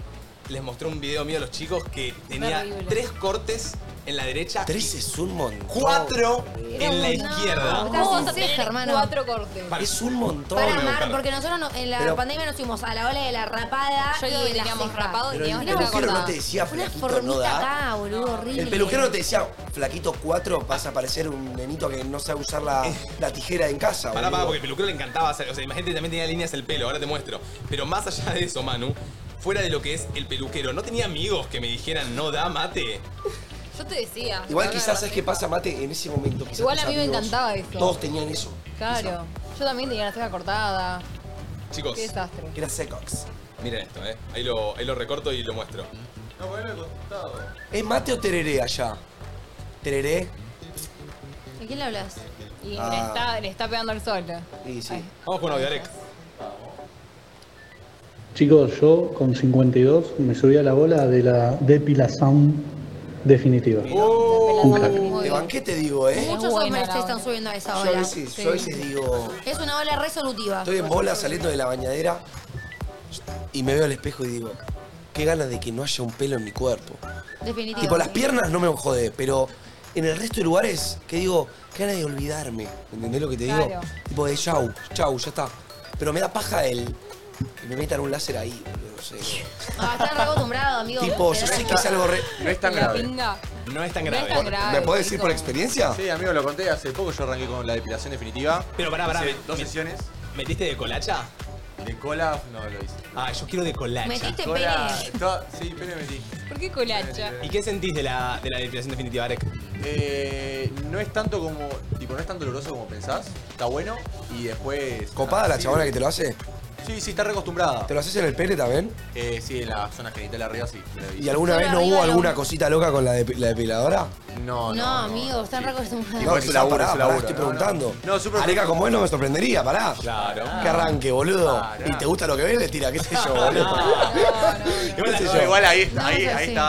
A: Les mostré un video mío a los chicos que tenía
D: Terrible.
A: tres cortes en la derecha.
B: Tres es un montón.
A: Cuatro en la izquierda.
D: Estás
C: ¿Cómo
D: sin
C: vas a tener
D: ceja, hermano.
C: cuatro cortes?
B: Es un montón.
D: Para Mar, porque nosotros no- en la
B: Pero-
D: pandemia nos fuimos a la ola de la rapada.
C: Yo
D: y
C: digo
D: de
C: que
D: la
C: teníamos
D: ceja.
C: rapado y
B: Pero
C: teníamos
B: el
C: la ceja
B: peluquero no
C: cortada.
B: te decía
D: Una
B: flaquito, no
D: formita
B: da.
D: acá, boludo, horrible.
B: El peluquero no te decía flaquito 4, vas a parecer un nenito que no sabe usar la, la tijera en casa.
A: Pará, pará,
B: boludo.
A: porque el peluquero le encantaba hacer. O sea, imagínate, también tenía líneas el pelo, ahora te muestro. Pero más allá de eso, Manu, fuera de lo que es el peluquero, ¿no tenía amigos que me dijeran no da mate?
C: Yo te decía.
B: Igual
C: la
B: quizás
C: verdad.
B: es que pasa mate en ese momento. quizás
C: Igual
B: tus
C: a mí me
B: amigos,
C: encantaba eso.
B: Todos tenían eso.
C: Claro. Yo también tenía la ceja cortada.
A: Chicos,
C: Qué desastre.
B: Era Secox.
A: miren esto, ¿eh? Ahí lo, ahí lo recorto y lo muestro.
B: ¿Es mate o tereré allá? ¿Tereré?
D: ¿A quién le hablas?
C: Y
B: Ah.
C: le, está, le está pegando el sol.
B: Sí, sí.
A: Vamos con audio, Alex.
S: Chicos, yo con 52 me subí a la bola de la depilación definitiva. Un crack.
B: De banquete digo, ¿eh?
D: Muchos hombres se están subiendo a esa
B: Yo a
D: ola.
B: veces- yo a veces digo-
D: Es una ola resolutiva.
B: Estoy en bola saliendo de la bañadera y me veo al espejo y digo, qué ganas de que no haya un pelo en mi cuerpo.
D: Definitivo.
B: Tipo, las piernas no me jode, pero en el resto de lugares que digo, qué ganas de olvidarme. ¿Entendés lo que te digo?
C: Claro.
B: Tipo de chau, chau, ya está. Pero me da paja el que me metan un láser ahí, boludo, no sé.
D: Ah, están re acostumbrados, amigo.
B: tipo, yo sé que es algo re.
A: No es tan
D: No es tan grave,
B: ¿Me podés decir por experiencia?
O: Sí, amigo, lo conté hace poco. Yo arranqué con la depilación definitiva.
A: Pero pará, pará.
O: Hice
A: met-
O: Dos
A: met-
O: sesiones.
A: ¿Metiste de colacha?
O: De cola, no lo hice.
A: Ah, yo quiero de colacha.
C: ¿Metiste
O: Cola, to- Sí, pene metí.
C: ¿Por qué colacha?
A: ¿Y qué sentís de la, de la depilación definitiva, Arek?
O: Eh, no es tanto como. Tipo, no es tan doloroso como pensás. Está bueno. Y después.
B: ¿Copada la
O: Sí.
B: chabona que te lo hace?
O: Sí, sí, está recostumbrada.
B: ¿Te lo haces en el pene también?
O: Eh, sí, en la zona genital arriba sí. me lo hice.
B: ¿Y alguna vez no hubo alguna cosita loca con la, dep- la depiladora?
O: No,
D: No, amigo, están re acostumbrados.
B: No,
O: es
B: quizá,
O: un laburo,
B: pará,
O: es un
B: pará,
O: laburo.
B: estoy
O: No, no.
B: preguntando.
O: No, súper-
B: Areca como él no me sorprendería, pará.
O: Claro.
B: Que arranque, boludo.
O: Pará.
B: Y te gusta lo que ves, le tira, qué sé yo, boludo.
O: Igual,
B: sé
O: no,
B: yo.
O: igual ahí,
B: No,
O: ahí,
B: es
O: ahí
B: así.
O: está.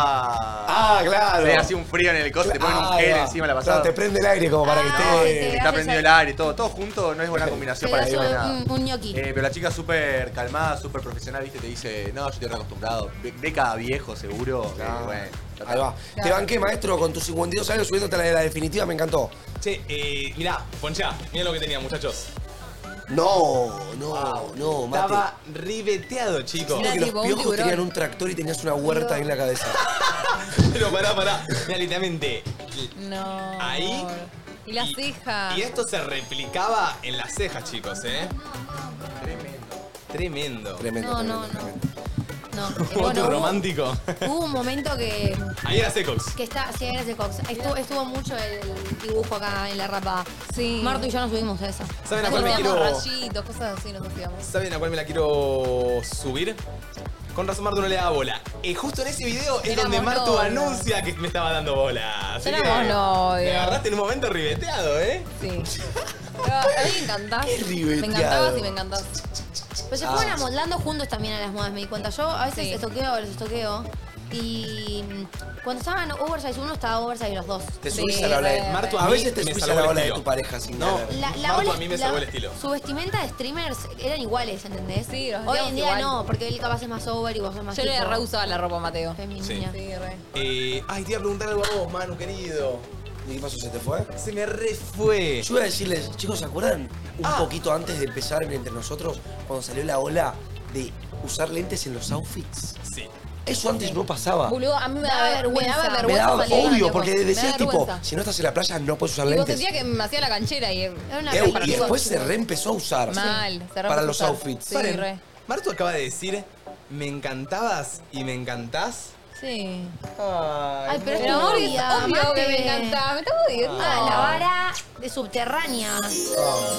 B: Ah, claro.
O: Le hace un frío en el coche, te ponen un
B: Ahí
O: gel
B: va.
O: encima la
B: Claro,
O: pasada.
B: te prende el aire como para que
D: Ah,
B: esté.
O: Está prendido el aire, todo, todo junto no es buena
D: Te
O: combinación para
D: das
O: decir nada.
D: un, un ñoqui.
O: Eh, pero la chica súper calmada, súper profesional, viste, te dice, no, yo estoy re acostumbrado. Ve, ve cada viejo seguro. que, bueno, ya está.
B: Ahí va. Te banqué, maestro, con tus 52 años subiéndote a la de la definitiva, me encantó.
A: Che, eh, mirá, ponchá, mirá lo que tenía, muchachos.
B: No, no,
D: Ah.
B: no, mate.
A: Estaba ribeteado, chicos.
B: Siento que los piojos tenían un tractor y tenías una huerta ahí en la cabeza.
A: Pero pará, pará. Mirá, literalmente.
C: No.
A: Ahí.
C: Y las
D: Ah.
C: cejas.
A: Y esto se replicaba en las cejas, chicos, ¿eh? Tremendo. Tremendo.
B: Tremendo.
D: No, no, no. No. Eh,
A: Otro
D: bueno, hubo,
A: romántico.
D: hubo un momento que.
A: Ahí era Secox.
D: Que está, sí, gracias Cox. Estuvo, estuvo mucho el dibujo acá en la rapa. Sí. Marto y yo nos subimos a esa.
A: ¿Saben a cuál me
C: Hacíamos
A: quiero-
C: rayitos, cosas así nos hacíamos.
A: ¿Saben a cuál me la quiero subir? Con razón Martu no le da bola. Y justo en ese video es
C: Éramos
A: donde Martu
C: novios.
A: anuncia que me estaba dando bola. Así que
C: Éramos novios.
A: Me agarraste en un momento ribeteado, ¿eh?
C: Sí. Ah, a mí me encantás.
A: ribeteado.
C: Me encantabas y me encantás.
D: Pero se
A: Ah.
D: fueron amoldando juntos también a las modas, me di cuenta. Yo a veces estoqueo, los estoqueo. Y mm, cuando estaban oversize uno, estaba oversize los dos.
B: Te subís a la ola de.
A: Martu, a
B: a
A: mí
B: veces te
A: me
B: subís a
A: salvó
B: la
A: el
B: ola de
A: estilo.
B: tu pareja sin
A: No.
B: querer.
D: La, la
A: Marto
D: ola-
A: a mí me
D: la-
A: salvó el estilo.
D: Su vestimenta de streamers eran iguales, ¿entendés? Sí,
C: los
D: Hoy
C: hacíamos
D: en día
C: igual.
D: no, porque él capaz es más over y vos sos más
C: Yo le
D: tipo-
C: reusaba la ropa a Mateo.
A: Sí.
C: Sí, re.
A: Eh, ay, te iba a preguntar algo a vos, Manu, querido.
B: ¿Y qué pasó? ¿Se te fue?
A: Se me re fue.
B: Yo iba a decirles, chicos, ¿se acuerdan? Un poquito antes de empezar entre nosotros, cuando salió la ola de usar lentes en los outfits.
A: Sí.
B: Eso antes no pasaba.
C: Boludo, a mí me daba,
D: Daba vergüenza.
C: Me
B: Ah.
C: daba
B: Me
C: vergüenza.
B: daba
C: salir del
B: obvio,
C: baño,
B: porque
C: me daba
B: decías tipo,
C: vergüenza.
B: si no estás en la playa no puedes usar
C: Y vos
B: lentes.
C: sentías que me hacía la canchera y era una
B: Ew,
C: para
B: y
C: todos,
B: después se
C: chicos.
B: reempezó a usar.
C: Mal, se reempezó
B: Para
C: a
B: los
C: usar.
B: outfits.
C: Sí,
A: Paren.
C: re.
A: Martu acaba de decir, me encantabas y me encantás.
C: Sí.
A: Ay,
D: Pero es
C: Pero
D: tu
C: amor,
D: novia,
C: es obvio que
D: mate.
C: me encantaba. Me estás jodiendo.
D: Ah, la vara de subterránea.
B: Ah,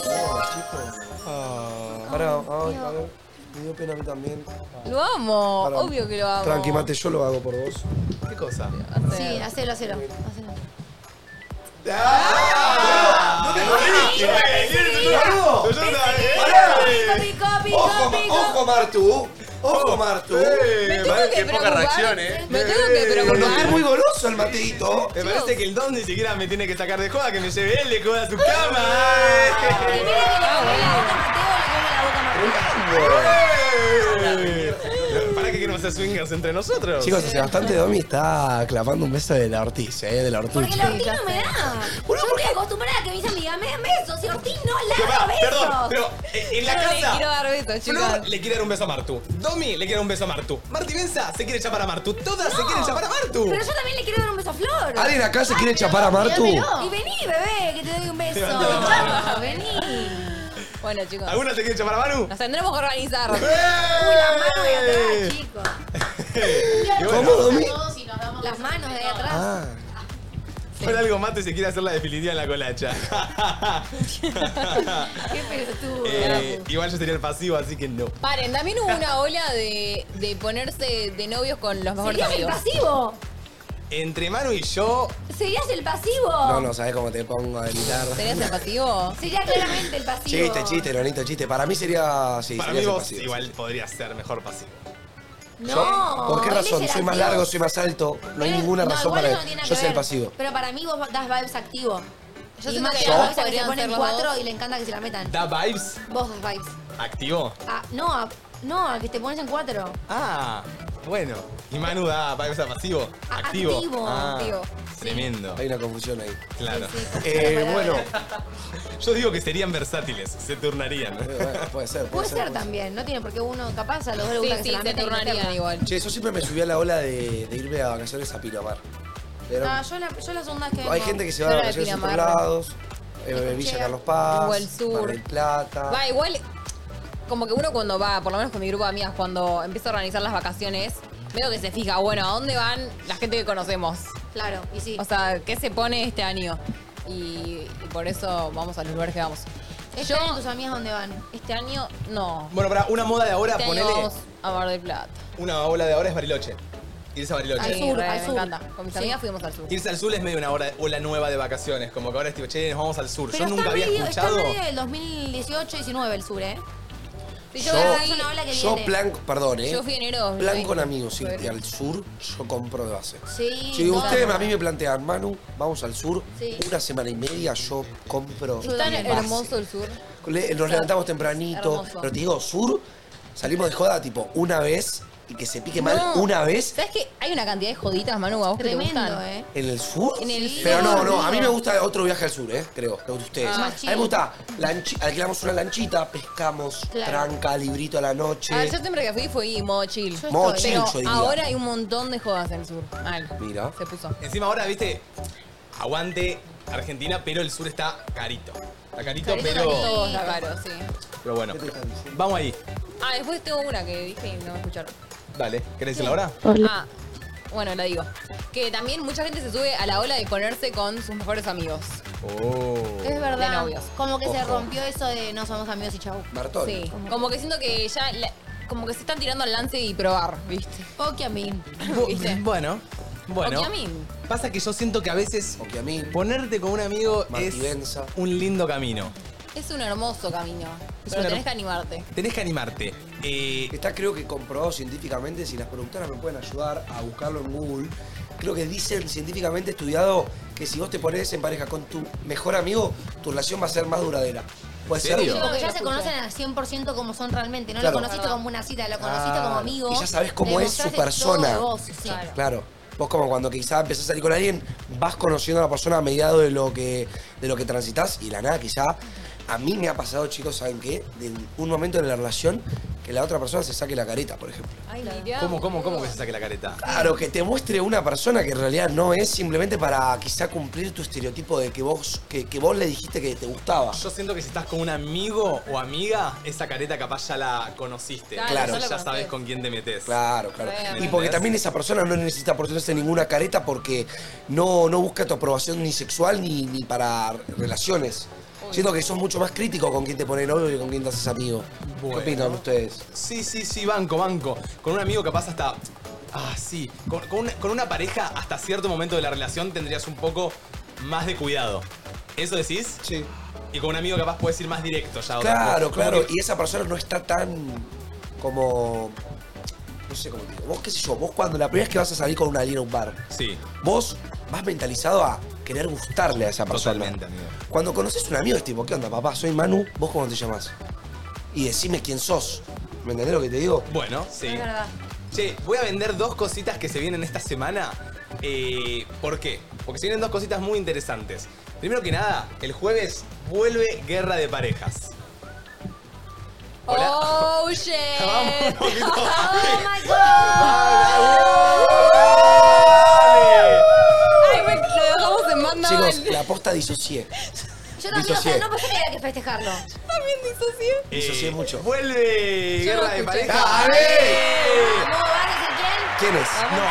B: pará, ay, a ver, me dio pena a mí también.
C: Lo amo.
B: Pará.
C: Obvio que lo amo.
B: Tranqui, mate, yo lo hago por vos.
A: Oh. ¿Qué cosa?
D: Sí, hacelo, hacelo. hacelo.
C: ¡Ah!
D: Copy, copy,
B: Ojo,
D: copy,
B: ojo, Martu. Ojo, Martu.
A: Me
B: Me
A: tengo
B: parece-
A: que preocupar.
C: Me tengo que
A: Eh,
C: preocupar.
B: No estoy muy goloso el mateito.
A: Me parece que el don ni siquiera me tiene que sacar de joda, que me lleve él de joda a su cama. ¿Para qué queremos hacer swingers entre nosotros?
B: Chicos, hace bastante Domi está clavando un beso de la Ortiz, eh, de la Ortiz.
D: Porque la Ortiz no me da. Yo estoy acostumbrada a que mis amigas me den besos y Ortiz no le da besos.
A: Perdón, pero eh, en la
C: Yo no le
A: casa.
C: quiero dar besos, chicos.
A: Flor le quiere dar un beso a Martu. Domi le quiere dar un beso a Martu. Marti Benza se quiere chapar a Martu. Todas se
D: No,
A: quieren chapar a Martu.
D: Pero yo también le quiero dar un beso a Flor.
B: ¿Alguien acá se quiere chapar a Martu?
D: Y vení, bebé, que te doy un beso.
C: Levantame.
D: vení.
C: Bueno, chicos.
A: ¿Alguna se quiere chapar a Manu?
C: Nos tendremos que organizar.
B: ¡Eh!
D: chicos.
A: Eh. Y bueno,
B: ¿Cómo, Domi?
D: Las manos de ahí atrás.
B: Ah,
A: Por algo Mate se quiere hacer la definitiva en la colacha.
D: Qué pelotudo.
A: Eh, igual yo sería el pasivo, así que no.
C: Paren, también hubo una ola de, de ponerse de novios con los mejores
D: ¿Serías el
C: amigos.
D: pasivo?
A: Entre Manu y yo,
D: ¿Serías el pasivo?
B: no, no, ¿sabes cómo te pongo a gritar?
C: ¿Serías el pasivo?
D: Sería claramente el pasivo.
B: Chiste, chiste, Lonito, chiste. Para mí sería. Sí, sería
A: para mí
B: ser
A: vos
B: pasivo.
A: igual podría ser mejor pasivo.
D: No.
B: ¿Yo? ¿Por qué
D: él es
B: razón?
D: el
B: Soy más
D: activo.
B: largo, soy más alto. No hay
D: Él es-
B: ninguna
D: no,
B: razón
D: igual
B: para
D: eso no tiene nada
B: Yo
D: que
B: soy el
D: ver.
B: pasivo.
D: Pero para mí vos das vibes activo.
C: Yo
D: y
C: siento
D: más
C: que
D: que las
C: yo
D: vibes a que se
C: podrían ser
D: ponen
C: los
D: cuatro
C: dos.
D: y le encanta que se la metan.
A: ¿Da vibes?
D: Vos das vibes.
A: ¿Activo?
D: Ah, no, a, no, a que te pones en cuatro.
A: Ah. Bueno. Y Manu da, para usar pasivo. Activo.
B: activo,
A: Ah,
B: activo.
A: Tremendo.
B: Hay una confusión ahí.
A: Claro.
B: Eh, bueno.
A: Yo digo que serían versátiles, se turnarían.
B: Eh, puede ser,
D: Puede ser también, no tiene por qué uno capaz a los dos le
C: Sí,
D: gusta que
C: sí,
D: se la
C: se
D: metan y
C: turnarían
D: meterla.
C: igual.
B: Che, yo siempre me subí a la ola de, de irme a vacaciones a Pinamar. Pero
D: No, yo la, yo la segunda vez que
B: hay
D: vengo-
B: gente que se va a vacaciones a otros lados. eh, Villa Carlos Paz.
C: O el sur.
B: Mar del Plata.
C: Va, igual, como que uno cuando va, por lo menos con mi grupo de amigas, cuando empieza a organizar las vacaciones, veo que se fija, bueno, ¿a dónde van la gente que conocemos?
D: Claro, y sí.
C: O sea, ¿qué se pone este año? Y, y por eso vamos a los lugares que vamos.
D: Este año tus amigas dónde van?
C: Este año, no.
A: Bueno, para una
B: Ah,
A: moda de ahora,
C: este año
A: ponele.
C: vamos a Mar del Plata.
A: Una ola de ahora es Bariloche. Irse a Bariloche.
C: Sí, re, me encanta. Con mis amigas fuimos al sur.
A: Irse al sur es medio una hora- ola nueva de vacaciones. Como que ahora es tipo, che, nos vamos al sur.
D: Pero
A: Yo
D: está
A: nunca había
D: medio,
A: escuchado.
D: Está medio del 2018-19 el sur, ¿eh? Si
B: Yo,
D: voy, es una ola que
B: yo
D: viene.
B: plan, perdón, eh.
D: Yo fui en enero,
B: Plan
D: yo
B: con
D: fui.
B: amigos,
D: Fue.
B: irte al sur, yo compro de base.
D: Sí,
B: Si
D: no,
B: ustedes
D: no.
B: a mí me plantean, Manu, vamos al sur,
D: Sí.
B: una semana y media yo compro.
C: Es tan
B: de
C: hermoso el sur.
B: base. Le- Nos levantamos tempranito,
C: Hermoso.
B: pero te digo, sur, salimos de joda tipo una vez y que se pique mal
C: No.
B: una vez
C: ¿Sabes que hay una cantidad de joditas, Manu, a vos que
D: Tremendo,
C: te gustan?
D: ¿eh?
B: en el sur.
C: En el
B: pero
C: sur,
B: no, no, a
C: amigo.
B: mí me gusta otro viaje al sur, eh, creo, lo de ustedes.
C: Ah.
B: a
C: Más
B: mí me gusta, lanchi- alquilamos una lanchita, pescamos,
C: Claro.
B: tranca, librito a la noche.
C: A ver, Ah, yo siempre que fui fui modo chill.
B: Modo chill,
C: Pero
B: yo diría.
C: ahora hay un montón de jodas en el sur. Mal.
B: Mira.
C: Se puso.
A: Encima ahora, viste, aguante Argentina, pero el sur está carito. Está carito,
C: Carito,
A: pero.
C: carito, está caro, sí.
A: Pero bueno. Vamos ahí.
C: Ah, después tengo una que dije y no me escucharon.
A: Dale. ¿Querés decirla ahora?
C: Ah, bueno, la digo. Que también mucha gente se sube a la ola de ponerse con sus mejores amigos.
A: Oh.
D: Es
C: De
D: verdad.
C: novios.
D: Como que se
C: Ojo.
D: rompió eso de no somos amigos y chau.
B: Bartol.
C: Sí. Como que siento que ya. la- como que se están tirando al lance y probar, ¿viste?
D: Pokiamin.
C: ¿Viste?
A: Oh. Bueno. Bueno.
C: Okiamin.
A: Pasa que yo siento que a veces ponerte con un amigo es un lindo camino.
C: Es un hermoso camino.
A: Es
C: pero
A: un
C: tenés
A: herm-
C: que animarte.
A: Tenés que animarte. Eh,
B: Está creo que comprobado científicamente, si las productoras me pueden ayudar a buscarlo en Google, creo que dicen científicamente estudiado que si vos te pones en pareja con tu mejor amigo, tu relación va a ser más duradera. Puede
A: ¿En
B: ser.
A: serio?
D: Porque ya
C: lo
D: se
C: escuché.
D: conocen al 100% como son realmente. No
B: Claro.
D: lo conociste como una cita, lo conociste como
B: Claro.
D: amigo.
B: Y ya sabés cómo
D: Le
B: es su
D: mostraste todo
B: persona.
D: de vos, sí.
B: Claro. Vos como cuando quizás empezás a salir con alguien, vas conociendo a la persona a mediado de lo que, de lo que transitas y de la nada quizá. A mí me ha pasado, chicos, ¿saben qué? De un momento en la relación que la otra persona se saque la careta, por ejemplo.
C: Ay, mirá.
A: ¿Cómo, cómo, cómo que se saque la careta?
B: Claro, que te muestre una persona que en realidad no es simplemente para quizá cumplir tu estereotipo de que vos, que, que vos le dijiste que te gustaba.
A: Yo siento que si estás con un amigo o amiga, esa careta capaz ya la conociste.
B: Claro, Claro. ya la
A: Ya
B: conocés.
A: sabes con quién te metes.
B: Claro, claro.
A: ¿Me
B: Y
A: entendés?
B: porque también esa persona no necesita ponerse ninguna careta porque no, no busca tu aprobación ni sexual ni, ni para relaciones. Siento que sos mucho más crítico con quién te pone novio que con quién te haces amigo.
A: Bueno.
B: ¿Qué opinan ustedes?
A: Sí, sí, sí, banco, banco. Con un amigo capaz hasta. Ah, sí. Con, con una, con una pareja, hasta cierto momento de la relación tendrías un poco más de cuidado. ¿Eso decís?
B: Sí.
A: Y con un amigo capaz puedes ir más directo ya. otra
B: Claro,
A: cosa. Como
B: claro.
A: que-
B: Y esa persona no está tan como. No sé cómo te digo. Vos qué sé yo, vos cuando la primera vez que vas a salir con una alguien a un bar,
A: Sí.
B: vos vas mentalizado a querer gustarle a esa persona.
A: Totalmente, amigo.
B: Cuando conoces un amigo es tipo, ¿qué onda, papá? Soy Manu, ¿vos cómo te llamás? Y decime quién sos. ¿Me entendés lo que te digo?
A: Bueno, sí. Che, voy a vender dos cositas que se vienen esta semana. Eh, ¿Por qué? Porque se vienen dos cositas muy interesantes. Primero que nada, el jueves vuelve Guerra de Parejas.
C: Oh, shit. oh, my God. Ay, me- lo dejamos en banda.
B: Chicos,
C: mal.
B: la posta disocié.
D: Yo también, o sea,
B: Disocié.
D: no pasa nada que festejarlo.
C: También disocié.
B: Disocié mucho.
A: Eh, ¡Vuelve!
D: Yo
A: ¡Guerra
D: no
A: de
D: escuché.
A: Parejas!
D: ¡Dale! ¿Cómo va? ¿No sé quién?
B: ¿Quién es?
A: No, no, no,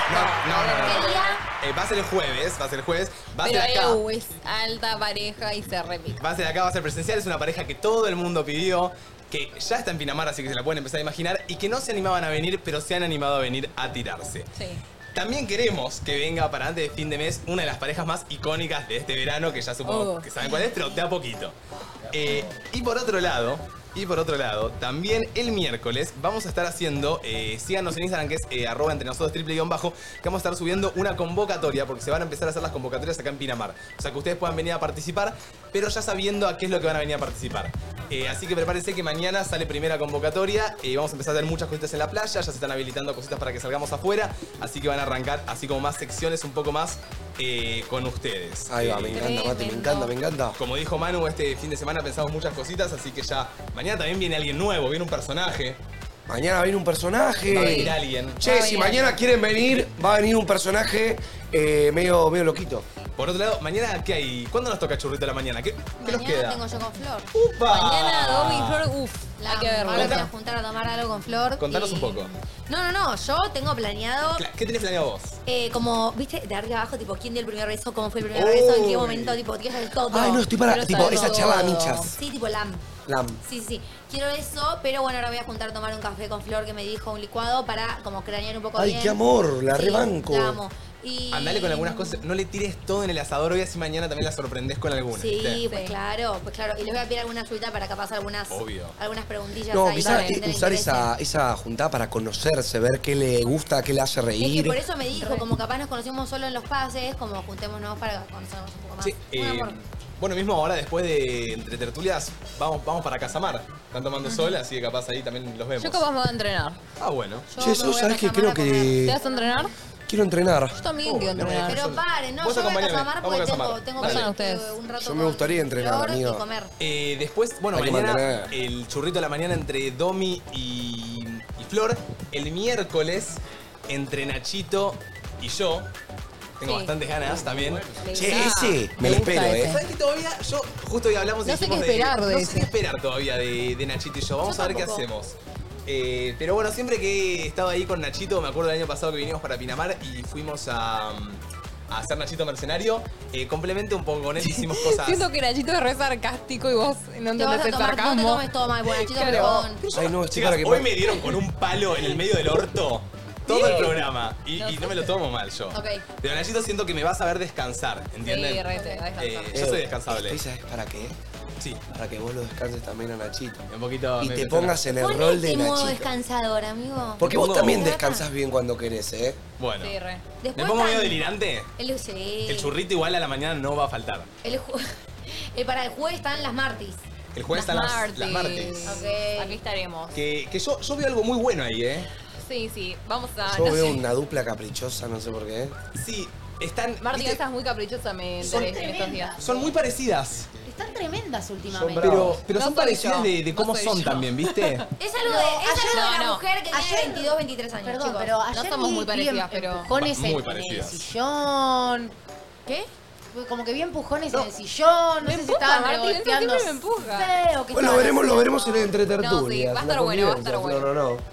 A: no, no, no.
D: ¿Qué día?
A: Eh, va a ser el jueves, va a ser el jueves. Va a ser
C: Pero
A: acá.
C: Eu es alta pareja y se repica.
A: Va a ser acá, va a ser presencial. Es una pareja que todo el mundo pidió, que ya está en Pinamar, así que se la pueden empezar a imaginar, y que no se animaban a venir, pero se han animado a venir a tirarse.
C: Sí.
A: También queremos que venga para antes de fin de mes una de las parejas más icónicas de este verano, que ya supongo
C: Oh.
A: que saben cuál es, pero de a poquito. Eh, y por otro lado, Y por otro lado, también el miércoles vamos a estar haciendo, eh, síganos en Instagram que es eh, arroba entre nosotros triple guión bajo, que vamos a estar subiendo una convocatoria porque se van a empezar a hacer las convocatorias acá en Pinamar. O sea que ustedes puedan venir a participar, pero ya sabiendo a qué es lo que van a venir a participar. Eh, así que prepárense que mañana sale primera convocatoria eh, y vamos a empezar a tener muchas cositas en la playa, ya se están habilitando cositas para que salgamos afuera, así que van a arrancar así como más secciones un poco más eh, con ustedes.
B: Ahí va, me
A: Eh,
B: encanta, Mati, me encanta, me encanta.
A: como dijo Manu, este fin de semana pensamos muchas cositas, así que ya mañana también viene alguien nuevo, viene un personaje.
B: Mañana viene un personaje.
A: Va a venir alguien. Va a
B: Che, si
A: venir
B: mañana
A: alguien.
B: quieren venir, va a venir un personaje eh, medio, medio loquito.
A: Por otro lado, mañana qué hay? ¿Cuándo nos toca churrito a la mañana? ¿Qué, qué nos
D: Mañana
A: queda? Ah.
D: tengo yo con Flor.
A: ¡Upa!
C: Mañana Dobby y Flor, uff,
D: La
C: hay que verlo.
D: Ahora me voy a
A: Contá-
D: juntar a tomar algo con Flor.
A: Contanos
D: y-
A: un poco.
D: No, no, no. Yo tengo planeado
A: Cla- ¿Qué tenés planeado vos?
D: eh, como, viste, de arriba abajo, tipo, ¿quién dio el primer beso? ¿Cómo fue el primer beso? ¿En
B: Uy.
D: qué momento? Tipo, quiero saber todo.
B: Oh. Ay, no, estoy para-
D: Quiero
B: tipo,
D: saber
B: esa
D: todo.
B: charla de amichas.
D: Sí, tipo, LAM.
B: Lam.
D: Sí, sí, sí. Quiero eso, pero bueno, ahora voy a juntar a tomar un café con Flor que me dijo un licuado para como cranear un poco
B: Ay,
D: bien.
B: qué amor, la
D: Sí,
B: rebanco.
D: la amo. Y...
A: Andale con algunas cosas, no le tires todo en el asador hoy, así mañana también la sorprendés con alguna.
D: Sí,
A: ¿viste?
D: pues claro, pues claro. Y les voy a pedir alguna ayuda para capaz algunas,
A: Obvio.
D: algunas preguntillas
B: No,
D: ahí
B: quizás
D: para que les
B: usar
D: interese.
B: esa, esa juntada para conocerse, ver qué le gusta, qué le hace
D: Es que
B: reír.
D: por eso me dijo, como capaz nos conocimos solo en los pases, como juntémonos para conocernos un poco más.
A: Sí,
D: Un
A: eh,
D: amor.
A: bueno, mismo ahora después de entre tertulias, vamos, vamos para Casamar. Están tomando sol, así que capaz ahí también los vemos.
C: Yo capaz me voy a entrenar.
A: Ah, bueno.
B: Che, yo sabes que creo
C: ¿Te
B: que
C: vas a entrenar?
B: quiero entrenar.
C: Yo también quiero entrenar.
D: Pero paren, no,
C: Vos
D: yo voy a
C: acompañame,
D: Casamar
C: vamos
D: porque
C: a
D: tengo,
C: Casamar.
D: tengo
C: Vayan
D: que-
C: ustedes.
D: eh, un rato
B: Yo me gustaría entrenar,
D: Flor y
B: amigo.
D: comer.
A: Eh, después, bueno,
B: Hay que
A: mañana
B: mantener.
A: el churrito a la mañana entre Domi y, y Flor. El miércoles entre Nachito y yo. Tengo
B: Sí.
A: bastantes ganas también.
B: Che, ese me lo espero,
A: ¿Sabes
B: ¿eh?
A: que todavía yo justo hoy hablamos y
C: No sé
A: dijimos
C: qué esperar de
A: No sé
C: ese.
A: qué esperar todavía de, de Nachito y yo. Vamos
C: Yo
A: a ver qué
C: tampoco.
A: hacemos. Eh, pero bueno, siempre que he estado ahí con Nachito, me acuerdo el año pasado que vinimos para Pinamar y fuimos a, mm, a hacer Nachito Mercenario. Eh, complemente un poco con él, hicimos cosas.
C: Siento que Nachito es re sarcástico y vos no
D: Te vas
C: entendés
D: a tomar, no te
C: el sarcasmo.
D: comes todo mal, bueno, chicos,
C: Claro.
D: perdón.
B: Ay, no, estoy
A: Chicas,
B: para que
A: hoy me dieron con un palo en el medio del orto todo el programa y y no me lo tomo mal yo.
D: Ok.
A: Pero Nachito siento que me vas a ver descansar, Oh. ¿entienden?
C: Sí, re, te vas a descansar.
A: Eh, yo soy descansable.
B: ¿Y sabes para qué?
A: Sí.
B: Para que vos lo descanses también a Nachito.
A: Un poquito.
B: Y
A: me-
B: te
A: me-
B: pongas en el
D: Ponete
B: rol de
D: modo
B: Nachito.
D: descansador, amigo.
B: Porque vos
A: No.
B: también descansás bien cuando querés, ¿eh?
A: Bueno.
D: Sí, re.
A: ¿Me
D: Después
A: pongo medio
D: tan-
A: delirante?
D: El, sí.
A: El churrito igual a la mañana no va a faltar.
D: El ju- eh, para el jueves están las martis.
A: El jueves están las, las martes.
C: Aquí estaremos.
A: Que, que yo, yo veo algo muy bueno ahí, ¿eh?
C: Sí, sí. Vamos a.
B: Yo
C: Ah, no
B: veo
C: sé.
B: una dupla caprichosa, no sé por qué.
A: Sí, están.
C: Marti, estás muy caprichosa, me
A: Son
C: enteré en estos días.
A: Son muy parecidas.
H: Están tremendas últimamente.
A: Pero, pero
C: No
A: son
C: soy
A: parecidas
C: yo.
A: de, de cómo
C: No soy
A: son
C: yo.
A: también, ¿viste?
D: Es algo de, es algo de
C: ayer-
D: la
C: no, no.
D: mujer que tiene 22, 23 años.
H: Perdón,
D: chicos.
H: pero ayer
C: no somos
H: vi-
C: muy
H: vi
C: parecidas, pero-
H: Empujones
C: Muy
H: en- en,
C: parecidas.
H: el sillón.
D: ¿Qué?
H: Como que vi empujones en el sillón. No sé si
C: empuja,
H: estaban
C: Martín, él
H: golpeando.
C: siempre me empuja.
H: Feo, que
B: Bueno, lo veremos,
H: estaban
B: lo
H: haciendo.
B: veremos en el entre tertulias.
C: va a
B: una
C: estar bueno, va a estar
B: convivencia. No, no, no.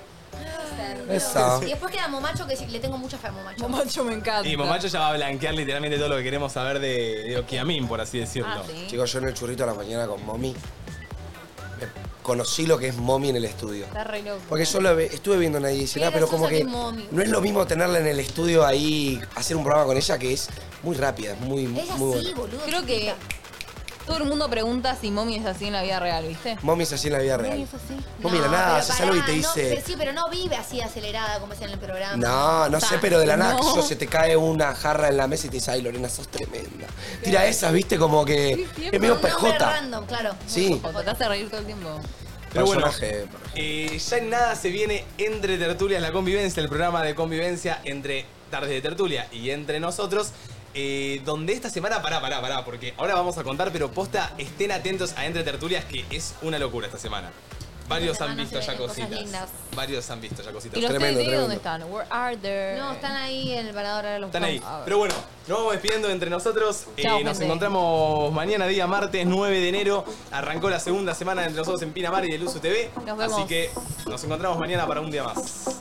B: Esa.
D: Y después queda Momacho, que sí, le tengo mucha fe a Momacho.
C: Momacho me encanta.
A: Y Momacho ya va a blanquear literalmente todo lo que queremos saber de, de Okiamin, por así decirlo.
D: Ah, sí.
B: Chicos, yo en el churrito a la mañana con Momi me conocí lo que es Momi en el estudio.
C: Está re loco.
B: Porque yo lo ve- estuve viendo en la edición,
C: Qué
B: pero como
C: graciosa
B: que
C: que es Momi.
B: no es lo mismo tenerla en el estudio ahí, hacer un programa con ella que es muy rápida, es muy, muy buena.
D: boludo.
C: Creo que todo el mundo pregunta si mommy es así en la vida real, ¿viste?
B: Mommy es así en la vida
C: Mommy
B: real.
C: es así.
B: Mommy de la nada,
D: pero
B: haces
D: pará,
B: algo y te
D: no,
B: dice,
D: pero sí, pero no vive así de acelerada como es en el programa.
B: no, no
D: O sea,
B: sé, pero de la nada,
D: no.
B: yo, se te cae una jarra en la mesa y te dice, ay Lorena, sos tremenda. Tira esas, viste, como que Eh, es medio
D: Un nombre
B: pejota.
D: random, claro.
B: Sí.
C: O te hace reír todo el tiempo.
A: Pero bueno,
B: Personaje.
A: eh, ya en nada se viene Entre Tertulias la Convivencia, el programa de convivencia entre Tardes de Tertulia y entre nosotros. eh, donde esta semana, pará, pará, pará, porque ahora vamos a contar, pero posta, estén atentos a Entre Tertulias, que es una locura esta semana. Varios
D: Esta
A: han
D: semana
A: visto
D: se
A: ya
D: vienen cosas
A: cositas.
D: lindas.
A: Varios han visto ya cositas.
C: ¿Y los TDD dónde están? Where are they?
D: No, están ahí en el parador de los
A: Están ahí.
C: Ah,
D: Juan.
A: Pero bueno, nos vamos despidiendo entre nosotros. Eh,
D: Chau,
A: nos
D: gente.
A: encontramos mañana, día martes 9 de enero. Arrancó la segunda semana de entre nosotros en Pinamar y de Luzu TV.
C: Nos vemos.
A: Así que nos encontramos mañana para un día más.